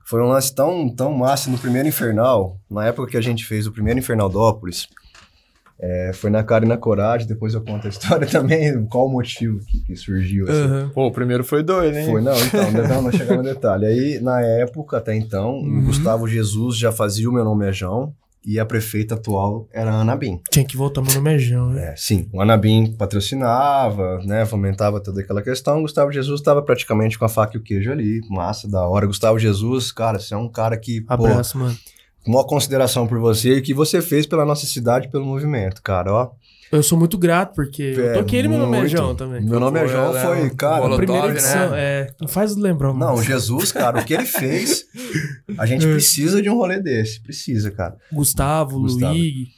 S3: Foi um lance tão, tão massa no primeiro infernal, na época que a gente fez o primeiro Infernaldópolis. É, foi na cara e na coragem, depois eu conto a história também, qual o motivo que, que surgiu. assim.
S2: Aham.
S4: Pô, o primeiro foi doido, hein?
S3: Foi, não, então, né, não, não chegar no detalhe. Aí, na época, até então,
S2: Uhum.
S3: o Gustavo Jesus já fazia o Meu Nome é João e a prefeita atual era a Ana Bim.
S2: Tinha que voltar meu nomejão, né?
S3: É, sim, o Anabim patrocinava, né, fomentava toda aquela questão. O Gustavo Jesus estava praticamente com a faca e o queijo ali, massa, da hora. Gustavo Jesus, cara, você é um cara que, pô,
S2: Abraço, mano.
S3: com maior consideração por você e o que você fez pela nossa cidade, pelo movimento, cara, ó.
S2: Eu sou muito grato, porque eu
S3: É,
S2: toquei ele meu
S3: muito.
S2: nomejão também.
S3: Meu nome é
S4: Foi,
S3: João,
S4: né,
S3: foi,
S4: um
S3: cara,
S4: bolotão.
S2: Primeira
S4: Molotov,
S2: edição, é. Não faz lembrar, mano.
S3: Não, o Jesus, cara, o que ele fez, a gente precisa de um rolê desse, precisa, cara.
S2: Gustavo,
S3: Gustavo.
S2: Luigi.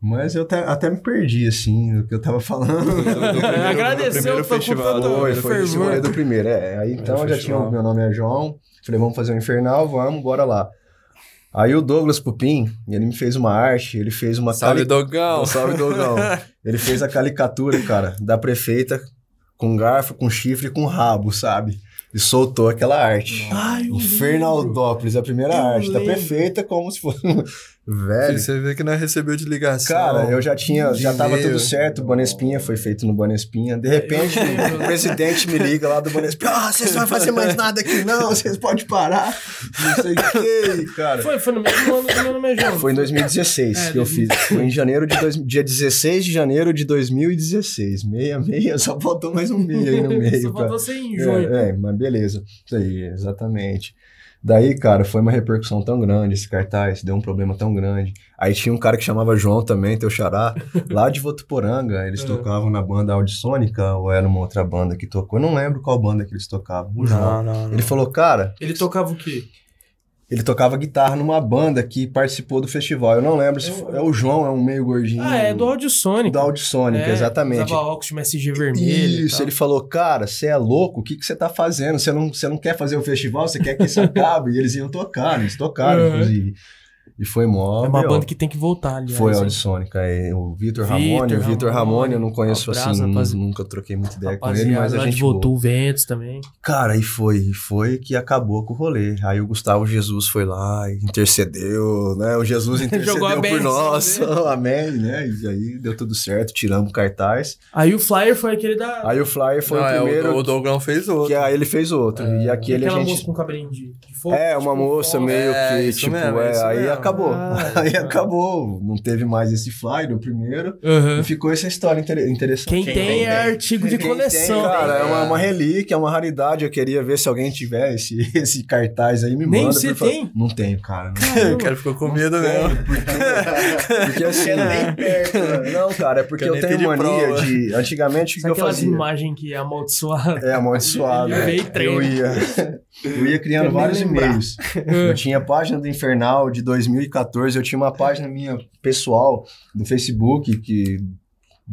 S3: Mas eu até, até me perdi, assim, do que eu tava falando.
S4: primeiro-
S2: Agradeceu,
S4: do primeiro
S2: foi com
S4: festival.
S2: todo-
S3: Foi, foi esse
S2: Fervor.
S3: rolê do primeiro. É, aí então eu já tinha.
S4: festival.
S3: o Meu nome é João. Falei, vamos fazer um infernal, vamos, bora lá. Aí o Douglas Pupim, ele me fez uma arte, ele fez uma.
S4: Salve,
S3: cali-
S4: Dogão.
S3: Salve, Dougão. ele fez a caricatura, cara, da prefeita com garfo, com chifre e com rabo, sabe? E soltou aquela arte.
S2: Ai, eu lembro.
S3: Infernaldópolis, a primeira
S2: Eu
S3: arte da
S2: lembro.
S3: prefeita, como se fosse. um- Velho.
S4: Você vê que não recebeu de ligação.
S3: Cara, eu já tinha, já tava
S4: e-mail.
S3: tudo certo, o Bonespinha foi feito no Bonespinha. De repente,
S2: lembro.
S3: É, o presidente me liga lá do Bonespinha. Ah, vocês não vão fazer mais nada aqui não, vocês podem parar. Não sei o que, cara.
S2: Foi, foi no mesmo ano do meu é nomejão.
S3: Foi em 2016
S2: É,
S3: que eu fiz. Foi em janeiro de dois, dia 16 de janeiro de 2016. Meia, meia, só faltou mais um meia aí no meio.
S2: Só
S3: pra-
S2: faltou ser em junho.
S3: é, é, mas beleza. Isso aí, exatamente. Daí, cara, foi uma repercussão tão grande esse cartaz, deu um problema tão grande. Aí tinha um cara que chamava João também, teu xará, lá de Votuporanga. Eles
S2: É.
S3: tocavam na banda Audisônica ou era uma outra banda que tocou? Eu não lembro qual banda que eles tocavam. O João.
S4: não,
S3: Ele falou, cara,
S2: Ele tocava o quê?
S3: ele tocava guitarra numa banda que participou do festival. Eu não lembro se
S2: Eu-
S3: foi- é o João, é um meio gordinho.
S2: Ah, é do É, Audio Sonic.
S3: Da Audisônica, exatamente.
S2: Usava óculos de SG vermelho.
S3: Isso, ele falou, cara, você é louco, o que que você tá fazendo? Você não, você não quer fazer o festival, você quer que isso acabe? e eles iam tocar, né, eles tocaram,
S2: Uhum.
S3: inclusive. E foi mó.
S2: É uma
S3: meu,
S2: banda que tem que voltar, aliás.
S3: Foi a
S2: hein?
S3: Audisônica, é, o Vitor
S2: Vitor
S3: Ramone, o Vitor Ramone,
S2: Ramone,
S3: eu não conheço
S2: abraço,
S3: assim, nu-
S2: rapazi-
S3: nunca troquei muita ideia é com
S2: Rapaziada,
S3: ele, mas a
S2: lá de
S3: gente
S2: voltou
S3: voltou.
S2: o Ventos também.
S3: Cara, e foi, e foi que acabou com o rolê. Aí o Gustavo Jesus foi lá e intercedeu, né? O Jesus intercedeu
S2: Jogou a né?
S3: por
S2: bênção
S3: nós, amém, né? E aí deu tudo certo, tiramos o cartaz.
S2: Aí o Flyer foi aquele da...
S3: Aí o Flyer foi
S4: Não,
S3: o
S4: é,
S3: primeiro
S4: o, Dogão fez outro.
S3: Que aí ele fez outro. e aquele
S2: É.
S3: a
S2: aquela um
S3: gente.
S2: moça com cabelinho de, de fogo. tipo,
S3: É, uma moça
S2: fogo.
S3: meio
S4: É,
S3: que,
S4: isso
S3: tipo,
S4: mesmo,
S3: é,
S4: isso
S3: aí
S4: mesmo.
S3: acabou.
S2: Ah,
S3: aí
S2: tá.
S3: acabou. Não teve mais esse fly do primeiro.
S2: Aham.
S3: E ficou essa história inter- interessante.
S2: É. Quem,
S1: Quem
S2: tem,
S1: tem,
S2: é
S4: né?
S1: tem.
S2: artigo de
S1: Quem
S2: coleção.
S1: tem,
S3: Cara, é
S1: tem,
S3: uma,
S1: é.
S3: uma relíquia, é uma raridade. Eu queria ver se alguém tiver esse, esse cartaz aí, me
S2: Nem
S3: manda.
S2: você
S3: por favor.
S2: tem?
S3: Não tenho, cara. Não
S4: O cara ficou com medo mesmo.
S3: Porque assim.
S1: Era nem perto, né?
S3: Não, cara, é porque eu
S4: Caneta
S3: tenho
S4: de
S3: mania
S4: prova.
S3: de. Antigamente, o que
S2: Sabe
S3: eu
S2: aquelas
S3: fazia?
S2: imagens que é amaldiçoada?
S3: É, amaldiçoado.
S2: Ele veio e
S3: é.
S2: treina.
S3: Eu ia. Eu ia criando
S2: Quero nem
S3: vários
S2: lembrar.
S3: e-mails. Eu tinha a página do Infernal de 2014, eu tinha uma página minha pessoal do Facebook que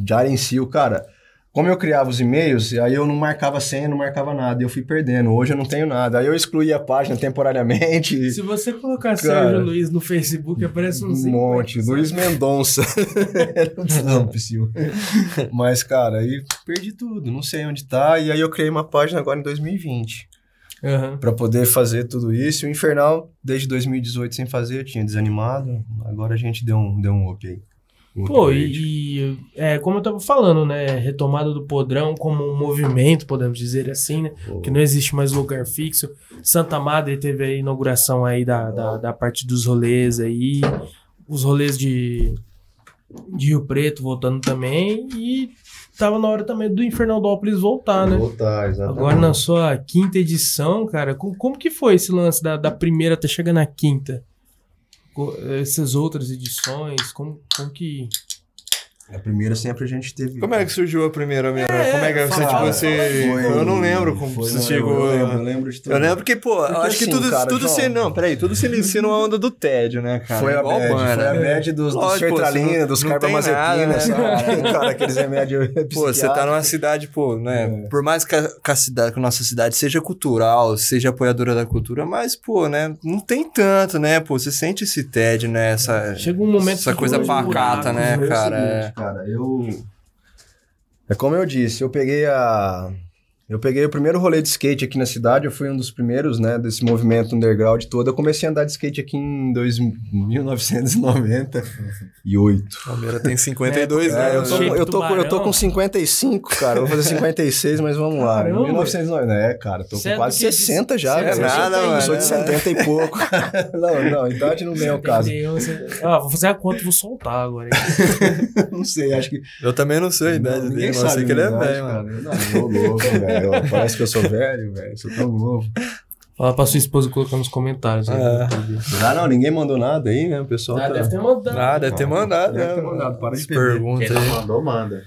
S3: já em si, o cara. Como eu criava os e-mails, aí eu não marcava senha, não marcava nada, eu fui perdendo. Hoje eu não tenho nada. Aí eu excluí a página temporariamente.
S2: Se você colocar
S3: Cara.
S2: Sérgio Luiz no Facebook, aparece uns
S3: Um monte.
S2: 50,
S3: Luiz Mendonça. Era um trampo, senhor. Mas, cara, aí perdi tudo. Não sei onde tá. E aí eu criei uma página agora em 2020.
S2: Aham.
S3: Pra poder fazer tudo isso. E o Infernal, desde 2018 sem fazer, eu tinha desanimado. Agora a gente deu um, deu um up aí. Um
S2: Pô,
S3: upgrade.
S2: e, e, é, como eu tava falando, né? Retomada do podrão como um movimento, podemos dizer assim, né? Que não existe mais lugar fixo. Santa Madre teve a inauguração aí da, da, da parte dos rolês aí. Os rolês de, de Rio Preto voltando também. E tava na hora também do Infernaldópolis voltar, né?
S3: Voltar, exatamente.
S2: Agora na sua quinta edição, cara, co- como que foi esse lance da, da primeira até chegar na quinta? Co- eh, Essas outras edições, como, como que.
S3: É A primeira sempre a gente teve.
S4: Como é que surgiu a primeira, minha?
S2: É,
S4: como é que você,
S2: fala,
S4: tipo,
S2: fala.
S4: você...
S3: Foi-
S4: eu não lembro como
S3: foi-
S4: você
S3: não, Eu
S4: chegou... a-
S3: lembro, eu lembro de tudo.
S4: Eu lembro que, pô, eu
S3: Porque
S4: acho que
S3: assim,
S4: tudo,
S3: cara,
S4: tudo
S3: João-
S4: se. Não, peraí, tudo se inicia numa onda do tédio, né, cara?
S3: foi a
S4: Igual
S3: bad,
S4: banda.
S3: foi a bad dos, dos
S4: Lógico, pô,
S3: sertralina,
S4: você não-
S3: dos
S4: não tem nada,
S3: carbamazepinas,
S4: né?
S3: cara. cara, aqueles remédios
S4: Pô, você tá numa cidade, pô, né? Por mais que a, que a cidade, que a nossa cidade seja cultural, seja apoiadora da cultura, mas, pô, né? Não tem tanto, né? Pô, você sente esse tédio, né? Essa,
S2: Chega um momento
S4: essa
S2: que
S4: coisa
S2: os
S4: pacata,
S2: buracos,
S4: né,
S3: Foi o
S4: cara?
S3: seguinte, cara, eu. Hum. É como eu disse, eu peguei a. Eu peguei o primeiro rolê de skate aqui na cidade, eu fui um dos primeiros, né, desse movimento underground todo. Eu comecei a andar de skate aqui em 2000 1998.
S4: É, Palmeira tem 52
S3: É, eu
S4: anos.
S3: tô,
S4: né?
S2: Shape
S3: eu, tô, com- eu tô
S2: tubarão.
S3: com 55, cara, eu vou fazer 56, mas vamos lá.
S2: Caramba.
S3: 1999, é, cara, tô
S2: Você é
S3: com quase
S2: do que-
S3: 60 já,
S2: você é
S3: velho.
S4: nada,
S3: eu sou
S4: mano,
S3: de
S4: né?
S3: 70 e pouco. não, não, idade não vem ao caso.
S2: Entendeu? Você- Ah, vou fazer a conta e vou soltar agora. hein?
S3: Não sei, acho que
S4: Eu também não sei a idade
S3: Ninguém
S4: dele, mas eu
S3: sabe
S4: sei que ele é
S3: minha idade,
S4: velho, mano.
S3: cara. Eu não, eu novo, velho. Parece que eu sou velho, velho. Eu sou tão novo.
S2: Fala pra sua esposa colocar nos comentários. aí.
S4: É.
S3: Ah, não, ninguém mandou nada aí, né? O pessoal
S2: Ah,
S3: tá...
S2: deve ter mandado.
S4: Ah, deve ter mandado,
S3: Deve
S4: né?
S3: ter mandado, para de perder.
S4: pergunta
S5: Quem não
S4: aí.
S5: mandou, manda.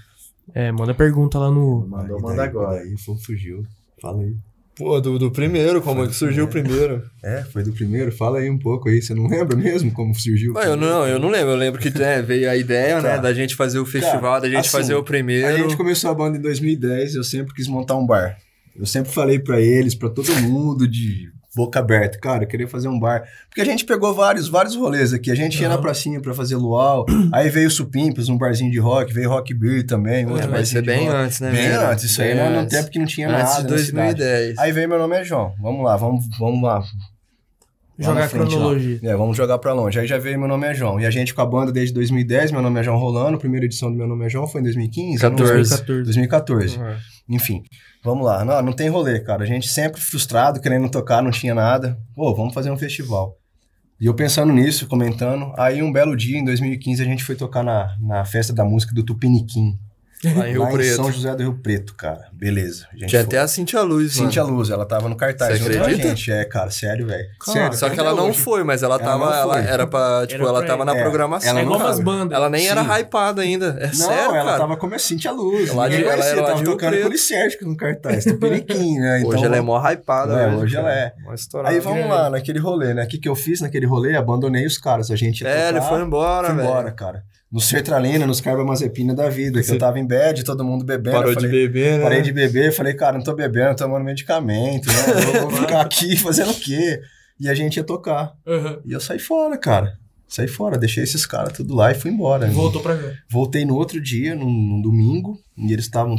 S2: É, manda pergunta lá no.
S5: Mandou,
S3: Aí,
S5: manda
S3: daí,
S5: agora.
S3: Daí, foi, fugiu. Fala aí.
S4: Pô, do, do primeiro, como é que surgiu o primeiro?
S3: É, foi do primeiro. Fala aí um pouco aí. Você não lembra mesmo como surgiu?
S4: Ah, eu não, eu não lembro. Eu lembro que né, veio a ideia, né?
S3: Cara,
S4: Da gente fazer o festival, da gente
S3: assim,
S4: fazer o
S3: A
S4: primeiro.
S3: gente começou a banda em 2010. Eu sempre quis montar um bar. Eu sempre falei pra eles, pra todo mundo, de boca aberta. Cara, eu queria fazer um bar. Porque a gente pegou vários, vários rolês aqui. A gente ia na
S2: Aham.
S3: pracinha pra fazer luau. aí veio o Supimpas, um barzinho de rock. Veio Rock Beer também, outro
S4: É, mas isso
S3: barzinho
S4: é
S3: de
S4: bem
S3: rock.
S4: antes, né?
S3: Bem
S4: velho?
S3: antes, isso aí
S4: Bem
S3: não é no
S4: antes.
S3: tempo que não tinha
S4: Antes
S3: nada
S4: de
S3: na cidade.
S4: 2010.
S3: Aí veio meu nome é João. Vamos lá, vamos, vamos lá. Lá
S2: Jogar
S3: na frente,
S2: cronologia.
S3: lá. É, vamos jogar pra longe. Aí já veio meu nome é João. E a gente com a banda desde 2010, meu nome é João rolando. A primeira edição do meu nome é João foi em 2015?
S4: 14.
S2: 14.
S3: 2014.
S4: Uhum.
S3: Enfim, vamos lá. Não, não tem rolê, cara. A gente sempre frustrado, querendo tocar, não tinha nada. Pô, vamos fazer um festival. E eu pensando nisso, comentando. Aí um belo dia, em 2015, a gente foi tocar na, na festa da música do Tupiniquim.
S4: Lá em Rio
S3: lá em São
S4: Preto.
S3: José do Rio Preto, cara. Beleza. A gente
S4: Tinha
S3: foi.
S4: até a Cintia Luz, mano.
S3: Cintia Luz, ela tava no cartaz
S4: Você
S3: junto com a
S4: acredita?
S3: gente. É, cara, sério, velho.
S2: Cara,
S3: Sério.
S4: Só que
S3: até
S4: ela não
S3: hoje.
S4: foi, mas ela
S3: Ela
S4: tava.
S3: não
S4: Ela
S3: foi.
S4: era pra. Tipo,
S2: Era
S4: ela
S2: pra
S4: tava na
S3: É,
S4: programação.
S3: ela
S2: É
S4: Ela,
S2: igual
S3: não
S2: umas
S3: sabe.
S2: bandas.
S4: nem era
S3: Sim.
S4: hypada ainda. É
S3: Não,
S4: sério,
S3: ela
S4: cara.
S3: tava como a Cintia Luz.
S4: Ela de-
S3: ninguém
S4: ela
S3: conhecia,
S4: era lá
S3: tava
S4: de Rio
S3: tocando
S4: Preto.
S3: com o Licérgico no cartaz, Tupiniquim, né?
S4: Hoje
S3: Então,
S4: ela é mó hypada,
S3: É,
S4: velho,
S3: hoje
S4: cara.
S3: ela é.
S4: Mó estourada.
S3: Aí vamos lá, naquele rolê, né? O que, que eu fiz naquele rolê? Abandonei os caras. A gente ia
S4: É,
S3: tocar,
S4: ele foi embora,
S3: fui
S4: velho.
S3: tipo, tá, embora, cara. No Sertralina, nos Carbamazepina da vida, que eu tava em bed, todo mundo bebendo. eu falei,
S4: beber,
S3: Parei de beber, né? falei, cara, não tô bebendo, tô tomando medicamento, né? Eu vou ficar aqui fazendo o quê? E a gente ia tocar.
S2: Aham.
S3: E eu saí fora, cara. Saí fora, deixei esses caras tudo lá e fui embora.
S2: Voltou pra cá.
S3: Voltei no outro dia, num, num domingo, e eles estavam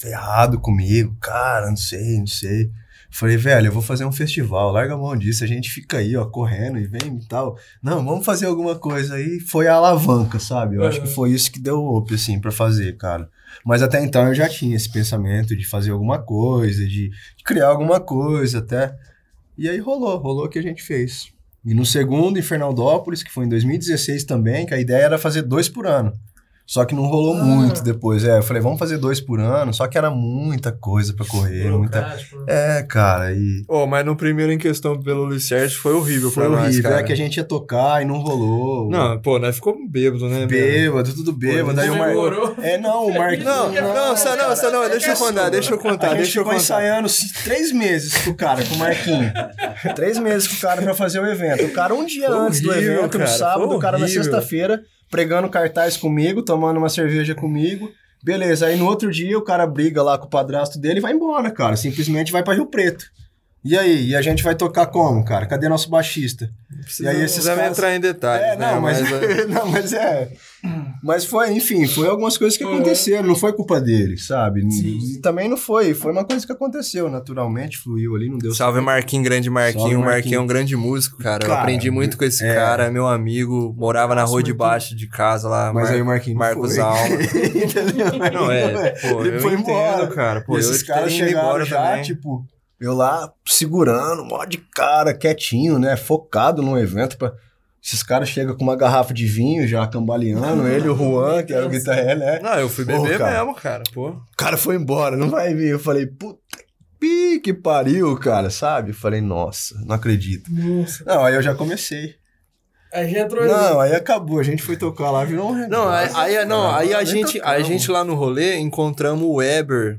S3: ferrado comigo, cara, não sei, não sei. Falei, velho, eu vou fazer um festival, larga a mão disso, a gente fica aí, ó, correndo e vem e tal. Não, vamos fazer alguma coisa aí. Foi a alavanca, sabe? Eu acho que
S2: Uhum.
S3: foi isso que deu o up, assim, pra fazer, cara. Mas até então eu já tinha esse pensamento de fazer alguma coisa, de criar alguma coisa até. E aí rolou, rolou o que a gente fez. E no segundo, em Fernandópolis, que foi em 2016 também, que a ideia era fazer dois por ano. Só que não rolou
S2: Ah.
S3: muito depois. É, eu falei, vamos fazer dois por ano, só que era muita coisa pra correr, muita.
S2: Burocrático, né?
S3: É, cara, e.
S4: Oh, mas no primeiro em questão pelo Luciérgio foi horrível
S3: Foi
S4: pra nós,
S3: horrível.
S4: cara.
S3: É que a gente ia tocar e não rolou.
S4: Não, pô, nós ficou bêbado, né? meu?
S3: Bêbado, tudo bêbado.
S4: Pô,
S3: Aí o Mar...
S2: Demorou.
S3: É, não, o Marquinhos.
S4: Não, não, só não, só não, deixa eu contar, deixa eu
S3: A
S4: contar,
S3: gente
S4: deixa
S3: ficou
S4: eu contar.
S3: ensaiando c- três meses com o cara, com o Marquinhos. três meses com o cara pra fazer o evento. O cara um dia
S4: Foi
S3: antes do
S4: horrível,
S3: evento, no
S4: cara,
S3: sábado,
S4: foi
S3: o cara na
S4: horrível.
S3: sexta-feira, pregando cartaz comigo, tomando uma cerveja comigo. Beleza, aí no outro dia o cara briga lá com o padrasto dele e vai embora, cara. Simplesmente vai pra Rio Preto. E aí? E a gente vai tocar como, cara? Cadê nosso baixista?
S4: Precisa,
S3: E aí
S4: não
S3: esses
S4: precisava
S3: caras-
S4: entrar em detalhes,
S3: é, não,
S4: né?
S3: mas, não, mas é. Mas foi, enfim, foi algumas coisas que aconteceram, não foi culpa dele, sabe?
S2: Sim.
S3: E também não foi, foi uma coisa que aconteceu, naturalmente, fluiu ali, não deu
S4: Salve Marquinhos, grande Marquinhos.
S3: Salve,
S4: Marquinhos.
S3: Marquinhos
S4: é um grande músico, cara. Eu
S3: Cara,
S4: aprendi muito com esse
S3: é.
S4: cara, meu amigo. Morava na
S2: Nossa,
S4: rua de
S2: Marquinhos.
S4: baixo de casa lá.
S3: Mas
S4: Mar-
S3: aí o Marquinhos não
S4: Marcos
S3: foi.
S4: Alma.
S3: Entendeu?
S4: Não, é. Pô,
S3: Ele
S4: eu
S3: foi
S4: entendo,
S3: embora.
S4: cara. Pô,
S3: E
S4: eu
S3: esses caras
S4: teria ido
S3: chegaram
S4: embora
S3: já,
S4: também.
S3: tipo, eu lá segurando, mó de cara, quietinho, né? Focado num evento. Pra... Esses caras chegam com uma garrafa de vinho já cambaleando, ele, o Juan, que era o guitarrista, né?
S4: Não, eu fui
S3: Porra,
S4: beber
S3: cara.
S4: mesmo, cara. Pô.
S3: O cara foi embora, não vai vir. Eu falei, puta pi, que pariu, cara, sabe? Eu falei, nossa, não acredito.
S2: Nossa.
S3: Não, aí eu já comecei.
S2: A gente entrou
S3: Não, aí acabou, a gente foi tocar lá, virou um
S4: Não, aí,
S3: negócio,
S4: aí- não,
S3: cara.
S4: aí a,
S3: Nem
S4: gente, a
S3: tocamos.
S4: gente lá no rolê encontramos o Weber.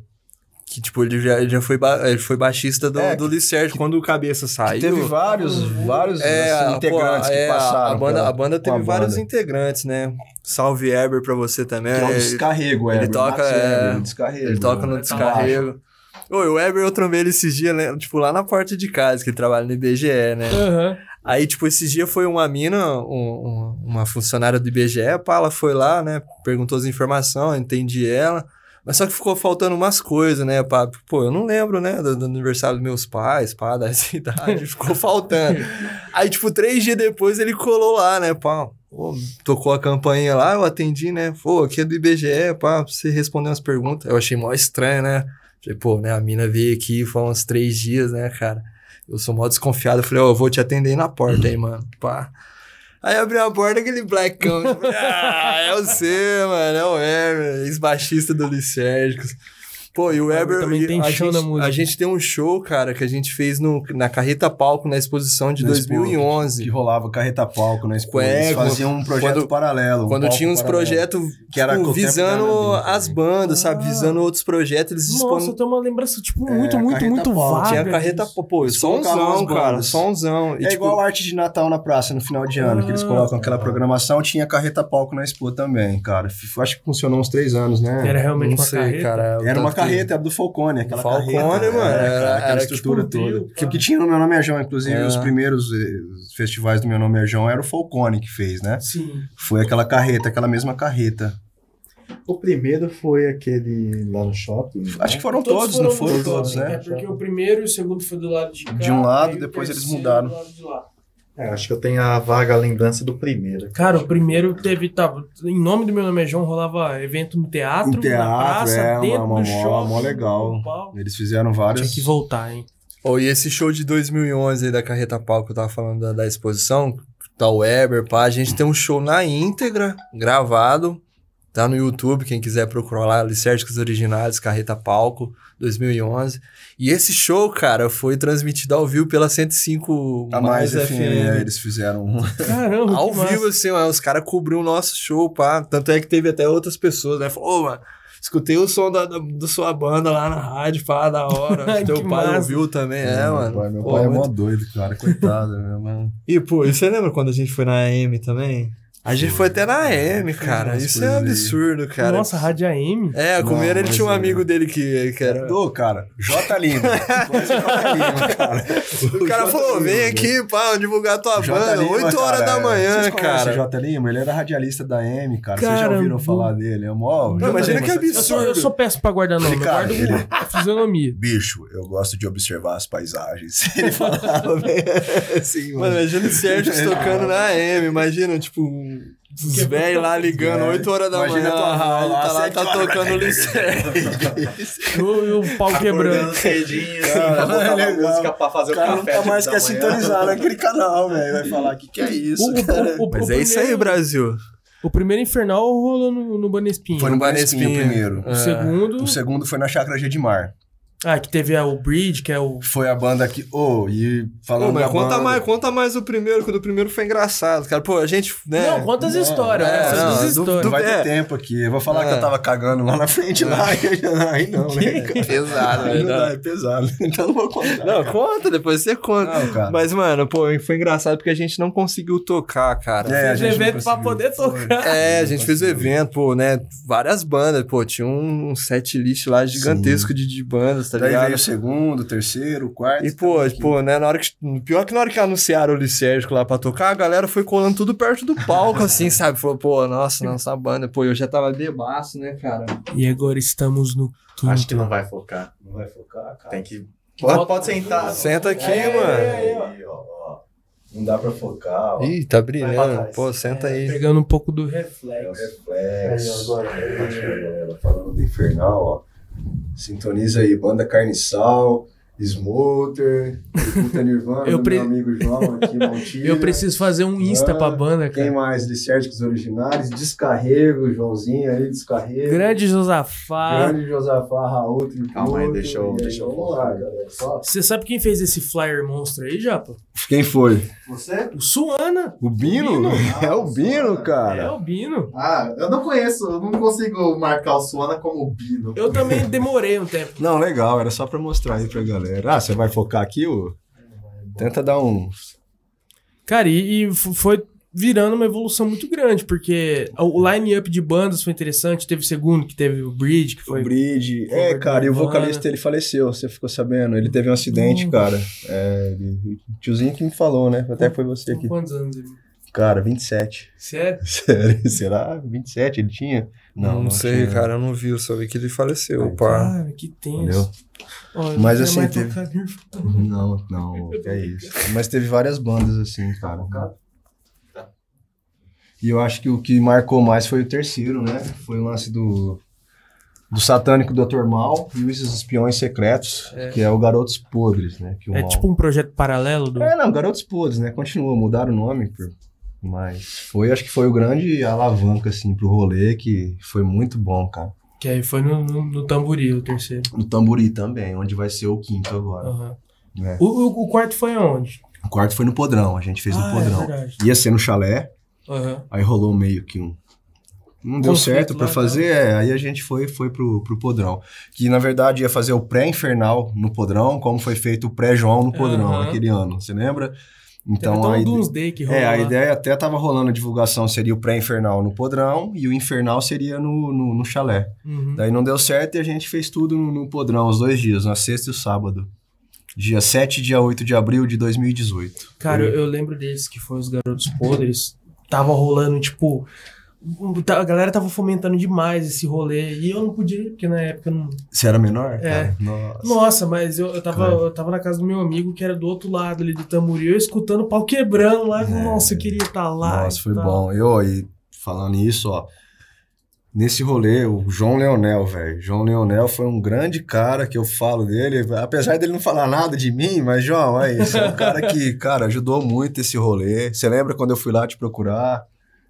S4: Que, tipo, ele já, ele já foi, ba- ele foi baixista do,
S3: É,
S4: do Licérgio quando o Cabeça saiu.
S3: Teve vários, vários assim,
S4: a-
S3: integrantes
S4: pô,
S3: que
S4: é, a-
S3: passaram.
S4: A banda,
S3: pela-
S4: a banda
S3: com
S4: teve
S3: a
S4: vários
S3: banda.
S4: integrantes, né? Salve Eber pra você também.
S3: Que é um
S4: Ele,
S3: descarrego, é.
S4: ele toca, é,
S3: descarrego.
S4: ele toca
S3: né?
S4: no descarrego. Oi, o Eber eu trombei ele esses dias, né? tipo, lá na porta de casa, que ele trabalha no IBGE, né?
S2: Aham.
S4: Aí, tipo, esses dias foi uma mina, um- um- uma funcionária do IBGE, pá, ela foi lá, né? Perguntou as informações, entendi ela. Mas só que ficou faltando umas coisas, né, pá? Pô, eu não lembro, né, do, do aniversário dos meus pais, pá, da idade, ficou faltando. Aí, tipo, três dias depois ele colou lá, né, pá. Ô, tocou a campainha lá, eu atendi, né? Pô, aqui é do IBGE, pá, pra você responder umas perguntas. Eu achei mó estranho, né? Falei, pô, né, a mina veio aqui, foi uns três dias, né, cara? Eu sou mó desconfiado. Eu falei, ó, eu vou te atender aí na porta aí, mano. Pá. Aí abriu a porta, aquele blackão. Eu falei, ah, é você, mano. É o Weber, ex-baixista do Licérgicos. Pô, e o Weber...
S2: também
S4: e
S2: tem
S4: a
S2: show na
S4: gente,
S2: música.
S4: A gente tem um show, cara, que a gente fez no, na Carreta Palco, na exposição de
S3: Na expo-
S4: 2011.
S3: Que rolava carreta palco, né?
S4: Com
S3: Eles
S4: ego,
S3: faziam um projeto
S4: quando-
S3: paralelo. um
S4: Quando
S3: palco
S4: tinha uns
S3: paralelo.
S4: projetos
S3: Que era
S4: tipo, visando
S3: contemporâneo, né?
S4: as bandas, sabe?
S3: Ah.
S4: Visando outros projetos, eles
S2: Nossa, eu
S4: disponibilizavam.
S2: tenho uma lembrança, tipo,
S3: É,
S2: muito, muito,
S3: carreta
S2: muito
S3: pau.
S2: vaga.
S4: Tinha carreta,
S2: disso.
S4: pô,
S3: Eles colocavam
S4: somzão,
S3: as
S4: cara,
S3: bandas.
S4: somzão. E,
S3: É
S4: tipo, Ah, tá.
S3: igual a arte de Natal na praça, no final de ano, que eles colocam aquela programação. Tinha carreta palco na Expo também, cara. F- Acho que funcionou uns três anos, né?
S2: Era É realmente
S4: não
S2: uma
S4: sei,
S2: carreta.
S4: cara. o
S3: Era uma
S4: tanto que-
S3: carreta, era do Falcone, aquela
S4: Falcone,
S3: carreta.
S4: mano,
S3: é,
S4: era-
S3: cara, aquela
S4: era
S3: estrutura
S2: tipo um
S3: toda.
S2: trio,
S3: Que, que tinha no Meu Nome é João, inclusive,
S4: É.
S3: os primeiros eh, festivais do Meu Nome é João era o Falcone que fez, né?
S2: Sim.
S3: Foi aquela carreta, aquela mesma carreta.
S1: O primeiro foi aquele lá no shopping. né?
S4: É,
S3: Acho que foram todos, não foram todos,
S2: É
S3: né?
S2: porque o primeiro e o segundo foi do lado de cá.
S3: De um lado,
S2: aí o
S3: depois eles
S2: terceiro
S3: mudaram.
S2: do lado de lá.
S1: É, acho que eu tenho a vaga lembrança do primeiro.
S2: Cara, o primeiro teve, tava, em nome do meu nome é João, rolava evento no teatro,
S3: No teatro,
S2: na praça,
S3: é, uma-
S2: dentro
S3: uma-
S2: do
S3: uma-
S2: shopping.
S3: mó legal.
S2: no palco.
S3: Eles fizeram
S2: Tinha
S3: vários.
S2: que voltar, hein?
S4: Ô, e esse show de 2011 aí da Carreta Pau que eu tava falando da, da exposição, tá o Weber, pá, a gente tem um show na íntegra, gravado, tá no YouTube, quem quiser procurar lá, Licérgicos Originais, Carreta Palco, 2011. E esse show, cara, foi transmitido ao vivo pela 105
S3: A mais, FM, é,
S4: FM.
S3: eles fizeram um.
S2: Caramba,
S4: Ao
S2: que massa.
S4: vivo, assim, ó, os caras cobriam o nosso show, pá. Tanto é que teve até outras pessoas, né? Falou, ô, mano, escutei o som da, da, da sua banda lá na rádio, pá, da hora.
S2: Que
S4: Teu pai
S2: massa.
S4: ouviu também, é, mano.
S3: Meu pai, meu
S4: Pô,
S3: pai é mó
S4: muito
S3: doido, cara, coitado, né, mano?
S4: E, pô, e você lembra quando a gente foi na AM também? A gente foi até na AM, cara.
S3: umas
S4: Isso é
S3: coisas aí.
S4: absurdo, cara.
S2: Nossa, Rádio AM.
S4: É, o Comeiro, ele
S3: Não,
S4: tinha um
S3: mas é.
S4: amigo dele que, que era...
S3: Ô, É cara, J Lima. Conhece o J Lima, cara.
S4: O cara falou, vem aqui, pá, divulgar tua banda, 8 horas da
S3: né?
S4: manhã,
S3: O
S4: cara.
S3: J Lima, ele era radialista da M, cara. Vocês
S2: Caramba.
S3: já ouviram falar dele? É mó. J.
S4: imagina
S3: Lima,
S4: que
S3: sabe?
S2: Eu sou, eu
S4: absurdo.
S2: sou péssimo pra guardar nome, eu
S3: Ele, cara,
S2: guardo
S3: é ele- é
S2: a fisionomia.
S3: Bicho, eu gosto de observar as paisagens. Ele falava meio assim, mano.
S4: Mano, imagina o Sérgio tocando na AM, imagina, tipo, um- os velhos lá ligando,
S3: É.
S4: 8 horas da
S3: Imagina
S4: manhã,
S3: tua
S4: a rádio
S3: avó lá,
S4: tá lá,
S3: sete
S4: tá
S3: horas.
S4: tocando o Liceu.
S2: E o- e o pau quebrando.
S1: Acordando cedinho, assim,
S3: Cara,
S1: pra botar
S3: é
S1: uma
S3: legal.
S1: música pra fazer
S3: O
S1: o,
S3: cara
S1: café.
S3: nunca mais
S1: da
S3: quer
S1: manhã.
S3: sintonizar naquele canal, velho. Vai falar, que que é isso?
S2: O- o-
S3: cara?"
S2: o- o-
S4: Mas é isso aí,
S2: primeiro-
S4: Brasil.
S2: O primeiro infernal rolou no, no Banespinho.
S3: Foi no É. Banespinha
S4: Banespinha.
S3: primeiro.
S2: O segundo.
S3: O segundo foi na Chácara Gedimar.
S2: Ah, que teve a- o Bridge, que é o.
S3: Foi a banda que. Ô, e falando
S4: Pô, mas
S3: da
S4: conta
S3: banda-
S4: mais, conta mais o primeiro, que o do primeiro foi engraçado, cara. Pô, a gente, né...
S2: Não, quantas
S3: Não,
S2: histórias.
S4: é,
S2: essas
S4: não,
S2: duas
S4: do-
S2: histórias.
S3: Não vai ter
S4: É.
S3: tempo aqui. Eu vou falar
S4: É.
S3: que eu tava cagando lá na frente, lá. Aí não, né? cara?
S4: Pesado,
S3: Aí não dá,
S4: verdade.
S3: é pesado. Então não vou contar.
S4: Não,
S3: cara.
S4: conta, depois você conta.
S3: Não, cara.
S4: Mas, mano, pô, foi engraçado porque a gente não conseguiu tocar, cara.
S3: É, a gente não
S2: evento pra
S3: conseguiu.
S2: poder
S3: Foi.
S2: tocar.
S4: É, a gente fez o evento, pô, né? Várias bandas, pô, tinha um set list lá gigantesco de, de bandas, tá
S3: Daí
S4: ligado?
S3: veio o segundo, o terceiro, o quarto.
S4: E, pô,
S3: tá aqui.
S4: pô, né, na hora que. Pior que na hora que anunciaram o Licérgico lá pra tocar, a galera foi colando tudo perto do palco, assim, sabe? Falou, pô, nossa, nossa banda. Pô, eu já tava bebaço, né, cara?
S2: E agora estamos no quinto.
S1: Acho que não vai focar.
S3: Não vai focar, cara.
S1: Tem que. Pode, pode sentar.
S4: Senta aqui,
S3: É,
S4: mano.
S3: é, é, ó, ó. Não dá pra focar, ó.
S4: Ih, tá
S3: Vai pra
S4: brilhando.
S3: trás.
S4: Pô, senta aí.
S2: Pegando um pouco do
S3: É o
S2: reflexo.
S3: reflexo. Ela falando do infernal, ó. Sintoniza aí, banda Carniçal, Smoter, Puta Nirvana,
S2: Eu
S3: do
S2: pre-
S3: meu amigo João aqui, Montilha.
S2: Eu preciso fazer um Insta pra banda,
S3: né? Quem
S2: cara.
S3: mais? Licérgicos Originários, Descarrego, Joãozinho aí, Descarrego.
S2: Grande Josafá.
S3: Grande Josafá, Raul, Tributo.
S1: Calma aí, deixa eu-
S3: E aí,
S1: deixa eu
S3: Vamos lá,
S1: focar.
S3: galera. Só-
S2: Você sabe quem fez esse flyer monstro aí, Japa?
S3: Quem foi?
S1: Você?
S2: O Suana.
S3: O Bino? É o Bino,
S2: É
S3: cara.
S2: o Bino.
S1: Ah, eu não conheço, eu não consigo marcar o Suana como o Bino.
S2: Eu também demorei um tempo.
S3: Não, legal, era só pra mostrar aí pra galera. Ah, você vai focar aqui, ô? Tenta dar um.
S2: Cara, e, e f- foi virando uma evolução muito grande, porque o line-up de bandas foi interessante. Teve o segundo, que teve o Bridge, que É, foi.
S3: O Bridge.
S2: foi
S3: É, cara, e o
S2: Nirvana.
S3: vocalista ele faleceu, você ficou sabendo. Ele teve um acidente,
S2: Hum.
S3: cara. É, ele- o tiozinho que me falou, né? Até foi você
S2: Com
S3: aqui.
S2: quantos anos? ele-
S3: Cara, 27.
S2: Sério?
S3: Sério? Será? 27 ele tinha?
S4: Não, não sei,
S3: tinha. tá.
S4: cara, eu não vi, eu só vi que ele faleceu,
S3: Ai,
S4: pá.
S2: Cara, que
S3: Entendeu?
S2: tenso. Ó, eu
S3: Mas
S2: não quero
S3: assim,
S2: mais
S3: teve-
S2: tocar Nirvana.
S3: Não, não, é isso. Mas teve várias bandas assim, cara.
S4: Uhum.
S3: E eu acho que o que marcou mais foi o terceiro, né? Foi o lance do, do satânico Dr. Mal e os espiões secretos, que é o Garotos Podres, né? Que o
S2: É
S3: Mal-
S2: tipo um projeto paralelo do.
S3: É, não, Garotos Podres, né? Continua, mudaram o nome, por- mas foi, acho que foi o grande alavanca, assim, pro rolê, que foi muito bom, cara.
S2: Que aí foi no, no, no Tamburi, o terceiro.
S3: No Tamburi também, onde vai ser o quinto agora.
S2: Aham.
S3: Uhum. É.
S2: O, o- o quarto foi onde?
S3: O quarto foi no Podrão, a gente fez
S2: Ah,
S3: no Podrão.
S2: É verdade.
S3: Ia ser no chalé,
S2: Aham.
S3: Aí rolou meio que um. Não deu
S2: Conflito
S3: certo pra
S2: lá, né?
S3: fazer, é, aí a gente foi foi pro, pro Podrão. Que na verdade ia fazer o pré-infernal no Podrão, como foi feito o pré-João no Podrão
S2: Aham.
S3: naquele ano, você lembra?
S2: Teve
S3: Então
S2: até
S3: a,
S2: um
S3: ide-
S2: Doomsday que rolou.
S3: é, a
S2: lá.
S3: ideia até tava rolando a divulgação, seria o pré-infernal no Podrão e o infernal seria no, no, no chalé.
S2: Uhum.
S3: Daí não deu certo e a gente fez tudo no, no Podrão, os dois dias, na sexta e o sábado. Dia 7 e dia 8 de abril de 2018.
S2: Cara, eu, eu lembro desse que foi os Garotos Podres. Tava rolando, tipo. um- tá- A galera tava fomentando demais esse rolê. E eu não podia, ir, porque na época eu não.
S3: Você era menor?
S2: É.
S3: cara? Nossa.
S2: Nossa, mas eu, eu, tava,
S3: Cara.
S2: eu tava na casa do meu amigo, que era do outro lado ali do Tamboril, eu escutando o pau quebrando lá. Nossa, eu queria estar lá.
S3: É. Nossa,
S2: e
S3: foi
S2: tal.
S3: bom. Eu, e falando nisso, ó. Nesse rolê, o João Leonel, velho. João Leonel foi um grande cara que eu falo dele. Apesar dele não falar nada de mim, mas, João, é isso. É um cara que, cara, ajudou muito esse rolê. Você lembra quando eu fui lá te procurar?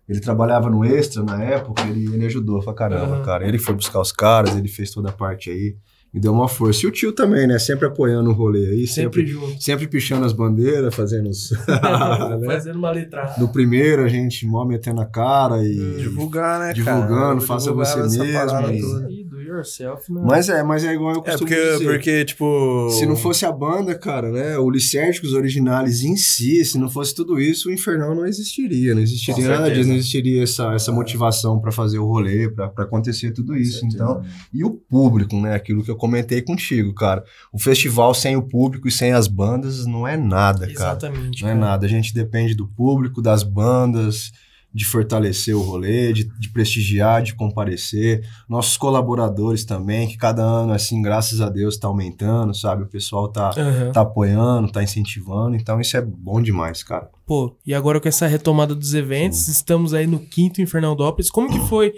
S3: Ele trabalhava no Extra na época, ele, ele ajudou pra caramba,
S2: Aham.
S3: cara. Ele foi buscar os caras, ele fez toda a parte aí. Me deu uma força. E o tio também, né? Sempre apoiando o rolê aí. Sempre,
S2: Sempre junto.
S3: sempre pichando as bandeiras, fazendo os. né?
S2: Fazendo uma letra.
S3: No primeiro, a gente mó metendo a cara e.
S4: Divulgar, né, cara?
S3: Divulgando, faça
S4: Divulgar
S3: você
S4: essa parada
S3: mesmo,
S4: toda.
S2: E do yourself, né?
S3: Mas é, mas é igual eu
S4: É,
S3: costumo
S4: porque,
S3: dizer.
S4: porque, tipo.
S3: Se não fosse a banda, cara, né? O Licérgicos originais em si, se não fosse tudo isso, o Infernal não existiria. Não existiria
S1: Com
S3: nada
S1: certeza.
S3: disso, não existiria essa,
S4: É.
S3: essa motivação pra fazer o rolê, pra pra acontecer tudo isso. Então, e o público, né? Aquilo que eu comentei contigo, cara. O festival sem o público e sem as bandas não é nada, cara.
S2: Exatamente.
S3: Não é
S2: cara.
S3: nada. A gente depende do público, das bandas, de fortalecer o rolê, de, de prestigiar, de comparecer. Nossos colaboradores também, que cada ano, assim, graças a Deus, tá aumentando, sabe? O pessoal tá,
S2: Aham.
S3: tá apoiando, tá incentivando. Então, isso é bom demais, cara.
S2: Pô, e agora com essa retomada dos eventos, estamos aí no quinto Infernaldópolis. Como que foi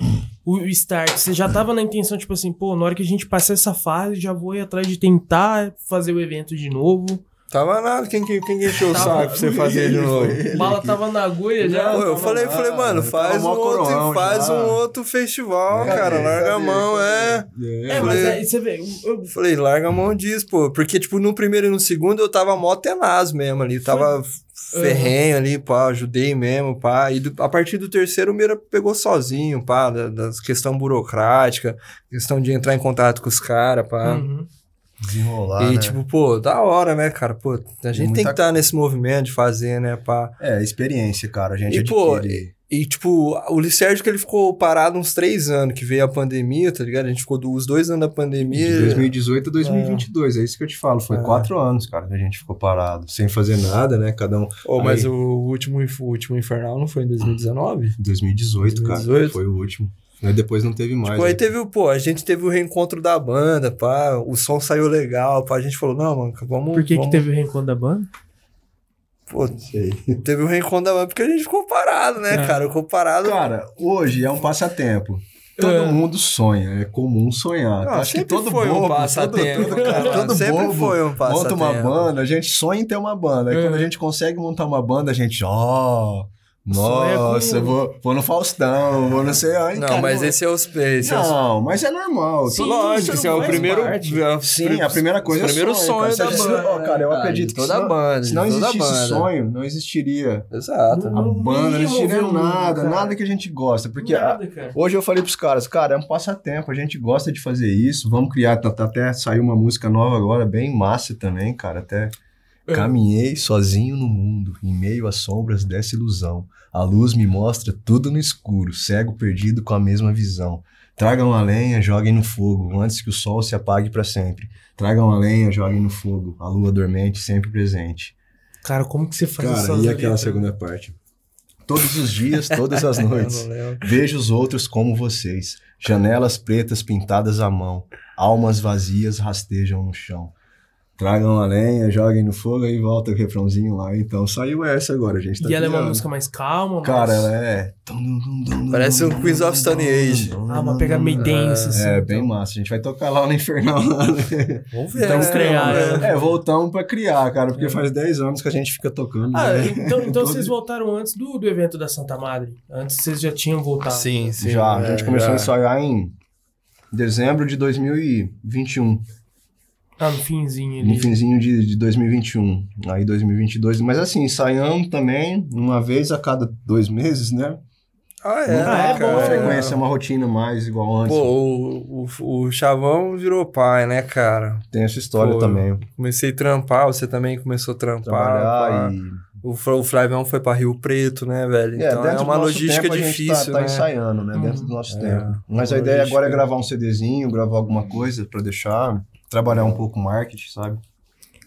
S2: o o start? Você já tava na intenção, tipo assim, pô, na hora que a gente passar essa fase, já vou ir atrás de tentar fazer o evento de novo.
S4: Tava nada, quem, quem, quem encheu o
S2: Tava-
S4: saco pra você fazer de novo?
S2: Bala tava na agulha já.
S4: Pô, eu
S2: tava-
S4: falei,
S3: lá,
S4: falei, mano,
S3: tava
S4: faz um
S3: mó
S4: outro,
S3: coroão
S4: faz
S3: já.
S4: um outro festival, cara, larga a mão, é.
S2: É, mas aí você vê. eu-
S4: Eu Falei, larga a mão disso, pô. Porque, tipo, no primeiro e no segundo eu tava mó tenaz mesmo ali. Tava ferrenho ali, pá, ajudei mesmo, pá. E do- a partir do terceiro o Mira pegou sozinho, pá, da, das questão burocrática, questão de entrar em contato com os caras,
S2: eu-
S3: Ah,
S4: pá.
S2: Uhum.
S3: Desenrolar,
S4: e,
S3: né?
S4: tipo, pô, da hora, né, cara? Pô, a gente tem que tá
S3: muita-
S4: estar nesse movimento de fazer, né, pá.
S3: É, experiência, cara. A gente
S4: E, pô,
S3: adquire
S4: E, tipo, o Licérgio que ele ficou parado uns três anos, que veio a pandemia, tá ligado? A gente ficou do- os dois anos da pandemia.
S3: De 2018 a 2022, é. isso que eu te falo. Foi
S4: É.
S3: quatro anos, cara, que a gente ficou parado, sem fazer nada, né? Cada um.
S4: Oh, mas
S3: Aí.
S4: o último, o último Infernal não foi em 2019?
S3: 2018, cara,
S4: 2018.
S3: foi o último. Aí depois não teve mais.
S4: Tipo, aí
S3: né?
S4: teve o, pô, a gente teve o reencontro da banda, pá, o som saiu legal, pá, a gente falou, não, mano, vamos...
S2: Por que, que
S4: vamos-
S2: teve o reencontro da banda?
S4: Pô,
S1: tipo,
S4: teve o reencontro da banda porque a gente ficou parado, né,
S2: É.
S4: cara? Ficou parado...
S3: Cara, hoje é um passatempo. Todo
S2: É.
S3: mundo sonha, é comum sonhar.
S4: Não,
S3: Acho que
S4: sempre
S3: todo
S4: foi
S3: bobo,
S4: um passatempo,
S3: todo, todo,
S4: cara.
S3: todo
S4: sempre
S3: bobo
S4: foi um
S3: monta
S4: passatempo.
S3: uma banda, a gente sonha em ter uma banda. Aí
S2: É.
S3: quando a gente consegue montar uma banda, a gente, ó,
S2: Sonha com-
S3: nossa, vou, vou no Faustão, vou não sei onde.
S4: Não,
S3: cara,
S4: mas esse é os... Esse é os...
S3: Não, mas é normal.
S2: Sim,
S3: todo mundo
S4: Lógico,
S2: você
S4: esse
S2: não
S4: é o
S2: faz
S4: primeiro...
S2: parte.
S4: é o
S3: Sim, a primeira coisa é
S4: primeiro
S3: sonho,
S4: sonho
S3: cara.
S4: da
S3: Se a gente-
S4: banda,
S3: ó, cara, eu
S4: cara,
S3: acredito
S4: de
S3: que
S4: toda
S3: se não,
S4: banda,
S3: se
S4: de
S3: não
S4: toda
S3: existisse
S4: banda.
S3: sonho, não existiria.
S4: Exato.
S3: Ah, tá. A
S2: No
S3: banda não
S2: mínimo,
S3: existiria
S4: um
S2: viu,
S3: nada,
S2: cara?
S3: nada que a gente gosta. Porque a-
S2: Nada, cara.
S3: Hoje eu falei pros caras, cara, é um passatempo, a gente gosta de fazer isso, vamos criar, tá, tá- até saiu uma música nova agora, bem massa também, cara, até
S2: É.
S3: Caminhei sozinho no mundo, em meio às sombras dessa ilusão. A luz me mostra tudo no escuro, cego perdido com a mesma visão. Tragam a lenha, joguem no fogo, antes que o sol se apague pra sempre. Tragam a lenha, joguem no fogo, a lua dormente sempre presente.
S2: Cara, como que você faz um
S3: Cara,
S2: essas
S3: e aquela
S2: letras?
S3: segunda parte? Todos os dias, todas
S2: É,
S3: as noites.
S4: Eu não lembro.
S3: Vejo os outros como vocês, janelas pretas pintadas à mão, almas vazias rastejam no chão. Tragam a lenha, joguem no fogo e volta o refrãozinho lá. Então saiu essa agora, gente. tá
S2: E ela é uma
S3: criando.
S2: música mais calma,
S3: Cara,
S2: mais...
S3: ela é.
S4: Parece um Queens of Stone Age.
S2: Ah, uma pegada meio densa, assim.
S3: É, bem massa. A gente vai tocar lá no Infernal. lá, né?
S4: Vamos ver.
S2: Então, criar ela.
S3: É, voltamos pra criar, cara, porque faz 10 anos que a gente fica tocando.
S2: É. Ah,
S3: né?
S2: então, então
S3: Todo-
S2: vocês voltaram antes do, do evento da Santa Madre. Antes vocês já tinham voltado.
S4: Sim, sim.
S3: já, a gente
S4: Tá. é,
S3: começou
S4: já.
S3: a ensaiar em dezembro de 2021.
S2: Ah, no finzinho ali.
S3: No finzinho de, de 2021. Aí 2022. Mas assim, ensaiamos também uma vez a cada dois meses, né?
S4: Ah, é.
S3: Não
S2: Ah,
S3: tá
S2: é
S3: com
S2: bom,
S3: uma
S2: né?
S3: frequência, uma rotina mais igual antes.
S4: Pô, o, o, o Chavão virou pai, né, cara?
S3: Tem essa história
S4: pô,
S3: também.
S4: Comecei a trampar, você também começou a trampar.
S3: Trabalhar
S4: pá.
S3: e.
S4: O, Fra- o Flavião foi pra Rio Preto, né, velho? então é
S3: dentro do
S4: uma
S3: nosso
S4: logística
S3: tempo, a gente
S4: difícil,
S3: tá, tá
S4: né?
S3: ensaiando, né?
S2: Uhum.
S3: Dentro do nosso
S4: É.
S3: tempo. Mas a
S4: Uma
S3: ideia agora é
S4: logística.
S3: gravar um CDzinho, gravar alguma coisa pra deixar. Trabalhar um pouco o marketing, sabe?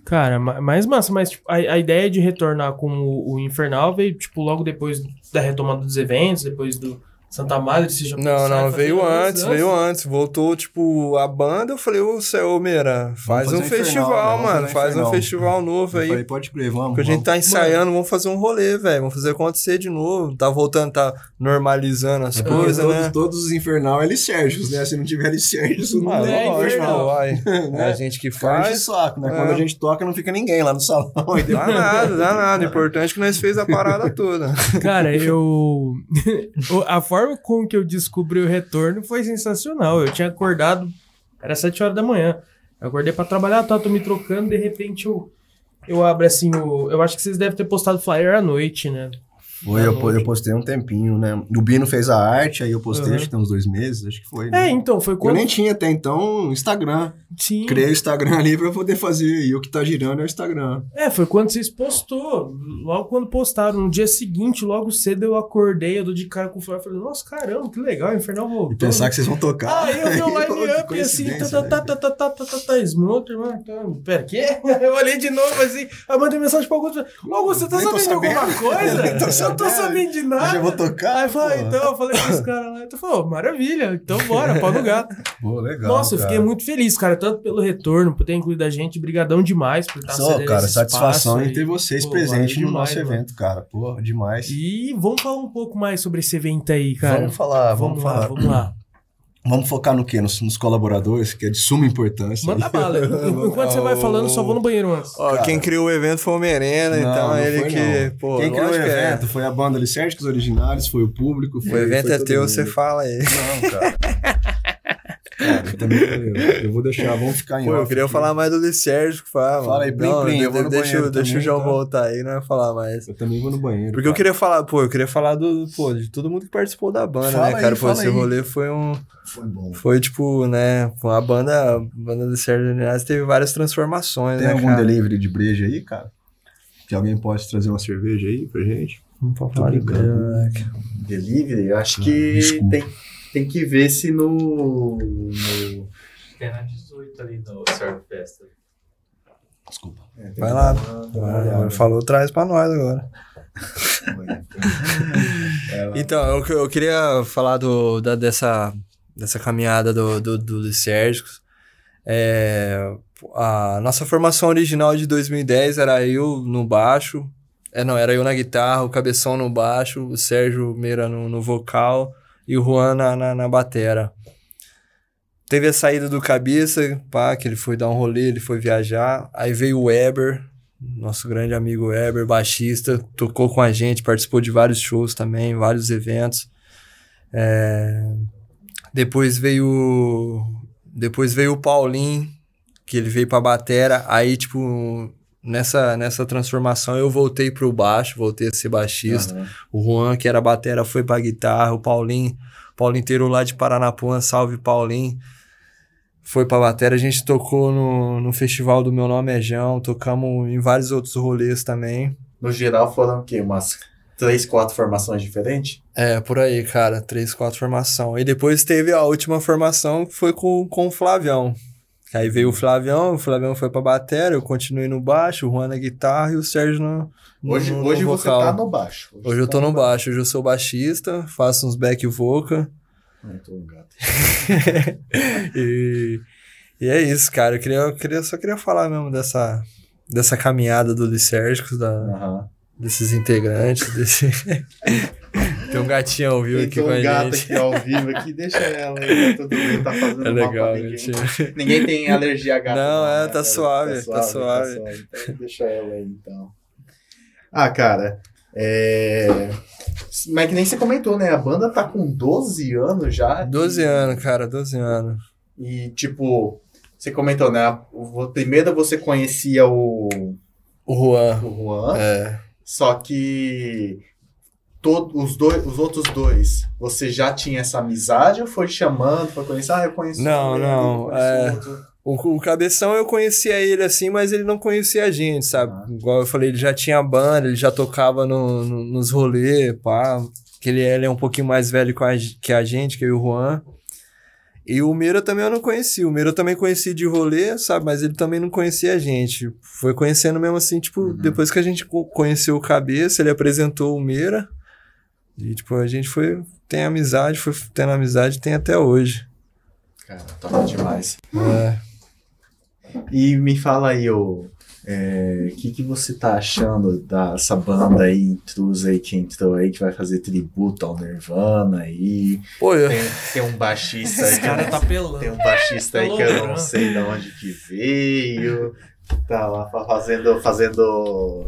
S2: Cara, ma- mas massa, mas tipo, a, a ideia de retornar com o, o Infernal veio, tipo, logo depois da retomada dos eventos, depois do Santa Madre, você já
S4: Não, não, veio antes, veio
S2: assim, antes.
S4: antes. Voltou, tipo, a banda. Eu falei, ô, Céu, Meira, faz
S3: fazer
S4: um
S3: um infernal,
S4: festival,
S3: né? Vamos fazer
S4: mano.
S3: um
S4: Faz um
S3: infernal.
S4: festival novo
S3: Eu
S4: aí,
S3: falei, pode crer, vamos.
S4: Porque a gente
S3: vamos.
S4: tá ensaiando, vamos fazer um rolê, velho. Vamos fazer acontecer de novo. Tá voltando, tá normalizando as
S3: É porque
S4: coisas,
S3: todos,
S4: né?
S3: todos os infernal é Licérgios, né? Se não tiver Licérgios, não
S4: Ah,
S2: Mano,
S3: tem
S2: é
S4: lógico,
S2: infernal.
S4: pô, vai. É a gente que
S3: Cara de
S4: faz.
S3: saco, né? Quando
S4: É.
S3: a gente toca, não fica ninguém lá no salão.
S4: Dá nada, dá nada. O importante é que nós fez a parada toda.
S2: Cara, eu. o- a forma com que eu descobri o retorno foi sensacional. Eu tinha acordado, era 7 horas da manhã. Eu acordei pra trabalhar, tá, tô me trocando, de repente eu, eu abro assim o. Eu acho que vocês devem ter postado flyer à noite, né?
S3: Foi, eu, po- eu postei um tempinho, né? O Bino fez a arte, aí eu postei,
S2: Uhum.
S3: acho que tem uns dois meses, acho que foi.
S2: É,
S3: Né?
S2: então, foi
S3: eu
S2: quando.
S3: nem tinha até então Instagram.
S2: Sim.
S3: Criei o Instagram ali pra poder fazer. E o que tá girando é o Instagram.
S2: É, foi quando vocês postou. Logo quando postaram. No dia seguinte, logo cedo, eu acordei, eu dou de cara com o flyer. Falei, nossa, caramba, que legal, o Infernal voltou.
S3: E pensar que vocês vão tocar.
S2: Aí Ah, eu vi o line
S3: Que
S2: up e assim, tá,
S3: coincidência,
S2: tá, tá, tá, tá, tá, tá, tá, tá, Smoker, mano, tá, pera, quê? Eu olhei de novo assim, aí mandei mensagem pro Augusto, ô Augusto, você tá
S3: Nem tô
S2: sabendo de alguma
S3: sabendo.
S2: coisa?
S3: Nem tô
S2: Eu não tô
S3: sabendo.
S2: sabendo de
S3: velho. Eu já
S2: nada.
S3: vou tocar.
S2: Aí falei,
S3: pô.
S2: então, eu falei com os caras lá, então falou, maravilha, então bora, pau no gato.
S3: Pô, legal.
S2: Nossa, eu
S3: cara.
S2: fiquei muito feliz, cara, tanto pelo retorno, por ter incluído a gente, brigadão demais por estar
S3: Só,
S2: cedendo
S3: cara,
S2: esse
S3: satisfação
S2: espaço
S3: em
S2: e-
S3: ter vocês
S2: pô,
S3: presentes
S2: valeu
S3: no nosso
S2: demais,
S3: evento, cara. Pô, demais.
S2: E vamos falar um pouco mais sobre esse evento aí, cara.
S3: vamos falar, vamos,
S2: Vamos lá,
S3: falar.
S2: vamos lá.
S3: Vamos focar no quê? Nos, nos colaboradores, que é de suma importância.
S2: Manda bala. Enquanto você vai falando, só vou no banheiro antes.
S4: Ó,
S3: Cara.
S4: quem criou o evento foi o Merenda,
S3: Não,
S4: então
S3: não
S4: ele
S3: foi,
S4: que.
S3: não.
S4: Pô,
S3: Quem criou o
S4: lógico que é.
S3: evento foi a banda Licérgicos Originários, foi o público.
S4: O
S3: Foi,
S4: evento
S3: foi
S4: é
S3: todo
S4: teu,
S3: mundo.
S4: você fala aí.
S3: Não, cara. cara eu, também, eu, eu vou deixar, vamos ficar em
S4: Pô, eu
S3: off
S4: queria
S3: aqui.
S4: falar mais do Licérgio, fala.
S3: Fala aí,
S4: mano.
S3: plim,
S4: Não,
S3: plim,
S4: de-
S3: eu vou no
S4: deixa, eu-
S3: banheiro
S4: deixa o
S3: também,
S4: João
S3: tá?
S4: voltar aí, não vai falar mais.
S3: Eu também vou no banheiro.
S4: Porque eu
S3: cara.
S4: queria falar, pô, eu queria falar do, pô, de todo mundo que participou da banda,
S3: Fala
S4: né,
S3: aí,
S4: cara? pô,
S3: fala
S4: esse
S3: aí.
S4: rolê foi um.
S5: Foi bom.
S4: Foi tipo, né? A banda, a banda do Sérgio Daniels teve várias transformações,
S3: Tem
S4: né?
S3: algum
S4: cara?
S3: delivery de breja aí, cara? Que alguém pode trazer uma cerveja aí pra gente?
S2: Não pode falar de
S3: brincando.
S2: coisa.
S1: Delivery, eu
S4: Ah,
S1: acho que
S3: desculpa.
S1: tem, tem que ver se no. no-
S5: Tem na 18 ali no Serve Festa.
S3: Desculpa.
S1: é, tem
S4: Vai lá.
S1: que-
S4: Agora Falou, traz pra nós agora. Então, eu, que- eu queria falar do, da- dessa, dessa caminhada do, do, do Lisérgicos. É, a nossa formação original de 2010 era eu no baixo. É, não, era eu na guitarra, o Cabeção no baixo, o Sérgio Meira no, no vocal e o Juan na, na, na batera. Teve a saída do Cabeça, pá, que ele foi dar um rolê, ele foi viajar. Aí veio o Weber, nosso grande amigo Weber, baixista, tocou com a gente, participou de vários shows também, vários eventos. É, Depois veio depois veio o Paulinho, que ele veio pra batera, aí tipo nessa nessa transformação eu voltei pro baixo, voltei a ser baixista.
S1: Aham.
S4: O Juan, que era batera, foi pra guitarra, o Paulinho, Paulinho inteiro lá de Paranapuã, salve Paulinho. Foi pra batera, a gente tocou no, no festival do Meu Nome é Jão, tocamos em vários outros rolês também.
S1: No geral foram o quê? Umas três, quatro formações diferentes?
S4: É, por aí, cara. Três, quatro formação. E depois teve a última formação que foi com, com o Flavião. Que Aí veio o Flavião, o Flavião foi pra bateria, eu continuei no baixo, o Juan na guitarra e o Sérgio no, no,
S1: Hoje,
S4: no
S1: hoje você
S4: vocal.
S1: tá no baixo.
S4: Hoje
S1: você
S4: eu tô
S1: tá
S4: no baixo, hoje eu sou baixista, faço uns back vocal.
S1: Ah, eu tô um gato.
S4: e, e é isso, cara. Eu, queria, eu queria, só queria falar mesmo dessa, dessa caminhada do Licérgicos, da,
S1: Aham.
S4: desses integrantes, desse... Tem um gatinho ouviu
S1: Tem
S4: aqui
S1: um
S4: com a
S1: gato
S4: gente.
S1: aqui ao vivo aqui, deixa ela. aí, Tá tudo bem, tá fazendo
S4: É
S1: mal pra
S4: legal,
S1: ninguém.
S4: gatinho.
S1: Ninguém tem alergia a gato. né?
S4: Não, é, tá
S1: Ela-
S4: suave, tá suave.
S1: Então, deixa ela aí, então. Ah, cara, é... Mas que nem você comentou, né? A banda tá com 12 anos já.
S4: 12
S1: e-
S4: anos, cara, 12 anos.
S1: E, tipo, você comentou, né? O- Primeiro você conhecia o, o
S4: O Juan.
S1: Juan,
S4: É.
S1: só que... Todo, os, dois, os outros dois, você já tinha essa amizade ou foi chamando, foi conhecendo? Ah, eu conheço
S4: Não,
S1: ele, eu
S4: não,
S1: conheço
S4: é.
S1: outro.
S4: O, o Cabeção eu conhecia ele assim, mas ele não conhecia a gente, sabe?
S1: Ah.
S4: Igual eu falei, ele já tinha banda, ele já tocava no, no- nos rolê, pá. Que ele, ele é um pouquinho mais velho com a ge- que a gente, que eu e o Juan. E o Mira também eu não conheci. O Mira eu também conheci de rolê, sabe? Mas ele também não conhecia a gente. Foi conhecendo mesmo assim, tipo,
S1: Uhum.
S4: depois que a gente co- conheceu o Cabeça, ele apresentou o Mira. E, tipo, a gente foi. Tem amizade, foi tendo amizade, tem até hoje.
S1: Cara, toca demais.
S4: É.
S1: E me fala aí, ô, é, o que, que você tá achando dessa banda aí, intrusa aí, que entrou aí, que vai fazer tributo ao Nirvana aí.
S4: Pô, eu-
S1: Tem, tem um baixista aí
S2: Esse
S1: que eu
S2: cara
S1: não-
S2: tá pelando.
S1: tem um baixista aí que eu não
S2: louco.
S1: sei de onde que veio. Tá lá fa- fazendo. fazendo.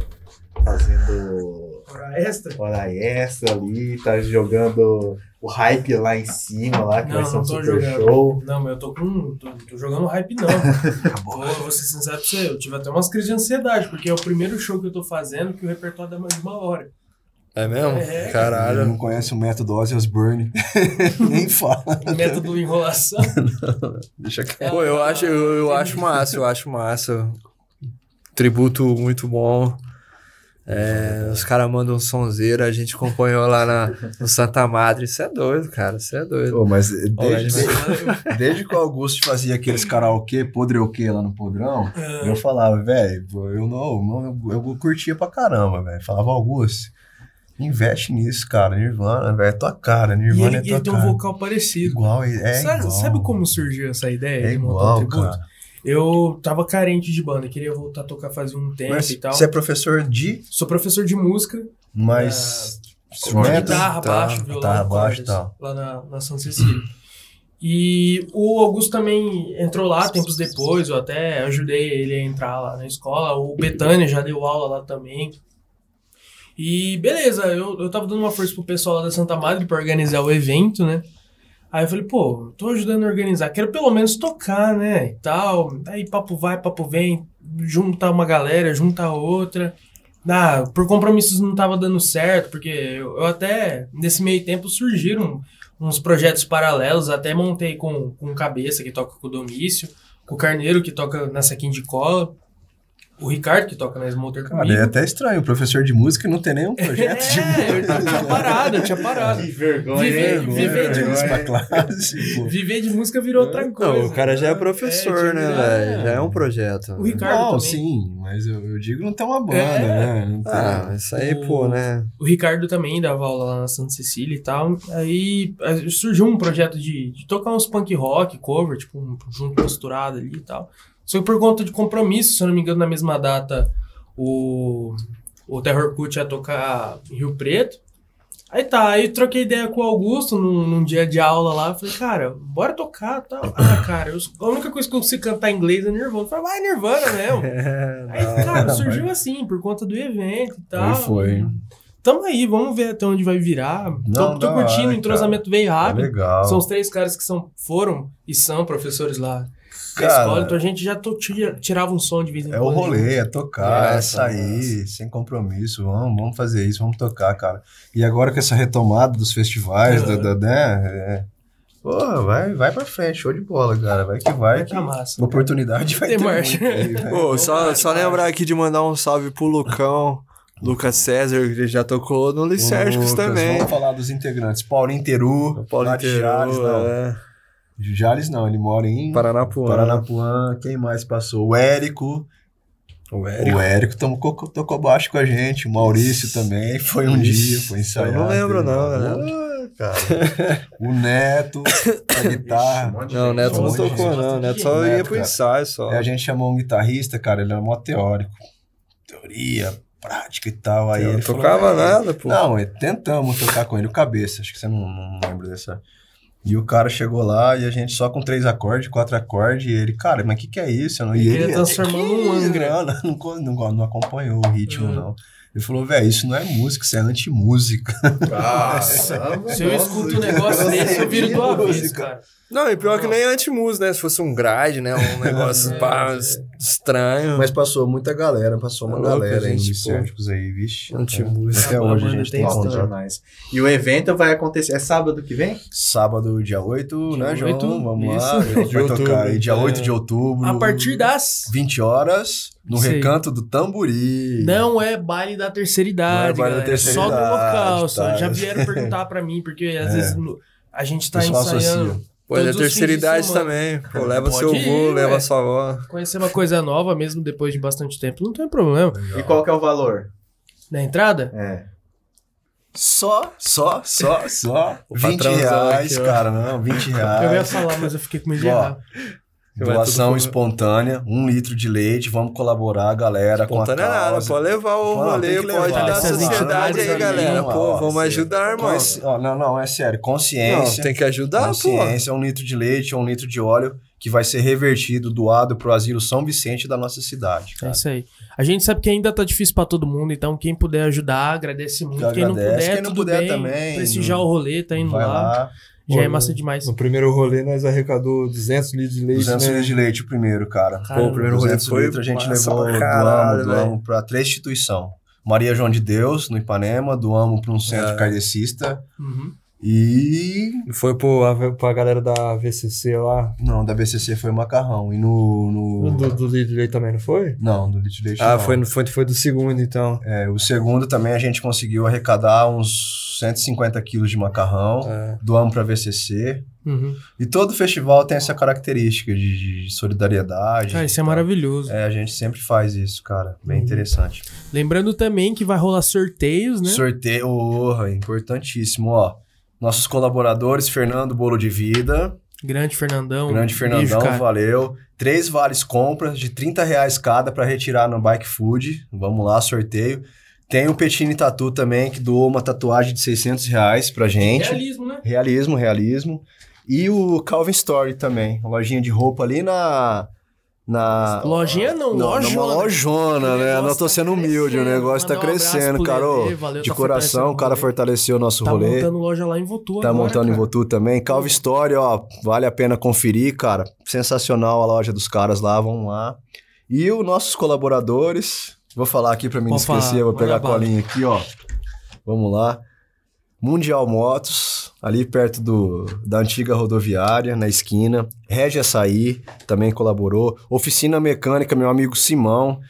S1: fazendo.
S2: Hora extra?
S1: hora extra ali, tá jogando o hype lá em cima, lá, que
S2: Não,
S1: vai ser um
S2: não tô
S1: super
S2: jogando.
S1: show.
S2: Não, mas eu tô com. tô, tô jogando hype, não. Acabou. Eu vou ser sincero pra você, eu tive até umas crises de ansiedade, porque é o primeiro show que eu tô fazendo que o repertório dá mais de uma hora.
S4: É mesmo?
S2: É.
S3: Ele
S4: Caralho.
S3: não conhece o método Ozzy Burn. Nem fala.
S2: Método enrolação.
S3: Deixa que...
S4: Pô, eu acho, eu, eu acho massa, eu acho massa. Tributo muito bom. É, os caras mandam um sonzeiro, a gente acompanhou lá na, no Santa Madre. Isso é doido, cara. Isso é doido.
S3: Pô, mas
S4: Olha,
S3: desde, desde que o Augusto fazia aqueles karaokê, podreokê lá no podrão,
S2: É,
S3: eu falava, velho, eu não, eu, eu curtia pra caramba, velho. Falava, Augusto, investe nisso, cara. Nirvana, velho, é tua cara.
S2: E ele,
S3: Nirvana é
S2: ele tem
S3: tua
S2: um
S3: cara.
S2: vocal parecido.
S3: Igual, é
S2: sabe,
S3: igual.
S2: sabe como surgiu essa ideia
S3: É
S2: de montar um
S3: igual,
S2: tributo?
S3: cara.
S2: Eu tava carente de banda, queria voltar a tocar fazia um tempo
S3: Mas
S2: e tal.
S3: você é professor de,
S2: Sou professor de música,
S3: mas...
S2: de
S3: instrumentos?
S2: guitarra,
S4: tá,
S2: baixo, violão,
S3: guitarra, baixo
S2: cordas,
S3: e tal.
S2: lá na, na São Cecília. E o Augusto também entrou lá tempos depois, eu até ajudei ele a entrar lá na escola. O Betânia já deu aula lá também. E beleza, eu, eu tava dando uma força pro pessoal lá da Santa Madre pra organizar o evento, né? Aí eu falei, pô, tô ajudando a organizar, quero pelo menos tocar, né? E tal. Aí papo vai, papo vem, junta uma galera, junta outra. Ah, por compromissos não tava dando certo, porque eu, eu até, nesse meio tempo, surgiram uns projetos paralelos, até montei com, com o Cabeça, que toca com o Domício, com o Carneiro, que toca na Saquinho de Cola. O Ricardo, que toca na Smoker
S3: Cara,
S2: comigo.
S3: é até estranho. Professor de música não tem nenhum projeto de
S2: É, eu tinha parado, eu tinha parado.
S1: vergonha.
S2: Viver-
S1: hein?
S2: viver de
S3: música
S1: Vergonha.
S3: pra classe, pô.
S2: Viver de música virou outra coisa.
S4: Não, o cara já é
S2: É,
S4: professor,
S2: de
S4: né,
S2: virar-
S4: velho? Já é um projeto.
S2: O
S4: né?
S2: Ricardo
S3: Não,
S2: também.
S3: sim, mas eu, eu digo não tem uma banda,
S2: É.
S3: né? Não tem.
S4: Ah, isso aí, pô, né?
S2: O Ricardo também dava aula lá na Santa Cecília e tal. Aí aí surgiu um projeto de, de tocar uns punk rock, cover, tipo, um junto misturado ali e tal. Só que por conta de compromisso, se eu não me engano, na mesma data, o, o Terror Cult ia tocar em Rio Preto. Aí tá, aí troquei ideia com o Augusto num, num dia de aula lá. Falei, cara, bora tocar e tal. Ah, cara, eu- a única coisa que eu sei cantar em inglês é Nirvana. Falei, vai, Nirvana mesmo. Aí, cara, surgiu assim, por conta do evento e tal.
S3: Aí foi.
S2: Tamo aí, vamos ver até onde vai virar.
S3: Não,
S2: tô tô
S3: da
S2: curtindo,
S3: hora,
S2: o entrosamento veio
S3: Tá
S2: rápido.
S3: legal.
S2: são os três caras que são, foram e são professores lá da
S3: Cara,
S2: escola, então a gente já to- tira- tirava um som de vez em
S3: É
S2: quando.
S3: o rolê, é tocar, é
S4: Massa,
S3: sair, sem compromisso. Vamos, vamos fazer isso, vamos tocar, cara. E agora com essa retomada dos festivais,
S2: É.
S3: da, da, né? É. Pô, vai, vai pra frente, show de bola, cara. Vai que vai.
S2: Vai que é
S3: que
S2: massa.
S3: oportunidade vai
S2: Tem
S3: ter.
S2: marcha.
S3: muito aí, velho.
S4: Pô, só, só lembrar aqui de mandar um salve pro Lucão, Lucas César, que ele já tocou no Licérgicos
S3: Lucas,
S4: também.
S3: Vamos falar dos integrantes. Paulinho Teru,
S4: Paulo
S3: Nath
S4: Inteiro,
S3: Jales, não.
S4: é,
S3: Jales não, ele mora em
S4: Paranapuã.
S3: Paranapuã. Quem mais passou? O Érico.
S4: O Érico.
S3: O Érico tocou, tocou baixo com a gente. O Maurício também. Foi um
S4: Ixi,
S3: dia, foi ensaiado.
S4: eu não lembro, não, né?
S3: Ah, cara. o Neto, a
S1: Ixi, um
S3: guitarra.
S1: monte de
S4: Não, o
S1: gente.
S4: Neto
S3: Só
S4: não
S3: hoje,
S4: tocou,
S2: gente.
S4: não. O Neto só
S3: Neto,
S4: ia pro
S3: cara.
S4: ensaio só.
S3: Aí a gente chamou um guitarrista, cara, ele era mó teórico. Teoria, prática e tal. Aí
S4: Eu
S3: ele
S4: não
S3: falou,
S4: tocava
S3: "Véi,
S4: nada, pô.
S3: Não, é, tentamos tocar com ele o cabeça, acho que você não, não lembra dessa. E o cara chegou lá e a gente só com três acordes, quatro acordes, e ele, cara, mas o que, que é isso? Eu não- E
S2: Ele
S3: ele,
S2: queria transformar
S3: "Que
S2: num
S3: isso?"
S2: Angra.
S3: Não, não, co- não, go- não acompanhou o ritmo,
S2: Uhum.
S3: não. Ele falou, velho, isso não é música, isso é anti-música.
S1: Nossa,
S2: Se eu escuto um negócio
S3: Ah, Nossa,
S2: desse, eu viro do
S3: que
S2: avesso,
S3: música.
S2: cara.
S4: Não, e pior que nem antimus, né? Se fosse um grade, né? Um negócio
S2: É,
S4: pá,
S2: é.
S4: estranho.
S3: Mas passou muita galera, passou uma
S4: Tá louco,
S3: galera aí
S4: gente,
S3: nos
S4: pô. Uhum.
S3: céticos aí, vixe.
S4: Anti-música.
S3: Até
S1: A
S3: hoje a
S1: banda
S3: gente
S1: tem
S3: tem
S1: história.
S3: contato.
S1: Demais. E o evento vai acontecer. É sábado que vem?
S3: Sábado, dia 8,
S2: Dia
S3: né, João?
S2: 8,
S3: Vamos
S2: isso.
S3: lá, a gente
S4: De
S3: vai
S4: outubro.
S3: tocar aí dia 8
S2: É.
S3: de outubro.
S2: A partir das...
S3: 20 horas, no
S2: Sei.
S3: recanto do Tamburi.
S2: Não é baile da terceira idade,
S3: Não é baile da
S2: galera.
S3: terceira
S2: só
S3: idade,
S2: no local,
S3: tá.
S2: só. Já vieram perguntar pra mim, porque às
S3: É.
S2: vezes no- a gente
S3: O
S2: tá
S3: pessoal
S2: ensaiando.
S3: associa.
S4: Pô, é
S2: Todos os
S4: terceira
S2: fins de
S4: idade
S2: semana.
S4: também. Pô, leva
S2: Pode
S4: seu
S2: ir,
S4: avô, leva
S2: ué.
S4: sua avó.
S2: Conhecer uma coisa nova mesmo depois de bastante tempo, não tem problema.
S1: E qual que é o valor?
S2: Na entrada,
S1: É.
S3: Só, só, só, só.
S4: O
S3: 20
S4: patrãozão
S3: reais,
S4: aqui, ó.
S3: cara, não, 20
S2: Eu ia
S3: reais.
S2: falar, mas eu fiquei com medo de
S3: Ó,
S2: errar.
S4: Você vai tudo
S3: Doação
S4: com-
S3: espontânea, um litro de leite, vamos colaborar, galera, com a
S4: Não é nada,
S3: causa.
S4: pode levar o
S3: Não, tem
S4: rolê,
S3: que
S4: pode
S3: levar, é
S4: dar a
S2: essas
S4: sociedade aí,
S2: entidades
S4: galera.
S2: aí,
S4: Pô,
S3: ó,
S4: vamos
S3: assim,
S4: ajudar, irmão.
S3: Consci- ó, não, não, é sério,
S4: Não,
S3: consciência.
S4: tem que ajudar, pô.
S3: consciência, um litro de leite, um litro de óleo, que vai ser revertido, doado pro asilo São Vicente da nossa cidade,
S2: É
S3: cara.
S2: isso aí. A gente sabe que ainda tá difícil pra todo mundo, então quem puder ajudar, agradece muito.
S3: Que
S2: quem não
S3: agradece,
S2: puder,
S3: quem não
S2: tudo
S3: puder
S2: bem.
S3: também,
S2: Prestigiar o rolê, tá indo
S3: Vai
S2: lá.
S3: lá.
S2: Já é
S6: Pô,
S2: massa demais.
S6: No primeiro rolê, nós arrecadou 200 litros
S4: É
S6: de leite.
S3: 200
S6: né?
S3: litros de leite o primeiro, cara.
S2: Caramba.
S4: Pô, o primeiro rolê
S3: 200
S4: foi
S3: litros a gente
S4: massa
S3: levou,
S4: pra caralho,
S3: doamos, doamos pra três instituições. Maria João de Deus, no Ipanema, doamos pra um centro
S4: É.
S3: kardecista
S2: Uhum.
S3: e...
S6: Foi pro, a, pra galera da VCC lá.
S3: Não, da BCC foi o macarrão. E no... no-
S6: Do, do litro de leite também, não foi?
S3: Não, do litro de leite
S6: Ah,
S3: não.
S6: foi, no- foi, foi do segundo, então.
S3: É, o segundo também a gente conseguiu arrecadar uns 150 quilos de macarrão.
S6: É.
S3: Doamos pra VCC.
S2: Uhum.
S3: E todo festival tem essa característica de, de solidariedade.
S2: Cara, isso é Uhum.
S3: Tá?
S2: maravilhoso.
S3: É, a gente sempre faz isso, cara. Bem interessante.
S2: Lembrando também que vai rolar sorteios, né?
S3: Sorteio, oh, importantíssimo, ó. Nossos colaboradores, Fernando Bolo de Vida,
S2: Grande Fernandão.
S3: grande
S2: beijo,
S3: Fernandão,
S2: Então, cara.
S3: valeu. Três vales compras de 30 reais cada para retirar no Bike Food. Vamos lá, sorteio. Tem o Petini Tatu também, que doou uma tatuagem de 600 reais pra gente.
S2: Realismo, né?
S3: Realismo, realismo. E o Calvin Story também, uma lojinha de roupa ali na... na
S2: Lojinha não,
S3: Não,
S2: lojona.
S3: numa lojona,
S2: O
S3: né?
S2: negócio
S3: Não tô
S2: tá
S3: sendo humilde, o
S2: crescendo.
S3: negócio tá
S2: Mandar um abraço
S3: crescendo,
S2: pro
S3: cara. Ô,
S2: Lelê, valeu,
S3: De
S2: tá
S3: coração, o cara
S2: fortalecendo
S3: fortaleceu o nosso
S2: Tá
S3: rolê.
S2: montando loja lá em Votu
S3: Tá
S2: agora,
S3: montando em
S2: cara.
S3: Votu também. Calva Story, ó, vale a pena conferir, cara. Sensacional a loja dos caras lá, vamos lá. E os nossos colaboradores, vou falar aqui pra mim não
S2: Pode falar,
S3: esquecer, eu vou
S2: manda
S3: pegar a
S2: bala.
S3: colinha aqui, ó. Vamos lá. Mundial Motos, ali perto do, da antiga rodoviária, na esquina. Regia Açaí também colaborou. Oficina Mecânica, meu amigo Simão.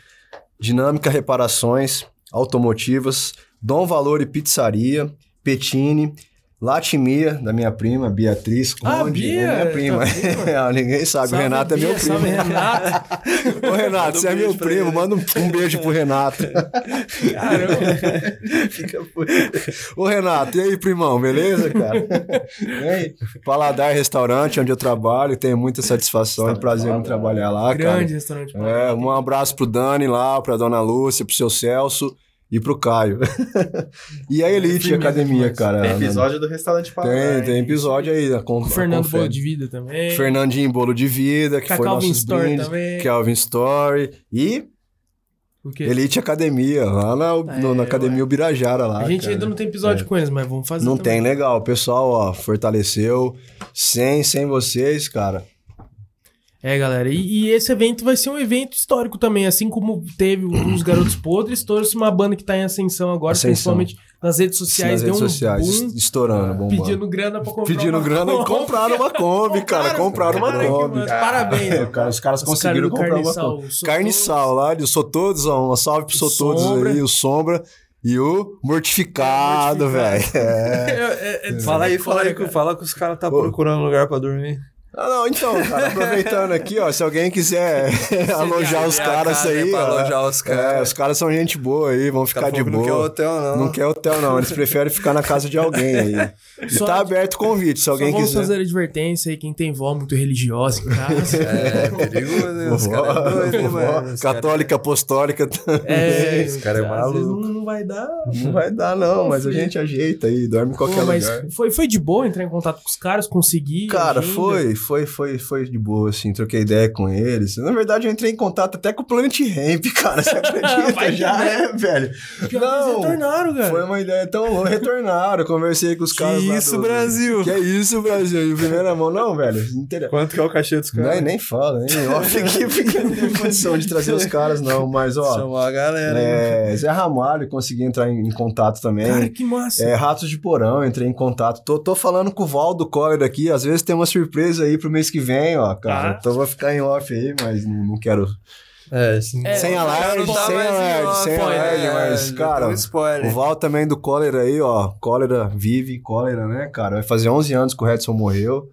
S3: Dinâmica Reparações, Automotivas, Dom Valor e Pizzaria, Petini, Latimia, da minha prima, Beatriz Conde,
S2: Ah,
S3: é
S2: Bia,
S3: minha prima. Ah,
S2: tua
S3: Ninguém sabe, o Renato é meu primo.
S2: Salve, Renato.
S3: Ô, Renato,
S4: Manda um
S3: você é meu
S4: beijo pra
S3: primo,
S4: ele.
S3: manda um, um beijo pro Renato.
S2: Caramba.
S3: Ô, Renato, e aí, primão, beleza, cara? E aí? Paladar Restaurante, onde eu trabalho, tenho muita satisfação e prazer em trabalhar lá,
S2: Grande restaurante.
S3: cara. É, um abraço pro Dani lá, pra Dona Lúcia, pro seu Celso e pro Caio. e a
S1: É
S3: Elite Academia, cara.
S1: né, Tem episódio é do restaurante Paladar.
S3: Tem,
S1: hein?
S3: tem episódio aí. né? Com,
S2: O Fernando
S3: confere.
S2: Boa de Vida também.
S3: Fernandinho Bolo de Vida, que
S2: Tá
S3: foi
S2: Calvin
S3: nosso
S2: Store
S3: brinde,
S2: também.
S3: é Calvin Story e
S2: O quê?
S3: Elite Academia, lá na, no- na
S2: É,
S3: Academia
S2: ué.
S3: Ubirajara lá.
S2: A gente
S3: cara.
S2: ainda não tem episódio com eles, mas vamos fazer.
S3: É. Não
S2: também.
S3: tem, né? legal. O pessoal, ó, fortaleceu. Sem, sem vocês, cara.
S2: É, galera. E, e esse evento vai ser um evento histórico também. Assim como teve o- os Garotos Podres, trouxe uma banda que tá em ascensão agora,
S3: Ascensão.
S2: principalmente nas redes sociais.
S3: nas redes
S2: deu um
S3: sociais,
S2: boom, né?
S3: est- estourando, bombando.
S2: pedindo grana pra comprar.
S3: Pedindo
S2: uma
S3: grana e
S2: Kombi.
S3: compraram uma Kombi, cara. Compraram uma
S2: Cara, que
S3: Kombi.
S2: massa. Parabéns.
S3: É, cara, os caras conseguiram comprar uma Kombi. Carne e sal lá, de Sotodos, ó, uma salve pro
S2: O
S3: Sotodos
S2: Sombra.
S3: aí, o Sombra e o Mortificado,
S2: É, o Mortificado.
S3: velho. É.
S2: Fala aí, fala aí.
S6: Fala que os caras tá
S3: Ô.
S6: procurando lugar pra dormir.
S3: Ah, não, então, cara, aproveitando aqui, ó, se alguém quiser alojar os
S4: Minha
S3: caras
S4: casa é
S3: aí,
S4: pra
S3: ó.
S4: alojar os
S3: É,
S4: caras.
S3: os caras são gente boa aí, vão
S4: Cara
S3: ficar de
S4: falou que
S3: boa.
S4: Não quer hotel, não.
S3: Não quer hotel, não. Eles preferem ficar na casa de alguém aí. E
S2: Só-
S3: tá aberto o convite, se alguém
S2: Só vamos
S3: quiser.
S2: fazer advertência aí, quem tem vó muito religiosa em casa.
S4: É, é perigoso, né? Os
S3: Vovó,
S4: caras é doido, né,
S3: vovó,
S4: mano? Os cara-
S3: católica, apostólica.
S2: É,
S3: Esse
S4: cara é
S2: às vezes
S4: maluco.
S2: Não, não vai dar.
S3: Não vai dar, não, mas a
S2: filho.
S3: gente ajeita aí, dorme em qualquer
S2: Pô, mas
S3: é lugar.
S2: foi, foi de boa entrar em contato com os caras, conseguir.
S3: Cara,
S2: agenda?
S3: foi, foi, foi, foi de boa, assim, troquei ideia com eles. Na verdade, eu entrei em contato até com o Planet Ramp, cara. Você acredita?
S2: Vai É.
S3: Já é, velho.
S2: Pior que eles
S3: Não,
S2: retornaram, cara.
S3: Foi uma ideia tão longa, retornaram, conversei com os
S4: Que
S3: caras lá
S4: isso,
S3: do-
S4: Brasil?
S3: Que é isso, Brasil? E primeira mão, não, velho. Inter...
S6: Quanto que é o cachê dos
S3: Nem, nem fala, nem off aqui, porque eu não tenho condição de trazer os caras, não. Mas, ó,
S4: Chamou a galera. hein?
S3: é, Zé Ramalho, consegui entrar em, em contato também.
S2: Cara, que massa.
S3: É, Ratos de Porão, entrei em contato. Tô, tô falando com o Valdo Coller aqui. Às vezes tem uma surpresa aí pro mês que vem, ó, cara.
S2: Ah.
S3: Então vou ficar em off aí, mas não, não quero.
S6: É, sim.
S2: É,
S3: sem
S2: não
S3: alarde,
S4: Não
S3: sem
S4: tá mais em
S3: alarde,
S4: off,
S3: sem
S4: né?
S3: alarde, mas,
S4: Já
S3: cara.
S4: tem um
S2: É.
S3: O
S4: spoiler.
S3: Val também do cólera aí, ó. Cólera vive, cólera, né, cara? Vai fazer 11 anos que o Redson morreu.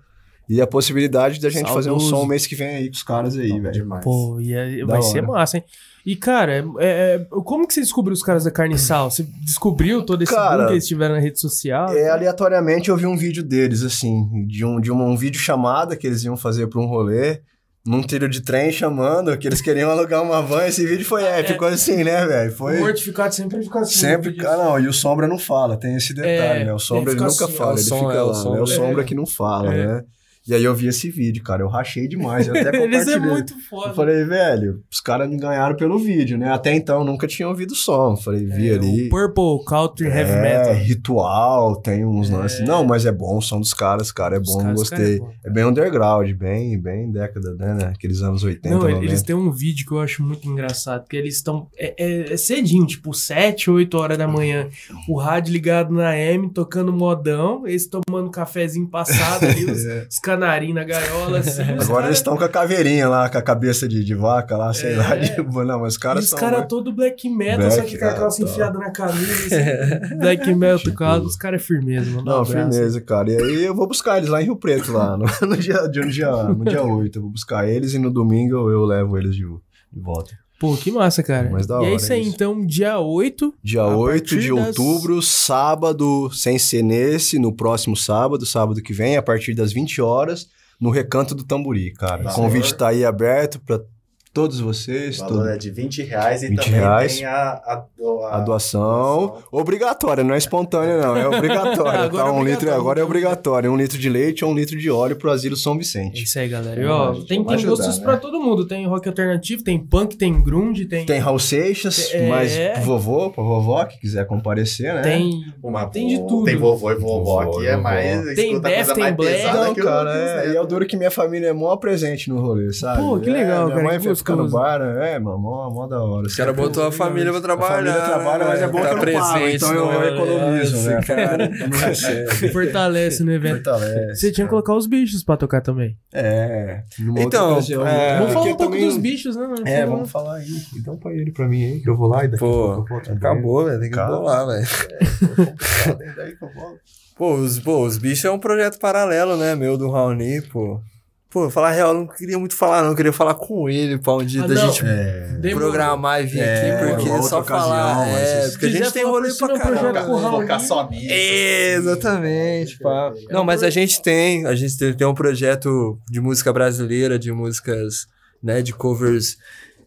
S3: E a possibilidade da gente fazer um
S2: Saudoso.
S3: som mês que vem aí com os caras aí, velho.
S1: Demais.
S2: Pô, e é-
S3: Da
S2: vai ser
S3: hora.
S2: massa, hein? E, cara, é- é- como que você descobriu os caras da Carne e Sal? Você descobriu todo esse
S3: Cara,
S2: boom que eles tiveram na rede social?
S3: É, aleatoriamente eu vi um vídeo deles, assim, de um, de um, um vídeo chamada que eles iam fazer pra um rolê, num trilho de trem chamando, que eles queriam alugar uma van. Esse vídeo foi
S2: Ah, é.
S3: épico, assim, né, velho?
S2: O
S3: Foi.
S2: mortificado sempre fica assim.
S3: Sempre,
S2: disso.
S3: cara, não, e o Sombra não fala, tem esse detalhe,
S2: É,
S3: né? O Sombra
S2: ele
S3: ele,
S2: fica
S3: nunca
S2: assim,
S3: fala,
S2: ó, o
S3: ele
S6: som
S3: fica
S6: é, o
S3: lá,
S6: som
S3: né? O
S6: é.
S3: Sombra que não fala,
S2: É.
S3: né? E aí eu vi esse vídeo, cara, eu rachei demais, eu até compartilhei.
S2: Eles é muito foda.
S3: Eu falei, velho, os caras me ganharam pelo vídeo, né? Até então eu nunca tinha ouvido o som. Eu Falei, vi
S2: É,
S3: ali.
S2: O Purple Country Heavy
S3: é,
S2: Metal.
S3: ritual, tem uns lances. Não, mas é bom o som dos caras, cara. É
S2: Os
S3: bom,
S2: caras- os caras
S3: gostei.
S2: é bom.
S3: é, bem underground, bem, bem década, né? né? Aqueles anos 80,
S2: Não,
S3: 90.
S2: eles têm um vídeo que eu acho muito engraçado, que eles estão. É, é- é cedinho, tipo 7, 8 horas da manhã. O rádio ligado na M, tocando modão, eles tomando cafezinho passado ali, os, os canarinhos na gaiola, assim. os
S3: É. Agora
S2: cara-
S3: eles estão com a caveirinha lá, com a cabeça de, de vaca lá, sei
S2: É.
S3: lá. De... Não, mas os
S2: e
S3: caras
S2: os
S3: são
S2: caras
S3: muito-
S2: todo black metal, só que com a
S3: Black,
S2: calça
S3: ah, tá.
S2: enfiada na camisa. assim, black metal,
S3: Tipo-
S2: cara, os caras é firmeza, mano. dá um
S3: Não,
S2: abraço.
S3: firmeza, cara. E aí eu vou buscar eles lá em Rio Preto, lá no, no dia, de- no, dia, no dia 8. Eu vou buscar eles e no domingo eu, eu levo eles de, de volta.
S2: Pô, que massa, cara.
S3: Mas da
S2: e é
S3: hora
S2: isso aí,
S3: isso.
S2: então, dia 8.
S3: Dia
S2: A
S3: 8
S2: partir
S3: de
S2: das-
S3: outubro, sábado, sem ser nesse, no próximo sábado, sábado que vem, a partir das 20 horas, no Recanto do Tamburi, cara.
S1: Valor.
S3: O convite tá aí aberto para todos vocês,
S1: O
S3: todo-
S1: valor é de 20 reais e
S3: 20
S1: também
S3: reais.
S1: tem a, a, do-
S3: a doação. Obrigatória, não é espontânea, não, é obrigatória.
S2: Agora
S3: tá?
S2: é
S3: Um litro
S2: obrigatório.
S3: agora é obrigatório. Um litro de leite ou um litro de óleo pro Asilo São
S2: É
S3: Vicente.
S2: isso aí, galera. E,
S1: Vamos
S2: ó,
S1: lá, gente,
S2: tem,
S1: vamos
S2: tem
S1: ajudar,
S2: gostos
S1: né?
S2: pra todo mundo. Tem rock alternativo, tem punk, tem grunge, tem.
S3: Tem Raul Seixas,
S2: É.
S3: mas pro vovô, pra vovó, que quiser comparecer, né?
S2: tem
S1: Uma-
S2: Tem de tudo.
S1: Tem vovô e vovó
S3: Vovô
S1: aqui,
S3: e
S1: é
S3: vovó.
S1: mais.
S2: Tem
S1: escuta
S2: Death,
S1: coisa
S2: tem
S1: mais
S2: Black.
S1: pesada
S3: Não,
S1: que o
S3: Então, cara,
S1: Lucas né?
S3: é,
S1: Neto.
S3: e é o duro que minha família é mó presente no rolê, sabe?
S2: Pô, que
S3: É,
S2: legal,
S3: minha
S2: cara.
S3: mãe
S2: Que
S3: vê-
S2: os
S3: fica no
S2: gostoso.
S3: bar, né? é, mano, mó, mó da hora.
S4: Os caras botou a família pra trabalhar.
S3: família trabalha, mas é bom
S4: tá
S3: que eu não pago,
S4: presente,
S3: então eu- eu
S4: né?
S3: economizo, né? é,
S4: Nossa, Cara.
S2: Fortalece no evento.
S3: Fortalece.
S2: Você tinha que colocar os bichos pra tocar também.
S3: É. numa outra
S4: Então,
S3: ocasião,
S4: é,
S3: né?
S2: vamos falar
S3: Porque
S2: um pouco
S3: também-
S2: dos bichos, né? mano?
S3: É, vamos falar aí. Então põe ele pra mim aí, que eu vou lá e daqui a
S4: Pô,
S3: pouco eu volto.
S4: Acabou, velho. Tem que
S3: Cara.
S4: bolar, velho.
S3: Daí que eu volto.
S4: Pô os, pô, os bichos é um projeto paralelo, né? Meu, do Raoni, pô. Pô, falar a real, eu não queria muito falar, não. Eu queria falar com ele pra um dia
S2: Ah,
S4: da
S2: não.
S4: gente
S3: É.
S2: Demorou.
S4: programar e vir
S3: É,
S4: aqui, porque
S3: uma outra
S4: só
S3: ocasião,
S4: falar.
S3: mas
S4: É,
S3: se
S4: porque a gente
S2: quiser
S4: tem
S2: falar
S4: rolê
S2: por cima,
S4: pra
S2: é um projeto
S4: caramba.
S2: com o Raoni.
S1: Focar só nisso.
S4: É, Exatamente, pá.
S1: É um
S4: Não,
S2: é
S4: mas a gente tem, a gente tem, tem um projeto de música brasileira, de músicas, né, de covers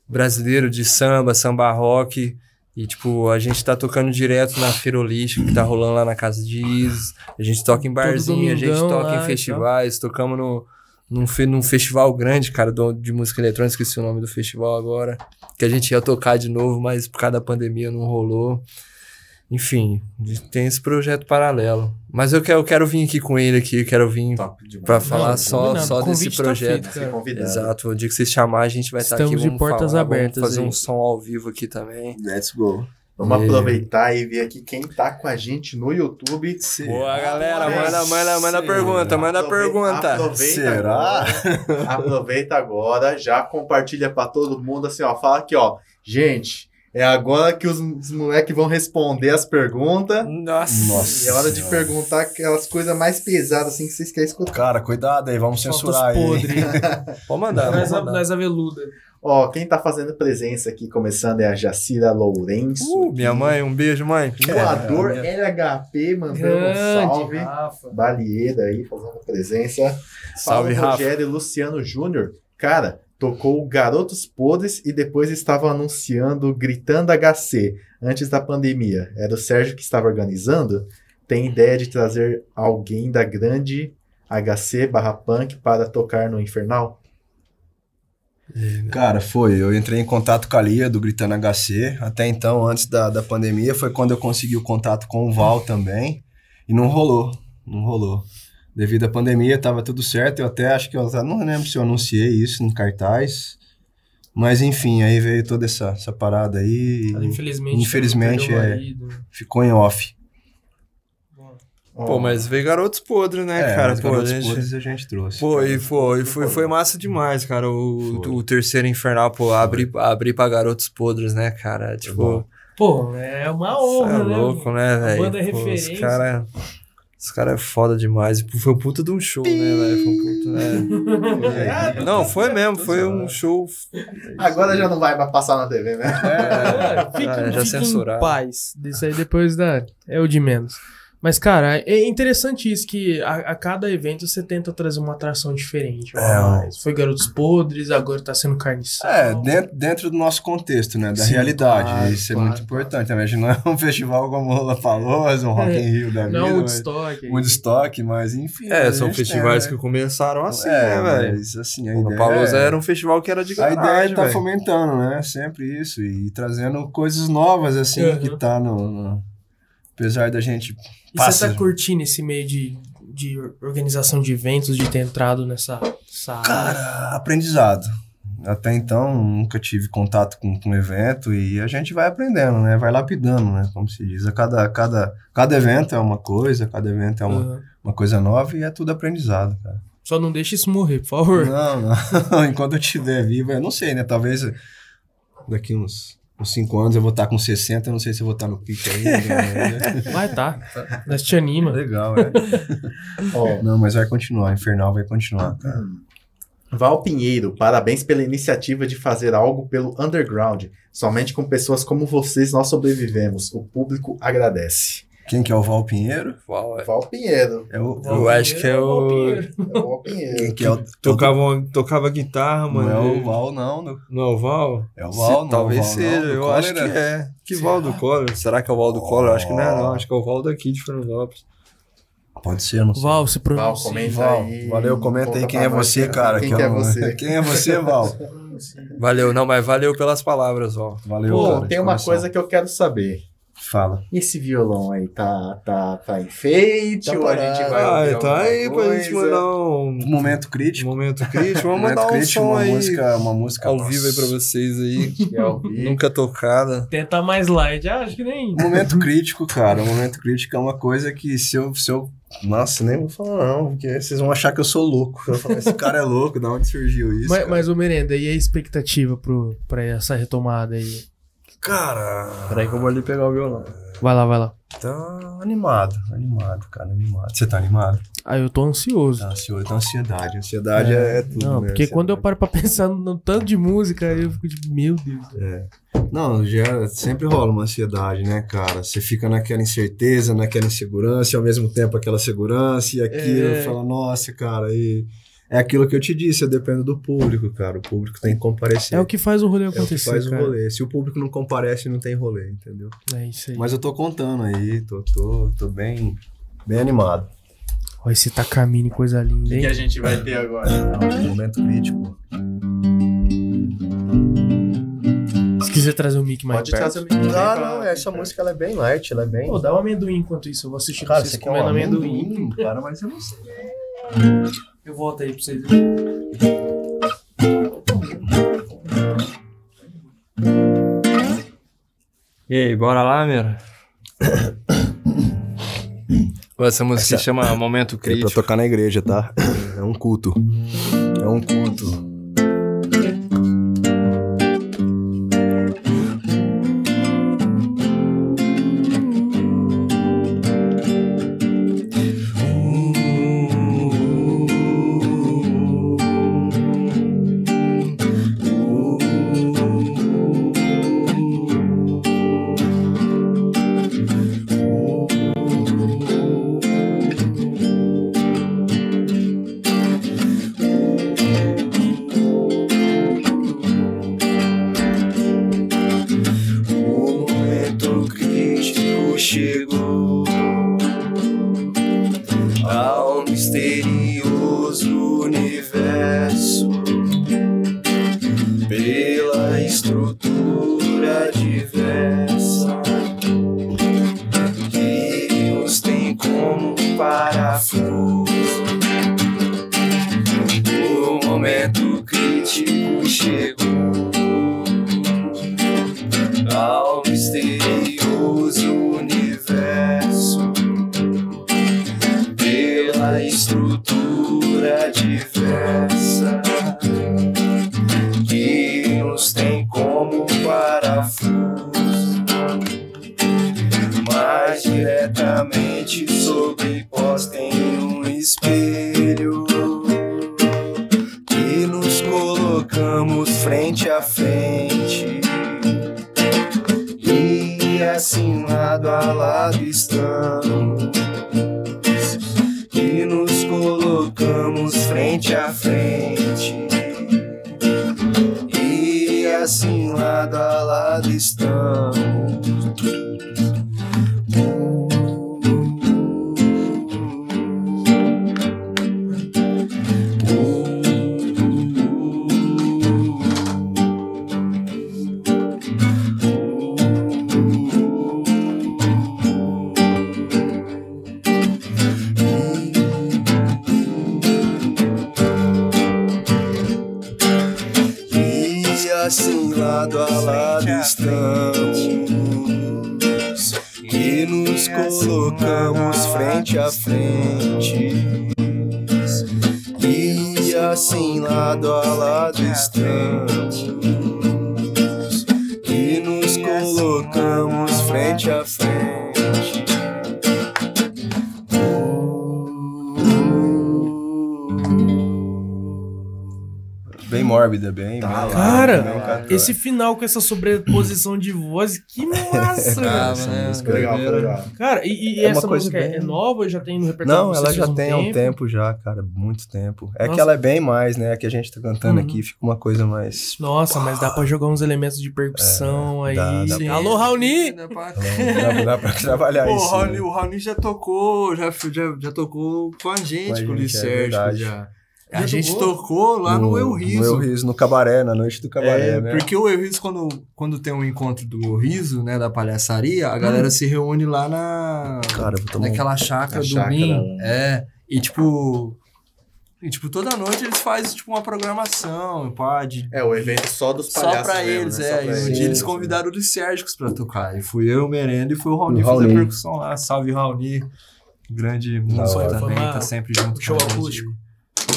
S4: brasileiro, de samba, samba rock. E, tipo, a gente tá tocando direto na Feira Holística, que tá rolando lá na Casa de Is. A gente toca em barzinho, a gente
S2: domingão
S4: toca
S2: lá e
S4: em
S2: tal.
S4: festivais. Tocamos no, num, fe- num festival grande, cara, do- de música eletrônica, esqueci o nome do festival agora. Que a gente ia tocar de novo, mas por causa da pandemia não rolou. Enfim, de- tem esse projeto paralelo. Mas eu quero, eu quero vir aqui com ele aqui, eu quero vir
S3: Tá,
S1: Top demais.
S4: pra falar
S2: Não,
S4: só,
S2: combinado.
S4: só
S2: O
S4: desse
S2: convite tá
S4: projeto.
S2: feito,
S1: Ser
S2: cara.
S1: convidado.
S4: Exato, o dia que vocês chamar, a gente vai estar aqui.
S2: Estamos de
S4: vamos
S2: portas
S4: falar,
S2: abertas
S4: Vamos fazer
S2: aí.
S4: um som ao vivo aqui também.
S3: Let's go.
S1: Vamos
S4: É.
S1: aproveitar e ver aqui quem tá com a gente no YouTube.
S4: Boa, galera,
S1: Parabéns.
S4: manda, manda, manda pergunta, manda
S1: Aprove-
S4: tá pergunta.
S1: Aproveita
S3: Será?
S1: agora, aproveita agora, já compartilha pra todo mundo assim, ó. Fala aqui, ó. Gente, é agora que os, os moleques vão responder as perguntas.
S4: Nossa.
S3: Nossa.
S1: E é hora de
S3: Senhora.
S1: perguntar aquelas coisas mais pesadas assim que vocês querem escutar.
S3: Cara, cuidado aí, vamos
S2: Solta
S3: censurar
S2: os
S3: aí.
S2: podres. né?
S4: Pode mandar,
S2: Nós,
S4: vamos
S2: a,
S4: mandar.
S2: nós a veluda.
S1: Ó, quem tá fazendo presença aqui, começando, é a Jacira Lourenço.
S4: Uh, minha mãe, um beijo, mãe.
S1: Doador
S4: é,
S1: LHP, mandando um salve.
S2: Rafa.
S1: Balieira aí, fazendo presença.
S4: Salve,
S1: Paulo
S4: Rafa.
S1: Rogério e Luciano Júnior. Cara, tocou Garotos Podres e depois estavam anunciando Gritando HC, antes da pandemia. Era o Sérgio que estava organizando. Tem ideia de trazer alguém da grande HC barra punk para tocar no Infernal?
S3: Cara, foi. Eu entrei em contato com a Lia do Gritando HC. Até então, antes da, da pandemia, foi quando eu consegui o contato com o Val também. E não rolou. Não rolou. Devido à pandemia, tava tudo certo. Eu até acho que eu não lembro se eu anunciei isso no cartaz. Mas enfim, aí veio toda essa, essa parada aí.
S2: Ela,
S3: e
S2: infelizmente.
S3: Infelizmente,
S2: perdeu o
S3: é.
S2: marido.
S3: Ficou em off.
S1: Ó,
S4: Pô, mas veio garotos podres, né,
S3: É,
S4: cara?
S3: mas
S4: Pô, a
S3: Garotos
S4: gente-
S3: Podres a gente trouxe.
S4: Pô, e foi, foi, foi massa demais, cara. O,
S3: Foi.
S4: o terceiro infernal, pô, abrir abri pra garotos podres, né, cara? Tipo,
S2: Pô, é uma honra,
S4: é
S2: né?
S4: louco, né, velho?
S2: banda é
S4: Pô,
S2: referência.
S4: Os caras os cara é foda demais. E, pô, Foi um puta de um show, né, velho? Foi um puta.
S3: É,
S4: é. Não, foi mesmo, foi um show.
S1: Agora já não vai mais passar na TV, né?
S2: É, fique,
S4: Ah, já
S2: fique
S4: censuraram.
S2: em paz. Isso aí depois da. É o de menos. Mas, cara, é interessante isso que a, a cada evento você tenta trazer uma atração diferente.
S3: É, ó.
S2: Foi Garotos Podres, agora tá sendo carne e sal.
S3: É, dentro, dentro do nosso contexto, né? Da
S2: Sim,
S3: realidade.
S2: claro,
S3: Isso é
S2: claro,
S3: muito importante. Né? A gente não é um festival como o Lola falou, é um Rock in Rio da vida.
S2: Não é o
S3: mas-
S2: estoque.
S3: Woodstock, mas enfim.
S4: É,
S3: a
S4: são
S3: gente tem,
S4: festivais
S3: né?
S4: que começaram assim,
S3: é,
S4: né, velho?
S3: Mas assim, a
S4: O
S3: ideia.
S4: Paulosa era um festival que era de
S3: A ideia
S4: garagem,
S3: é tá
S4: velho.
S3: fomentando, né? Sempre isso. E trazendo coisas novas, assim,
S2: Uhum.
S3: que tá no. no- Apesar da gente.
S2: E você
S3: Passa.
S2: tá curtindo esse meio de, de organização de eventos, de ter entrado nessa essa área?
S3: Cara, aprendizado. Até então, nunca tive contato com, com evento e a gente vai aprendendo, né? Vai lapidando, né? Como se diz. A cada, cada, cada evento é uma coisa, cada evento é uma,
S2: Uhum.
S3: uma coisa nova e é tudo aprendizado, cara.
S2: Só não deixa isso morrer, por favor.
S3: Não, não. Enquanto eu estiver vivo, eu não sei, né? Talvez daqui uns 5 anos eu vou estar com 60, eu não sei se eu vou estar no pico ainda. né?
S2: Vai, tá. Nós te anima.
S3: Legal, é.
S1: Ó,
S3: Não, mas vai continuar, Infernal vai continuar.
S1: Val Pinheiro, parabéns pela iniciativa de fazer algo pelo underground. Somente com pessoas como vocês nós sobrevivemos. O público agradece.
S3: Quem que é o Val Pinheiro?
S4: Uau, é.
S1: Val Pinheiro.
S3: É o.
S4: Eu acho que é o.
S1: É o Val Pinheiro.
S3: Quem que é o.
S6: Tocava, uma- tocava guitarra,
S3: Não
S6: mano.
S3: é o Val, não. não.
S6: Não, o Val?
S3: É o Val, não.
S4: Se- talvez
S3: o Val,
S4: seja,
S3: não, do
S4: eu
S3: Collor
S4: acho que
S3: era-
S4: é. Que Val do Collor? Será que é o Val do Collor? Eu Acho que não é, não. Acho que é o Val daqui de Fernandópolis.
S3: Pode ser, não sei.
S2: Val, se
S1: Val,
S2: pronuncia.
S1: comenta
S3: Val,
S1: então. aí.
S3: valeu, comenta aí
S1: Conta
S3: quem
S1: pra
S3: é
S1: nós,
S3: você, cara.
S1: Quem que é
S3: eu-
S1: você?
S3: Quem é você, Val?
S4: Valeu, não, mas valeu pelas palavras, Val.
S3: Valeu,
S1: Pô,
S3: cara, de
S1: tem uma
S3: coração.
S1: coisa que eu quero saber.
S3: Fala.
S1: E esse violão aí, tá, tá, tá enfeite?
S3: Tá
S1: ou Então a gente vai.
S3: parado.
S6: Ah,
S1: ouvir
S6: tá
S1: alguma
S6: aí pra gente
S1: coisa?
S6: mandar um
S3: Momento crítico.
S6: momento
S4: Gente, vamos
S3: momento
S4: mandar um
S3: crítico,
S4: som
S3: uma
S4: aí
S3: música, uma música
S4: ao
S3: nossa.
S4: vivo aí pra vocês aí.
S1: Que é o bico.
S4: Nunca tocada.
S2: Tentar mais light, ah, acho que nem.
S3: Um Momento crítico, cara. Momento crítico é uma coisa que se eu. Se eu nossa, nem vou falar não, porque vocês vão achar que eu sou louco. Eu vou falar, esse cara é louco, da onde surgiu isso?
S2: mas,
S3: cara?
S2: mas, ô Merenda, e a expectativa pro, pra essa retomada aí?
S3: Cara,
S2: Peraí que eu vou ali pegar o violão. Vai lá, vai lá.
S3: tá animado, animado, cara, animado. Você tá animado?
S2: Ah, eu tô ansioso.
S3: Tá ansioso, tá ansiedade. Ansiedade é, tudo.
S2: Não,
S3: né?
S2: porque quando eu
S3: Ansiedade.
S2: paro pra pensar no, no tanto de música, aí eu fico tipo, meu Deus.
S3: Não, gera, sempre rola uma ansiedade, né, cara? Você fica naquela incerteza, naquela insegurança, e ao mesmo tempo aquela segurança e aquilo,
S2: É.
S3: fala, nossa, cara, e é aquilo que eu te disse, eu dependo do público, cara. O público tem que comparecer.
S2: É o que faz o rolê
S3: É o que
S2: acontecer,
S3: faz
S2: cara.
S3: o rolê. Se o público não comparece, não tem rolê, entendeu?
S2: É isso aí.
S3: Mas eu tô contando aí, tô, tô, tô bem, bem animado.
S2: Ó, esse Takamine, coisa
S5: O
S2: linda,
S5: que, que a
S2: hein?
S5: gente vai ter agora?
S3: Um Momento crítico.
S2: Se quiser trazer o mic mais
S1: Pode
S2: perto.
S1: trazer o microfone
S3: Não,
S1: pra-
S3: Ah, não, essa música ela é bem light, ela é bem.
S2: Pô, dá um amendoim enquanto isso. Eu vou assistir
S3: Cara,
S2: vocês
S3: você quer um
S2: comendo amendoim.
S3: amendoim, cara, mas eu não sei.
S2: Eu volto aí pra vocês.
S6: E aí, bora lá, Mira?
S4: Essa música se chama Momento
S3: É pra
S4: Crítico.
S3: tocar na igreja, tá? É um culto. É um culto.
S4: O momento crítico chegou ao misterioso universo pela estrutura diversa que nos tem como parafuso. O momento crítico chegou ao misterioso universo pela estrutura diversa que nos tem como parafuso, mas diretamente sobreposta em um espelho. que nos Colocamos frente a frente e assim lado a lado estamos e nos colocamos frente a frente e assim lado a lado estamos E assim lado a lado estamos E nos colocamos frente a frente E assim lado a lado estamos E nos colocamos frente a frente
S3: Bem mórbida, bem. bem-
S2: Cara, esse final com essa sobreposição de voz, que massa! velho.
S1: Ficou legal, ficou legal.
S2: Cara, e, e
S3: Ah, É uma
S2: essa
S3: coisa
S2: música é-
S3: bem-
S2: é nova? Já tem no repertório?
S3: Não,
S2: de
S3: ela
S2: vocês
S3: já
S2: faz um
S3: tem há um tempo já, cara, muito tempo. É que
S2: Nossa.
S3: ela é bem mais, né? A que a gente tá cantando
S2: Uhum.
S3: aqui fica uma coisa mais.
S2: Nossa, mas dá pra jogar uns elementos de percussão aí.
S3: É, dá- dá
S2: Sim.
S3: pra-
S2: Alô, Raoni!
S3: Dá, né? dá pra trabalhar
S4: Pô, o
S3: isso.
S4: Raoni,
S3: né?
S4: o Raoni já tocou, já, já, já tocou com a gente,
S3: Com a
S4: com o
S3: gente, é
S4: Licérgico
S3: verdade.
S4: já. A gente tocou lá no, Eu
S3: No
S4: Riso.
S3: Eu Riso, no cabaré, na noite do cabaré,
S4: É,
S3: né?
S4: porque o Eu Riso, quando, quando tem um encontro do Eu Riso, né, da palhaçaria, a galera se reúne lá na,
S3: Cara, eu vou tomar um-
S4: naquela chácara
S1: Na
S4: do
S1: chácara
S4: Bim.
S1: lá.
S4: É, e tipo... E, tipo, toda noite eles fazem, tipo, uma programação, pá, de...
S1: É, o evento só dos
S4: Só
S1: palhaços.
S4: pra
S1: mesmo,
S4: eles,
S1: né? Só pra
S4: é. E um
S1: eles.
S4: dia eles convidaram o Lisérgicos pra tocar. E fui eu, o Merenda e foi o Raoni
S3: O
S4: fazer
S3: Raoni.
S4: a percussão lá. Salve, Raoni. Grande músico
S3: hora.
S4: também,
S2: Foi uma-
S4: tá sempre junto
S2: show
S4: com a gente.
S2: acústico.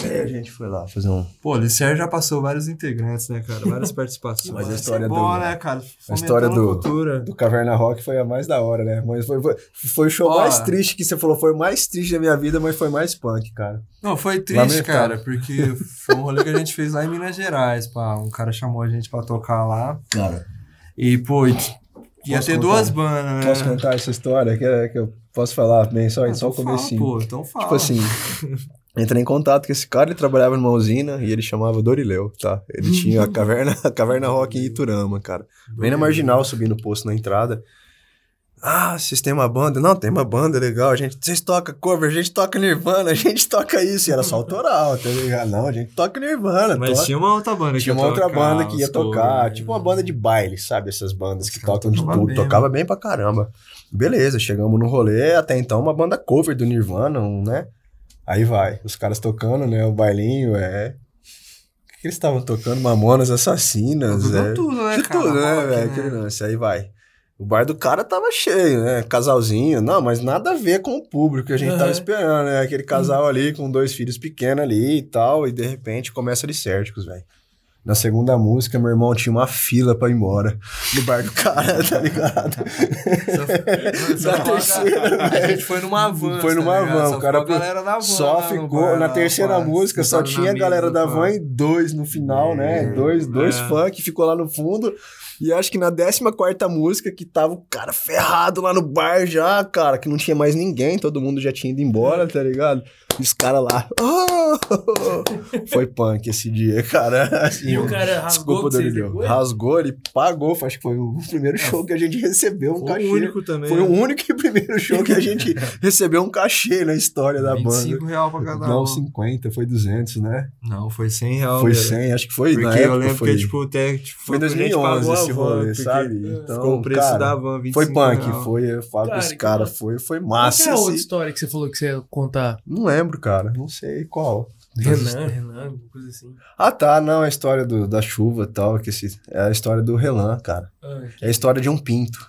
S3: É, a gente foi lá fazer um...
S4: Pô, o Lisérgio já passou vários integrantes, né, cara? Várias participações.
S3: Mas a
S4: Isso
S3: história
S4: é
S3: do-
S4: bom, né, cara? Fomentando
S3: história do-
S4: cultura.
S3: Do Caverna Rock foi a mais da hora, né? Mas foi, foi, foi o show
S4: Ó.
S3: mais triste que você falou. Foi o mais triste da minha vida, mas foi mais punk, cara.
S4: Não, foi triste,
S3: Lamentável.
S4: cara, porque foi um rolê que a gente fez lá em Minas Gerais, pá. Um cara chamou a gente pra tocar lá.
S3: Cara,
S4: E, pô, e- ia
S3: Posso
S4: ter
S3: contar?
S4: duas bandas, né?
S3: posso contar essa história? Que, é- que eu posso falar bem só,
S4: Ah,
S3: só o
S4: então
S3: comecinho.
S4: Fala, pô, então fala.
S3: Tipo assim, entrei em contato com esse cara, ele trabalhava numa usina e ele chamava Dorileu, tá? Ele tinha a caverna, a caverna rock em Iturama, cara. Bem na marginal, subindo o posto na entrada. Ah, vocês têm uma banda? Não, tem uma banda legal. A gente, vocês tocam cover, a gente toca Nirvana, a gente toca isso. E era só autoral, tá ligado? Não, a gente toca Nirvana.
S6: Mas
S3: toca-
S6: tinha uma outra banda que
S3: tinha
S6: ia
S3: uma outra
S6: tocar
S3: banda que ia
S6: os covers.
S3: tocar, tipo uma banda de baile, sabe? Essas bandas que
S4: né? Os caras
S3: tocam de
S4: tocavam
S3: tudo.
S4: bem,
S3: Tocava bem pra caramba. Beleza, chegamos no rolê, até então uma banda cover do Nirvana, um, né? Aí vai, os caras tocando, né? O bailinho, é. O que que eles estavam tocando? Mamonas Assassinas,
S4: Tocou
S3: é.
S4: tudo, né,
S3: De
S4: cara?
S3: tudo, né,
S4: Rock,
S3: velho? Aquele lance, aí vai. O bar do cara tava cheio, né? Casalzinho, não, mas nada a ver com o público que a gente
S2: Aham.
S3: tava esperando, né? Aquele casal ali com dois filhos pequenos ali e tal, e de repente começa Licérticos, velho. Na segunda música, meu irmão tinha uma fila pra ir embora no bar do cara, tá ligado?
S4: Só
S3: Na
S4: foca-
S3: terceira,
S4: a
S3: velho.
S4: gente foi numa van.
S3: Foi
S4: tá
S3: numa
S4: ligado?
S3: van,
S4: Só
S3: o cara
S4: ficou a galera da van.
S3: Só
S4: lá no
S3: ficou.
S4: bar,
S3: na
S4: lá,
S3: terceira
S4: pá,
S3: música, só
S4: sentado na
S3: tinha a galera
S4: mesa,
S3: da
S4: pá.
S3: van e dois no final, né?
S4: É.
S3: Dois, dois
S6: É.
S3: funk, ficou lá no fundo. E acho que na 14 música, que tava o cara ferrado lá no bar já, cara, que não tinha mais ninguém, todo mundo já tinha ido embora, tá ligado? E os caras lá. "Oh!" Foi punk esse dia, cara. Assim,
S2: E o cara rasgou
S3: Desculpa,
S2: que é vocês
S3: Danilo.
S2: depois?
S3: Rasgou, ele pagou. Acho que foi o primeiro show que a gente recebeu, um
S6: Foi
S3: cachê.
S6: o único também.
S3: Foi o único e primeiro show que a gente recebeu um cachê na história da
S4: 25
S3: banda.
S4: real pra cada
S3: Não,
S4: um.
S3: 50, foi 200, né?
S4: Não, foi 100 real.
S3: foi
S4: velho.
S3: 100, acho que foi, na
S4: Porque eu
S3: época
S4: lembro
S3: foi...
S4: que, tipo, até, tipo,
S3: foi em
S4: a gente
S3: 2011
S4: pagou a
S3: esse
S4: van,
S3: rolê,
S4: porque é,
S3: sabe? Então,
S4: Ficou o preço
S3: cara,
S4: da van, né? 25
S3: Foi punk,
S4: real.
S3: foi, eu falo com
S2: Cara,
S3: os
S2: que
S3: caras,
S2: massa.
S4: então,
S3: foi, foi
S2: Qual que
S3: massa.
S2: é a outra
S3: esse-
S2: história que você falou que você ia contar?
S3: Não lembro, cara, não sei qual.
S2: Renan, Renan, alguma coisa assim.
S3: Ah, tá, não, a história do- da chuva e tal, que esse, é a história do Relan, cara.
S2: Ah,
S3: É a história de um pinto.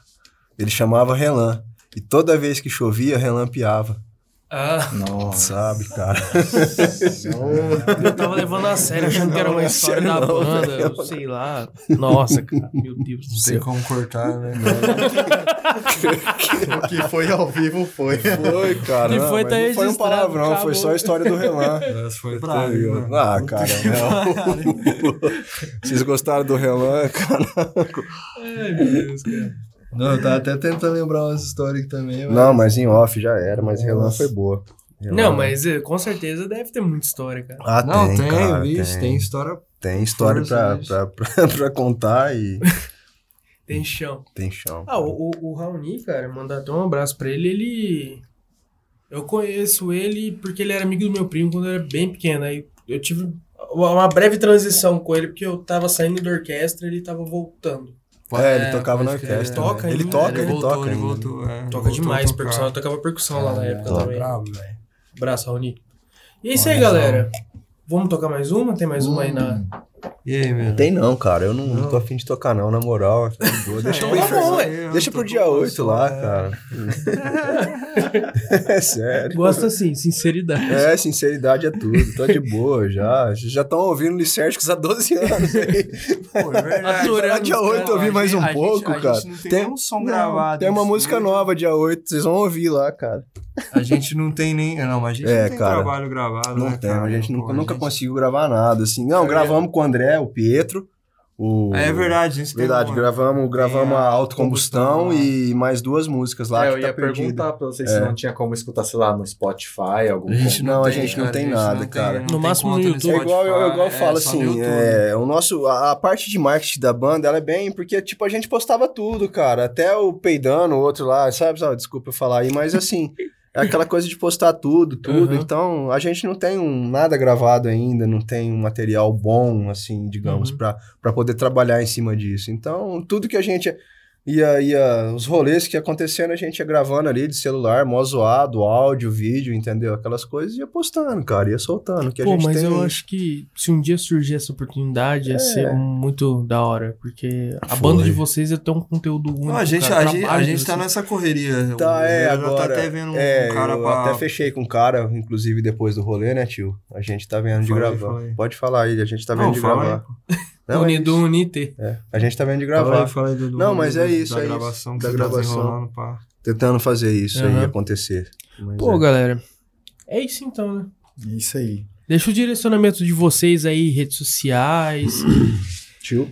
S3: Ele chamava Relan. E toda vez que chovia, Relan piava.
S2: Ah,
S1: Nossa.
S3: Sabe, cara?
S2: Ah, eu tava levando a sério, achando que era
S3: Não,
S2: uma
S3: é
S2: história
S3: sério
S2: da
S3: não,
S2: banda,
S3: velho.
S2: eu sei lá. Nossa, cara, meu Deus do
S4: Não sei
S2: céu.
S4: como cortar, né?
S1: O que foi ao vivo foi.
S3: Foi, cara.
S2: E
S3: não,
S2: foi, tá
S3: mas não foi um
S2: registrado,
S3: palavrão,
S2: acabou.
S3: foi só a história do Relan.
S4: Mas É, foi
S3: Tá
S4: bravo,
S3: ligado?
S4: mano.
S3: ah, cara, não. Vocês gostaram do Relan, cara?
S2: Ai, meu Deus, cara.
S4: Não, eu tava até tentando lembrar umas histórias aqui também.
S3: Não, mas em off já era, mas Relan foi boa. Relan-
S2: Não, mas eh, com certeza deve ter muita história, cara.
S3: Ah,
S4: Não, tem,
S3: cara,
S4: bicho, tem,
S3: tem.
S4: história.
S3: Tem história pra,
S4: Força,
S3: pra, pra, pra contar e
S2: Tem chão.
S3: tem chão.
S2: Ah, o, o, o Raoni, cara, mandar até um abraço pra ele, ele. Eu conheço ele porque ele era amigo do meu primo quando eu era bem pequeno. Aí eu tive uma uma breve transição com ele, porque eu tava saindo da orquestra e ele tava voltando.
S3: É, ele tocava na
S4: pode crer,
S3: orquestra.
S2: ele toca
S3: né? ele
S2: ainda,
S3: toca,
S2: ele
S3: ele
S4: voltou,
S3: toca.
S4: Ele
S3: ainda.
S4: voltou, é,
S2: Toca
S4: voltou a
S2: demais,
S4: tocar. É,
S2: percussão. Eu tocava percussão lá na época
S3: toca.
S2: também.
S4: Bravo, velho.
S2: Abraço, Raoni. E é isso aí,
S4: Olha só. Hum.
S2: galera. Vamos tocar mais uma? Tem mais uma aí na.
S4: E aí, meu?
S3: Tem não, cara. Eu não,
S4: Não.
S3: tô afim de tocar, não, na moral. tá de boa. Deixa,
S4: É,
S3: pro
S4: tá
S3: inferno-
S4: bom, é.
S3: Deixa pro dia 8 lá, cara. é sério.
S2: Gosto assim, sinceridade.
S3: É, sinceridade é tudo. Tô de boa já. Já estão ouvindo Licérgicos há 12 anos aí.
S4: Pô, é verdade.
S2: Adorando
S4: Lá
S2: os
S3: caras. A gente- a gente
S4: não tem,
S3: um Tem-
S4: nenhum som
S3: Não,
S4: gravado.
S3: Tem uma
S4: no
S3: música
S4: estúdio.
S3: nova dia 8, vocês vão ouvir lá, cara.
S4: A gente não tem nem. Não, mas a gente
S3: É,
S4: não tem
S3: cara.
S4: trabalho gravado.
S3: Não
S4: né,
S3: tem,
S4: cara?
S3: a gente nunca,
S4: Pô,
S3: nunca
S4: gente-
S3: conseguiu gravar nada, assim. Não,
S4: É.
S3: gravamos com o André, o Pietro, o...
S4: É verdade, a gente
S3: Verdade,
S4: tem. uma-
S3: gravamos, gravamos
S4: a
S3: a Autocombustão
S4: Autocombustão
S3: e mais duas músicas lá
S1: É, eu
S3: que tá
S1: ia
S3: perdida.
S1: perguntar pra vocês se não tinha como escutar, sei lá, no Spotify, algum.
S4: A gente
S3: Não,
S4: não,
S3: a
S4: tem,
S3: gente não
S4: cara,
S3: tem
S4: a gente
S3: nada,
S4: não tem-
S3: cara.
S4: não
S2: No
S4: tem
S2: máximo
S4: conta
S2: no
S3: É
S2: YouTube.
S4: Spotify,
S3: igual, eu, eu igual eu falo
S4: só no
S3: assim,
S4: YouTube.
S3: é, o nosso, a, a parte de marketing da banda, ela é bem, porque, tipo, a gente postava tudo, cara, até o peidando, o outro lá, sabe, sabe desculpa eu falar aí, mas assim, É aquela coisa de postar tudo, tudo.
S2: Uhum.
S3: Então, a gente não tem um, nada gravado ainda, não tem um material bom, assim, digamos,
S2: Uhum.
S3: pra para poder trabalhar em cima disso. Então, tudo que a gente ia, ia. Os rolês que ia acontecendo, a gente ia gravando ali de celular, mó zoado, áudio, vídeo, entendeu? Aquelas coisas, e ia postando, cara, ia soltando. Que a
S2: Pô,
S3: gente
S2: mas
S3: tem... É.
S2: eu acho que se um dia surgir essa oportunidade, ia ser muito da hora. Porque a
S3: Foi.
S2: banda de vocês ia ter um conteúdo único.
S4: Não, a gente,
S2: cara,
S4: a, gente, a
S2: trabalho,
S4: gente tá
S2: assim.
S4: nessa correria.
S3: Tá,
S4: O
S3: é,
S4: Leandro
S3: agora-
S4: tá até vendo um
S3: É,
S4: cara
S3: eu
S4: pra...
S3: até fechei com um cara, inclusive depois do rolê, né, tio? A gente tá vendo de
S4: Fala aí,
S3: gravar.
S4: fala aí.
S3: Pode falar aí, a gente tá
S4: Não,
S3: vendo de
S4: fala aí,
S3: gravar. Não, é
S2: Unido,
S3: isso.
S2: Unite.
S3: É, a gente tá vendo de gravar.
S4: Fala aí, do, do-
S3: Não, mas é
S4: da
S3: isso, é isso.
S4: gravação, que
S3: Da
S4: você tá
S3: gravação.
S4: desenrolando pra-
S3: Tentando fazer isso aí
S2: Aham.
S3: acontecer. Mas
S2: Pô,
S3: é.
S2: galera. É isso então, né?
S1: Isso aí.
S2: Deixa o direcionamento de vocês aí, redes sociais,
S3: tio.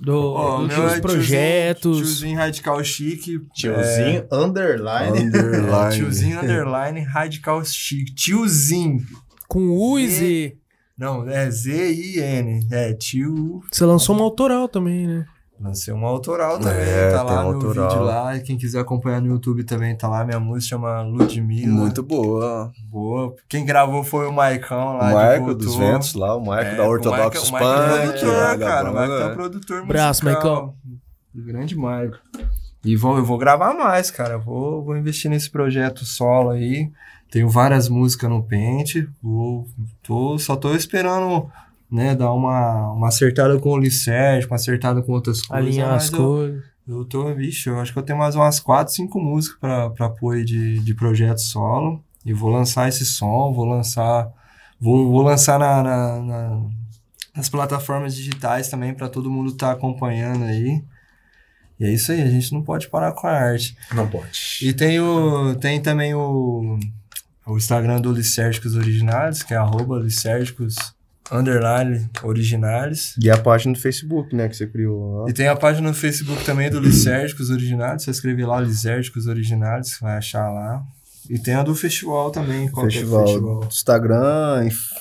S2: do,
S4: Ó, o
S2: dos
S4: meu é
S2: projetos.
S4: Tiozinho, tiozinho radical chique.
S1: Tiozinho underline.
S4: É,
S3: Underline.
S4: tiozinho underline radical chique. Tiozinho.
S2: Com U e Z.
S4: Não, é Z-I-N. É, tio.
S2: Você lançou uma autoral também, né?
S4: Lancei uma autoral também.
S3: É,
S4: tá
S3: tem
S4: lá
S3: uma
S4: meu
S3: autoral.
S4: vídeo lá. Quem quiser acompanhar no YouTube também tá lá. Minha música chama Ludmilla.
S3: Muito boa.
S4: boa. Quem gravou foi o Maicão
S3: O
S4: lá.
S3: Marco
S4: de
S3: dos
S4: Votor.
S3: Ventos lá, o Marco
S4: É,
S3: da
S4: o
S3: Ortodoxos
S4: Maico- o Maico é
S3: Punk.
S4: produtor,
S3: da
S4: cara. O Maico
S3: banda,
S4: é produtor
S2: Abraço,
S4: musical.
S2: Maicão.
S4: O Grande Maico. E vou, eu vou gravar mais, cara. Eu Vou, vou investir nesse projeto solo aí. Tenho várias músicas no pente. Vou, tô, só tô esperando, né, dar uma, uma acertada com o Licérgio, uma acertada com outras coisas.
S2: Alinhar
S4: mas
S2: as
S4: eu-
S2: coisas.
S4: eu tô, vixe, eu acho que eu tenho mais umas 4, 5 músicas pra, pra pôr aí de, de projeto solo. E vou lançar esse som, vou lançar. Vou, vou lançar na, na- na- nas plataformas digitais também pra todo mundo tá acompanhando aí. E é isso aí, a gente não pode parar com a arte.
S1: Não pode.
S4: E tem, o, tem também o, o Instagram do Licérgicos Originales, que é arroba Licérgicos underline originales.
S3: né? E a página do Facebook, né, que você criou.
S4: E
S3: lá.
S4: tem a página no Facebook também do Lisérgicos Originários. Você escrever lá Lisérgicos Originários, vai achar lá. E tem a do festival também. Qual que é o
S3: Festival, Instagram, inf-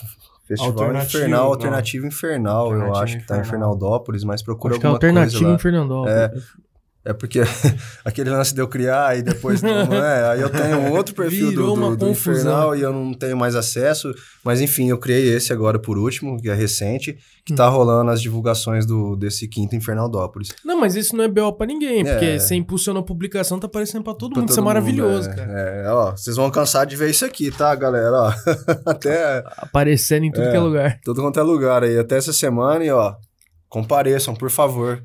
S3: Festival
S4: Alternativo,
S3: Infernal,
S4: não.
S3: Alternativo Infernal, eu
S4: Alternativo
S3: acho que tá em
S4: Infernal.
S3: Fernaldópolis, mas procura
S2: Acho que é
S3: alguma coisa
S2: alternativo
S3: lá.
S2: em Fernandópolis.
S3: É. É porque aquele lance de eu criar e depois não é. Aí eu tenho um outro perfil
S2: Virou
S3: do, do,
S2: uma
S3: do
S2: confusão.
S3: Infernal e eu não tenho mais acesso. Mas enfim, eu criei esse agora por último, que é recente, que tá rolando as divulgações do, desse quinto Infernaldópolis.
S2: Não, mas isso não é BO pra ninguém,
S3: É.
S2: porque você impulsiona a publicação, tá aparecendo pra todo
S3: Pra
S2: mundo. isso
S3: todo
S2: é maravilhoso,
S3: é.
S2: cara.
S3: É, ó, vocês vão cansar de ver isso aqui, tá, galera? Ó, até
S2: Aparecendo em tudo que é lugar.
S3: todo quanto é lugar aí, até essa semana e ó, compareçam, por favor.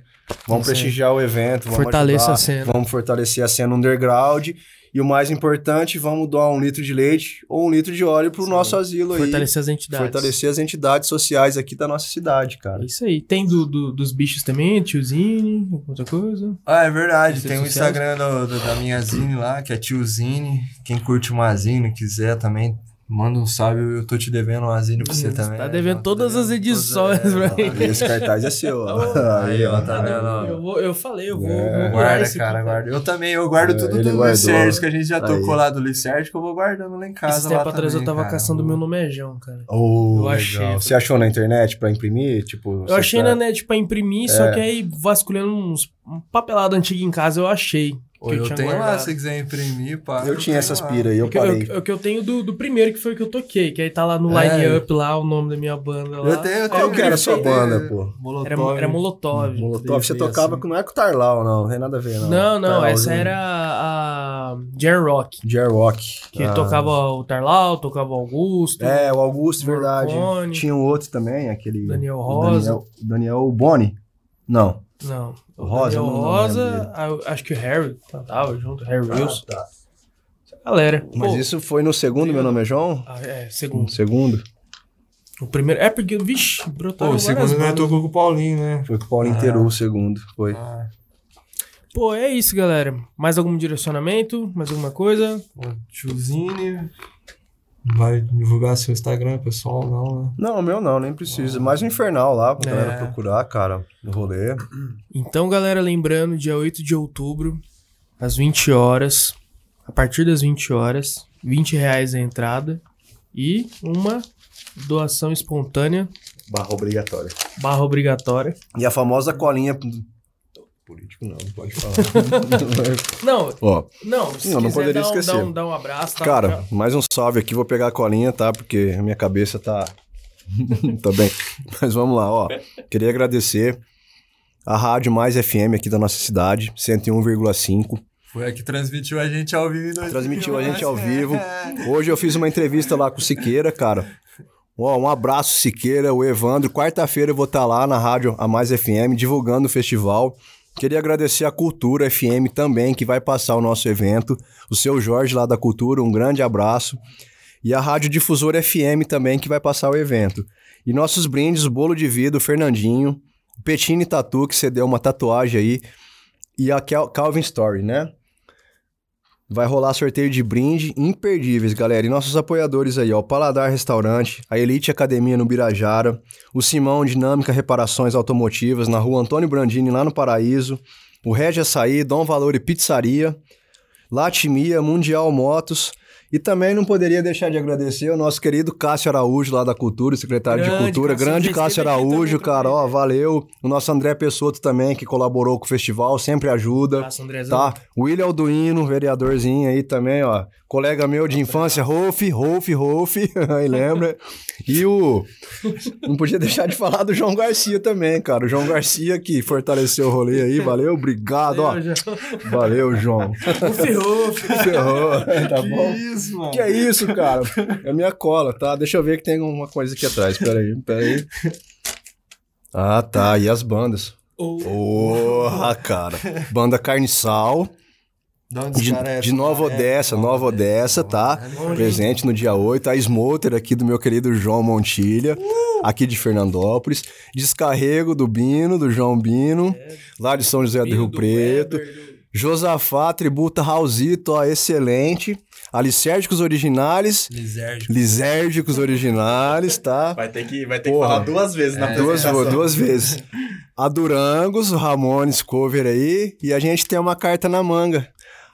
S3: Vamos
S2: Isso aí.
S3: prestigiar o evento, vamos
S2: Fortaleça
S3: ajudar.
S2: a cena.
S3: Vamos fortalecer a cena underground. E o mais importante, vamos doar um litro de leite ou um litro de óleo pro nosso asilo aí.
S2: Fortalecer as entidades.
S3: Fortalecer as entidades sociais aqui da nossa cidade, cara.
S2: É isso aí. Tem do, do- dos bichos também, tiozinho, outra coisa.
S4: Ah, é verdade. Tem o
S2: Redes sociais.
S4: Instagram do- do- da minha Zine lá, que é tiozine. Quem curte uma Zine, quiser também, manda um salve. Eu tô te devendo uma Zine pra você
S2: Você
S4: também.
S2: tá devendo
S4: Eu tô
S2: todas as edições
S4: todas- é,
S2: pra mim.
S3: E Esse cartaz é seu. ó.
S4: Aí, ó, tá vendo? ó.
S2: Eu, vou- eu falei, eu vou.
S3: É.
S2: vou guardar
S4: Guarda,
S2: esse
S4: cara,
S2: aqui.
S4: guarda. Eu também, eu guardo
S3: É,
S4: tudo
S3: ele
S4: do
S3: guardou.
S4: Licérgico, que a gente já
S3: Aí.
S4: tocou lá do Licérgico, eu vou guardando lá em casa.
S2: Esse tempo
S4: lá
S2: atrás eu
S4: também,
S2: tava
S4: cara.
S2: caçando meu nomejão, cara.
S3: Oh,
S2: Eu achei.
S3: legal. Você achou na internet pra imprimir? Tipo,
S2: Eu
S3: você
S2: achei
S3: tá-
S2: na net pra imprimir,
S3: É.
S2: só que aí vasculhando uns um papelado antigo em casa eu achei. que
S4: Ou eu,
S2: tinha
S4: tenho lá,
S2: guardado.
S4: se você quiser imprimir, pá.
S3: Eu tinha
S4: tenho
S3: essas
S4: lá.
S3: pira aí, eu
S2: O que eu,
S3: parei.
S2: eu- o que eu tenho do, do primeiro que foi o que eu toquei, que aí tá lá no
S4: É.
S2: line up lá, o nome da minha banda lá. É
S4: Eu tenho, eu tenho.
S3: Qual que era a sua banda, pô?
S4: Molotov.
S2: Era, era Molotov.
S3: Molotov, você
S4: Devia
S3: tocava
S4: ser.
S3: com não é com o Tarlau, não. Não tem nada a ver, não. tá
S2: Não, não,
S3: Tarlau, né?
S2: essa
S3: viu?
S2: era a Jan Rock,
S3: Jerrock.
S2: que
S3: Ah.
S2: tocava o Tarlau, tocava o Augusto.
S3: É, o Augusto,
S2: Morcone.
S3: verdade. Tinha um outro também, aquele.
S2: Daniel Rosa.
S3: Daniel, Daniel Boni. Não.
S2: Não. O
S3: Rosa,
S2: Daniel
S3: não- não
S2: Rosa, a- acho que o Harry tá- tava junto, Harry Wilson. Essa Galera.
S3: Ah, tá. Mas
S2: Pô,
S3: isso foi no segundo, meu nome é João?
S2: ah, É,
S3: No
S2: segundo.
S3: segundo?
S2: O primeiro. É porque, vixe, brotou.
S4: Pô, o segundo
S3: é
S4: eu tocou com o Paulinho, né?
S3: Foi com o Paulo inteiro o segundo. Foi.
S4: Ah,
S2: Pô, é isso, galera. Mais algum direcionamento? Mais alguma coisa?
S4: o Tiozine. né? Vai divulgar seu Instagram, pessoal, não, né?
S3: Não, o meu não, nem precisa. Mais um infernal lá pra
S2: É.
S3: galera procurar, cara, no rolê.
S2: Então, galera, lembrando, dia 8 de outubro, às 20 horas, a partir das 20 horas, 20 reais a entrada e uma doação espontânea
S1: Barra obrigatória.
S2: barra obrigatória.
S3: E a famosa colinha Político não, não pode falar.
S2: Não,
S3: Ó,
S2: não, se
S3: Não, não
S2: quiser
S3: poderia
S2: dar, um,
S3: esquecer.
S2: dar um- dar um abraço, tá?
S3: Cara, mais um salve aqui, vou pegar a colinha, tá? Porque a minha cabeça tá. tá bem. Mas vamos lá, ó. Queria agradecer a Rádio Mais FM aqui da nossa cidade, 101,5.
S4: Foi a que transmitiu a gente ao vivo. em né? 2011.
S3: Transmitiu a gente ao vivo. Hoje eu fiz uma entrevista lá com o Siqueira, cara. Ó, um abraço, Siqueira, o Evandro. Quarta-feira eu vou estar lá na Rádio A Mais FM, divulgando o festival. Queria agradecer a Cultura FM também, que vai passar o nosso evento. O seu Jorge lá da Cultura, um grande abraço. E a Rádio Difusora FM também, que vai passar o evento. E nossos brindes, o Bolo de Vida, o Fernandinho, o Petini Tatu, que você deu uma tatuagem aí, e a Cal- Calvin Story, né? Vai rolar sorteio de brinde imperdíveis, galera. E nossos apoiadores aí, ó, o Paladar Restaurante, a Elite Academia no Birajara, o Simão Dinâmica Reparações Automotivas na Rua Antônio Brandini, lá no Paraíso, o Regia Açaí, Dom Valor e Pizzaria, Latimia, Mundial Motos, e também não poderia deixar de agradecer o nosso querido Cássio Araújo, lá da Cultura, secretário de
S2: Grande
S3: Cultura,
S2: Cássio,
S3: grande
S2: já
S3: Cássio
S2: esteve aqui também
S3: Araújo,
S2: outro
S3: cara,
S2: dia,
S3: ó,
S2: né?
S3: valeu. O nosso André Pessoto também, que colaborou com o festival, sempre ajuda.
S2: um Abraço, Andrezão.
S3: Tá, William Alduino, vereadorzinho aí também, ó. Colega meu de infância, Rolf, Rolf, Rolf, aí lembra? E o. Não podia deixar de falar do João Garcia também, cara. O João Garcia que fortaleceu o rolê aí, valeu, obrigado, ó. Valeu, João.
S2: Ferrou.
S3: Ferrou, tá
S4: Que
S3: bom?
S4: isso, mano.
S3: Que é isso, cara? É minha cola, tá? Deixa eu ver que tem alguma coisa aqui atrás. Peraí, peraí. Ah, tá. E as bandas?
S4: Oh.
S3: Porra, cara. Banda Carne e Sal.
S4: De, onde
S3: De,
S4: esse cara é?
S3: de Nova Odessa, Nova Odessa, tá? Presente no dia 8. A Smoter aqui do meu querido João Montilha, aqui de Fernandópolis. Descarrego do Bino, do João Bino, lá de São José do Rio Preto. Josafá, tributa Raulzito, ó, excelente. Alicérgicos originais,
S4: Lisérgico.
S3: lisérgicos originais, tá?
S1: Vai ter que, vai ter
S3: Porra. É.
S1: que falar duas vezes na
S3: Duas,
S1: apresentação.
S3: duas vezes. A Durangos, o Ramones cover aí. E a gente tem uma carta na manga.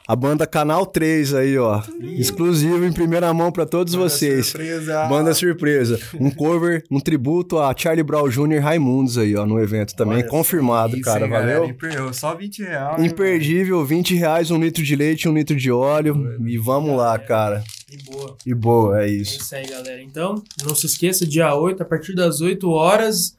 S3: A banda Canal 3 aí, ó. Exclusivo em primeira mão pra todos vocês.
S4: Surpresa.
S3: Banda surpresa. Um cover, um tributo a Charlie Brown Jr. e Raimundos aí, ó, no evento também.
S4: Olha só,
S3: Confirmado,
S4: Isso,
S3: cara.
S4: hein, galera,
S3: valeu?
S4: imperdível. Só 20 reais. hein,
S3: Imperdível, 20 reais, um litro de leite, um litro de óleo. E vamos lá, cara.
S2: E boa.
S3: E boa, é
S2: É
S3: isso.
S2: isso aí, galera. Então, não se esqueça, dia 8, a partir das 8 horas,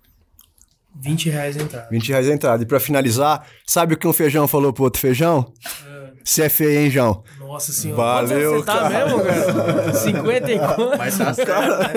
S2: 20 reais a entrada.
S3: 20 reais a entrada. E pra finalizar, sabe o que um feijão falou pro outro feijão?
S2: Ah,
S3: Você é feio, hein, João?
S2: Nossa senhora.
S3: Valeu,
S2: Quanto você tá
S3: cara.
S2: mesmo, cara? 50 e quanto?
S1: Mas tá certo,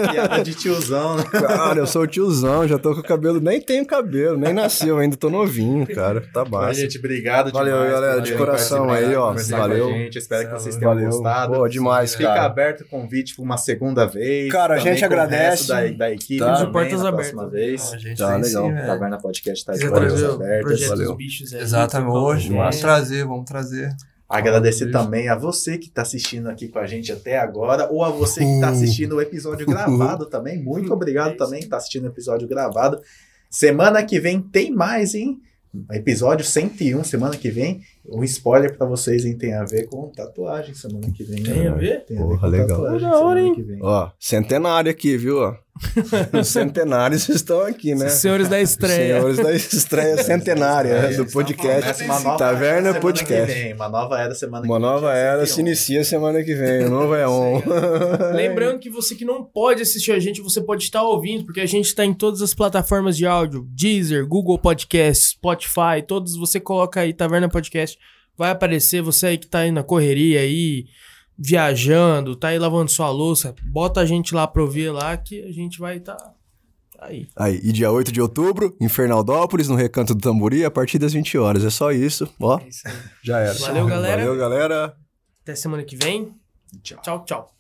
S1: né? Piada de tiozão, né?
S3: Cara, eu sou o tiozão, já tô com o cabelo, nem tenho cabelo, nem nasceu ainda, tô novinho, cara. Tá
S1: Mas,
S3: baixo.
S1: gente, obrigado
S3: Valeu,
S1: demais por
S3: galera, de
S1: terem
S3: coração
S1: participado,
S3: aí, ó,
S1: conversado com a
S3: valeu.
S1: gente. Espero que vocês tenham
S3: Valeu.
S1: gostado.
S3: Pô, demais,
S1: Fica
S3: cara.
S1: aberto o convite para uma segunda vez.
S3: Cara, a
S1: Também
S3: gente
S1: com o
S3: agradece.
S1: resto Da, da equipe.
S3: Tá.
S1: também,
S2: Temos portas
S1: na
S2: abertas.
S1: Próxima vez.
S4: A gente
S3: Tá,
S4: tem
S3: legal.
S4: sim, velho.
S1: Taverna Podcast tá de
S2: Quiser
S1: portas
S2: né? trazer o
S1: abertas.
S2: projeto
S3: valeu.
S2: dos bichos aí.
S4: Exatamente,
S2: trocar um
S4: hoje.
S2: ideia.
S4: Vamos trazer, vamos trazer.
S1: Agradecer
S4: Valeu.
S1: também a você que está assistindo aqui com a gente até agora, ou a você que
S3: Uhum.
S1: está assistindo o episódio gravado também. Muito obrigado
S3: É
S1: também que está assistindo o episódio gravado. Semana que vem tem mais, hein? Episódio 101, semana que vem. Um spoiler para vocês, hein? Tem a ver com tatuagem semana que vem. né?
S2: Tem a ver? né?
S1: Tem a ver
S3: Porra,
S1: com
S3: legal.
S1: tatuagem
S2: Da hora,
S1: semana
S2: hein?
S1: que vem.
S3: Ó, centenário aqui, viu? ó? Os centenários estão aqui, né?
S2: Os Senhores da estreia.
S3: Senhores da estreia
S1: É,
S3: centenária do
S1: Começa
S3: podcast.
S1: né? é uma nova era
S3: Taverna
S1: semana Que
S3: Podcast.
S1: vem, é uma nova era semana que
S3: Uma
S1: vem,
S3: nova
S1: dia
S3: era
S1: 101.
S3: se inicia semana que vem. O novo é on.
S2: Lembrando que você que não pode assistir a gente, você pode estar ouvindo, porque a gente está em todas as plataformas de áudio: Deezer, Google Podcast, Spotify, todos. Você coloca aí Taverna Podcast, vai aparecer. Você aí que tá aí na correria aí, viajando, tá aí lavando sua louça, bota a gente lá pra ouvir lá que a gente vai estar aí.
S3: Aí, e dia 8 de outubro, em Fernaldópolis, no Recanto do Tamburi, a partir das 20 horas. É só isso, ó.
S2: É isso aí.
S3: Já era.
S2: Valeu, galera.
S3: Valeu, galera.
S2: Até semana que vem.
S1: Tchau.
S2: Tchau, tchau.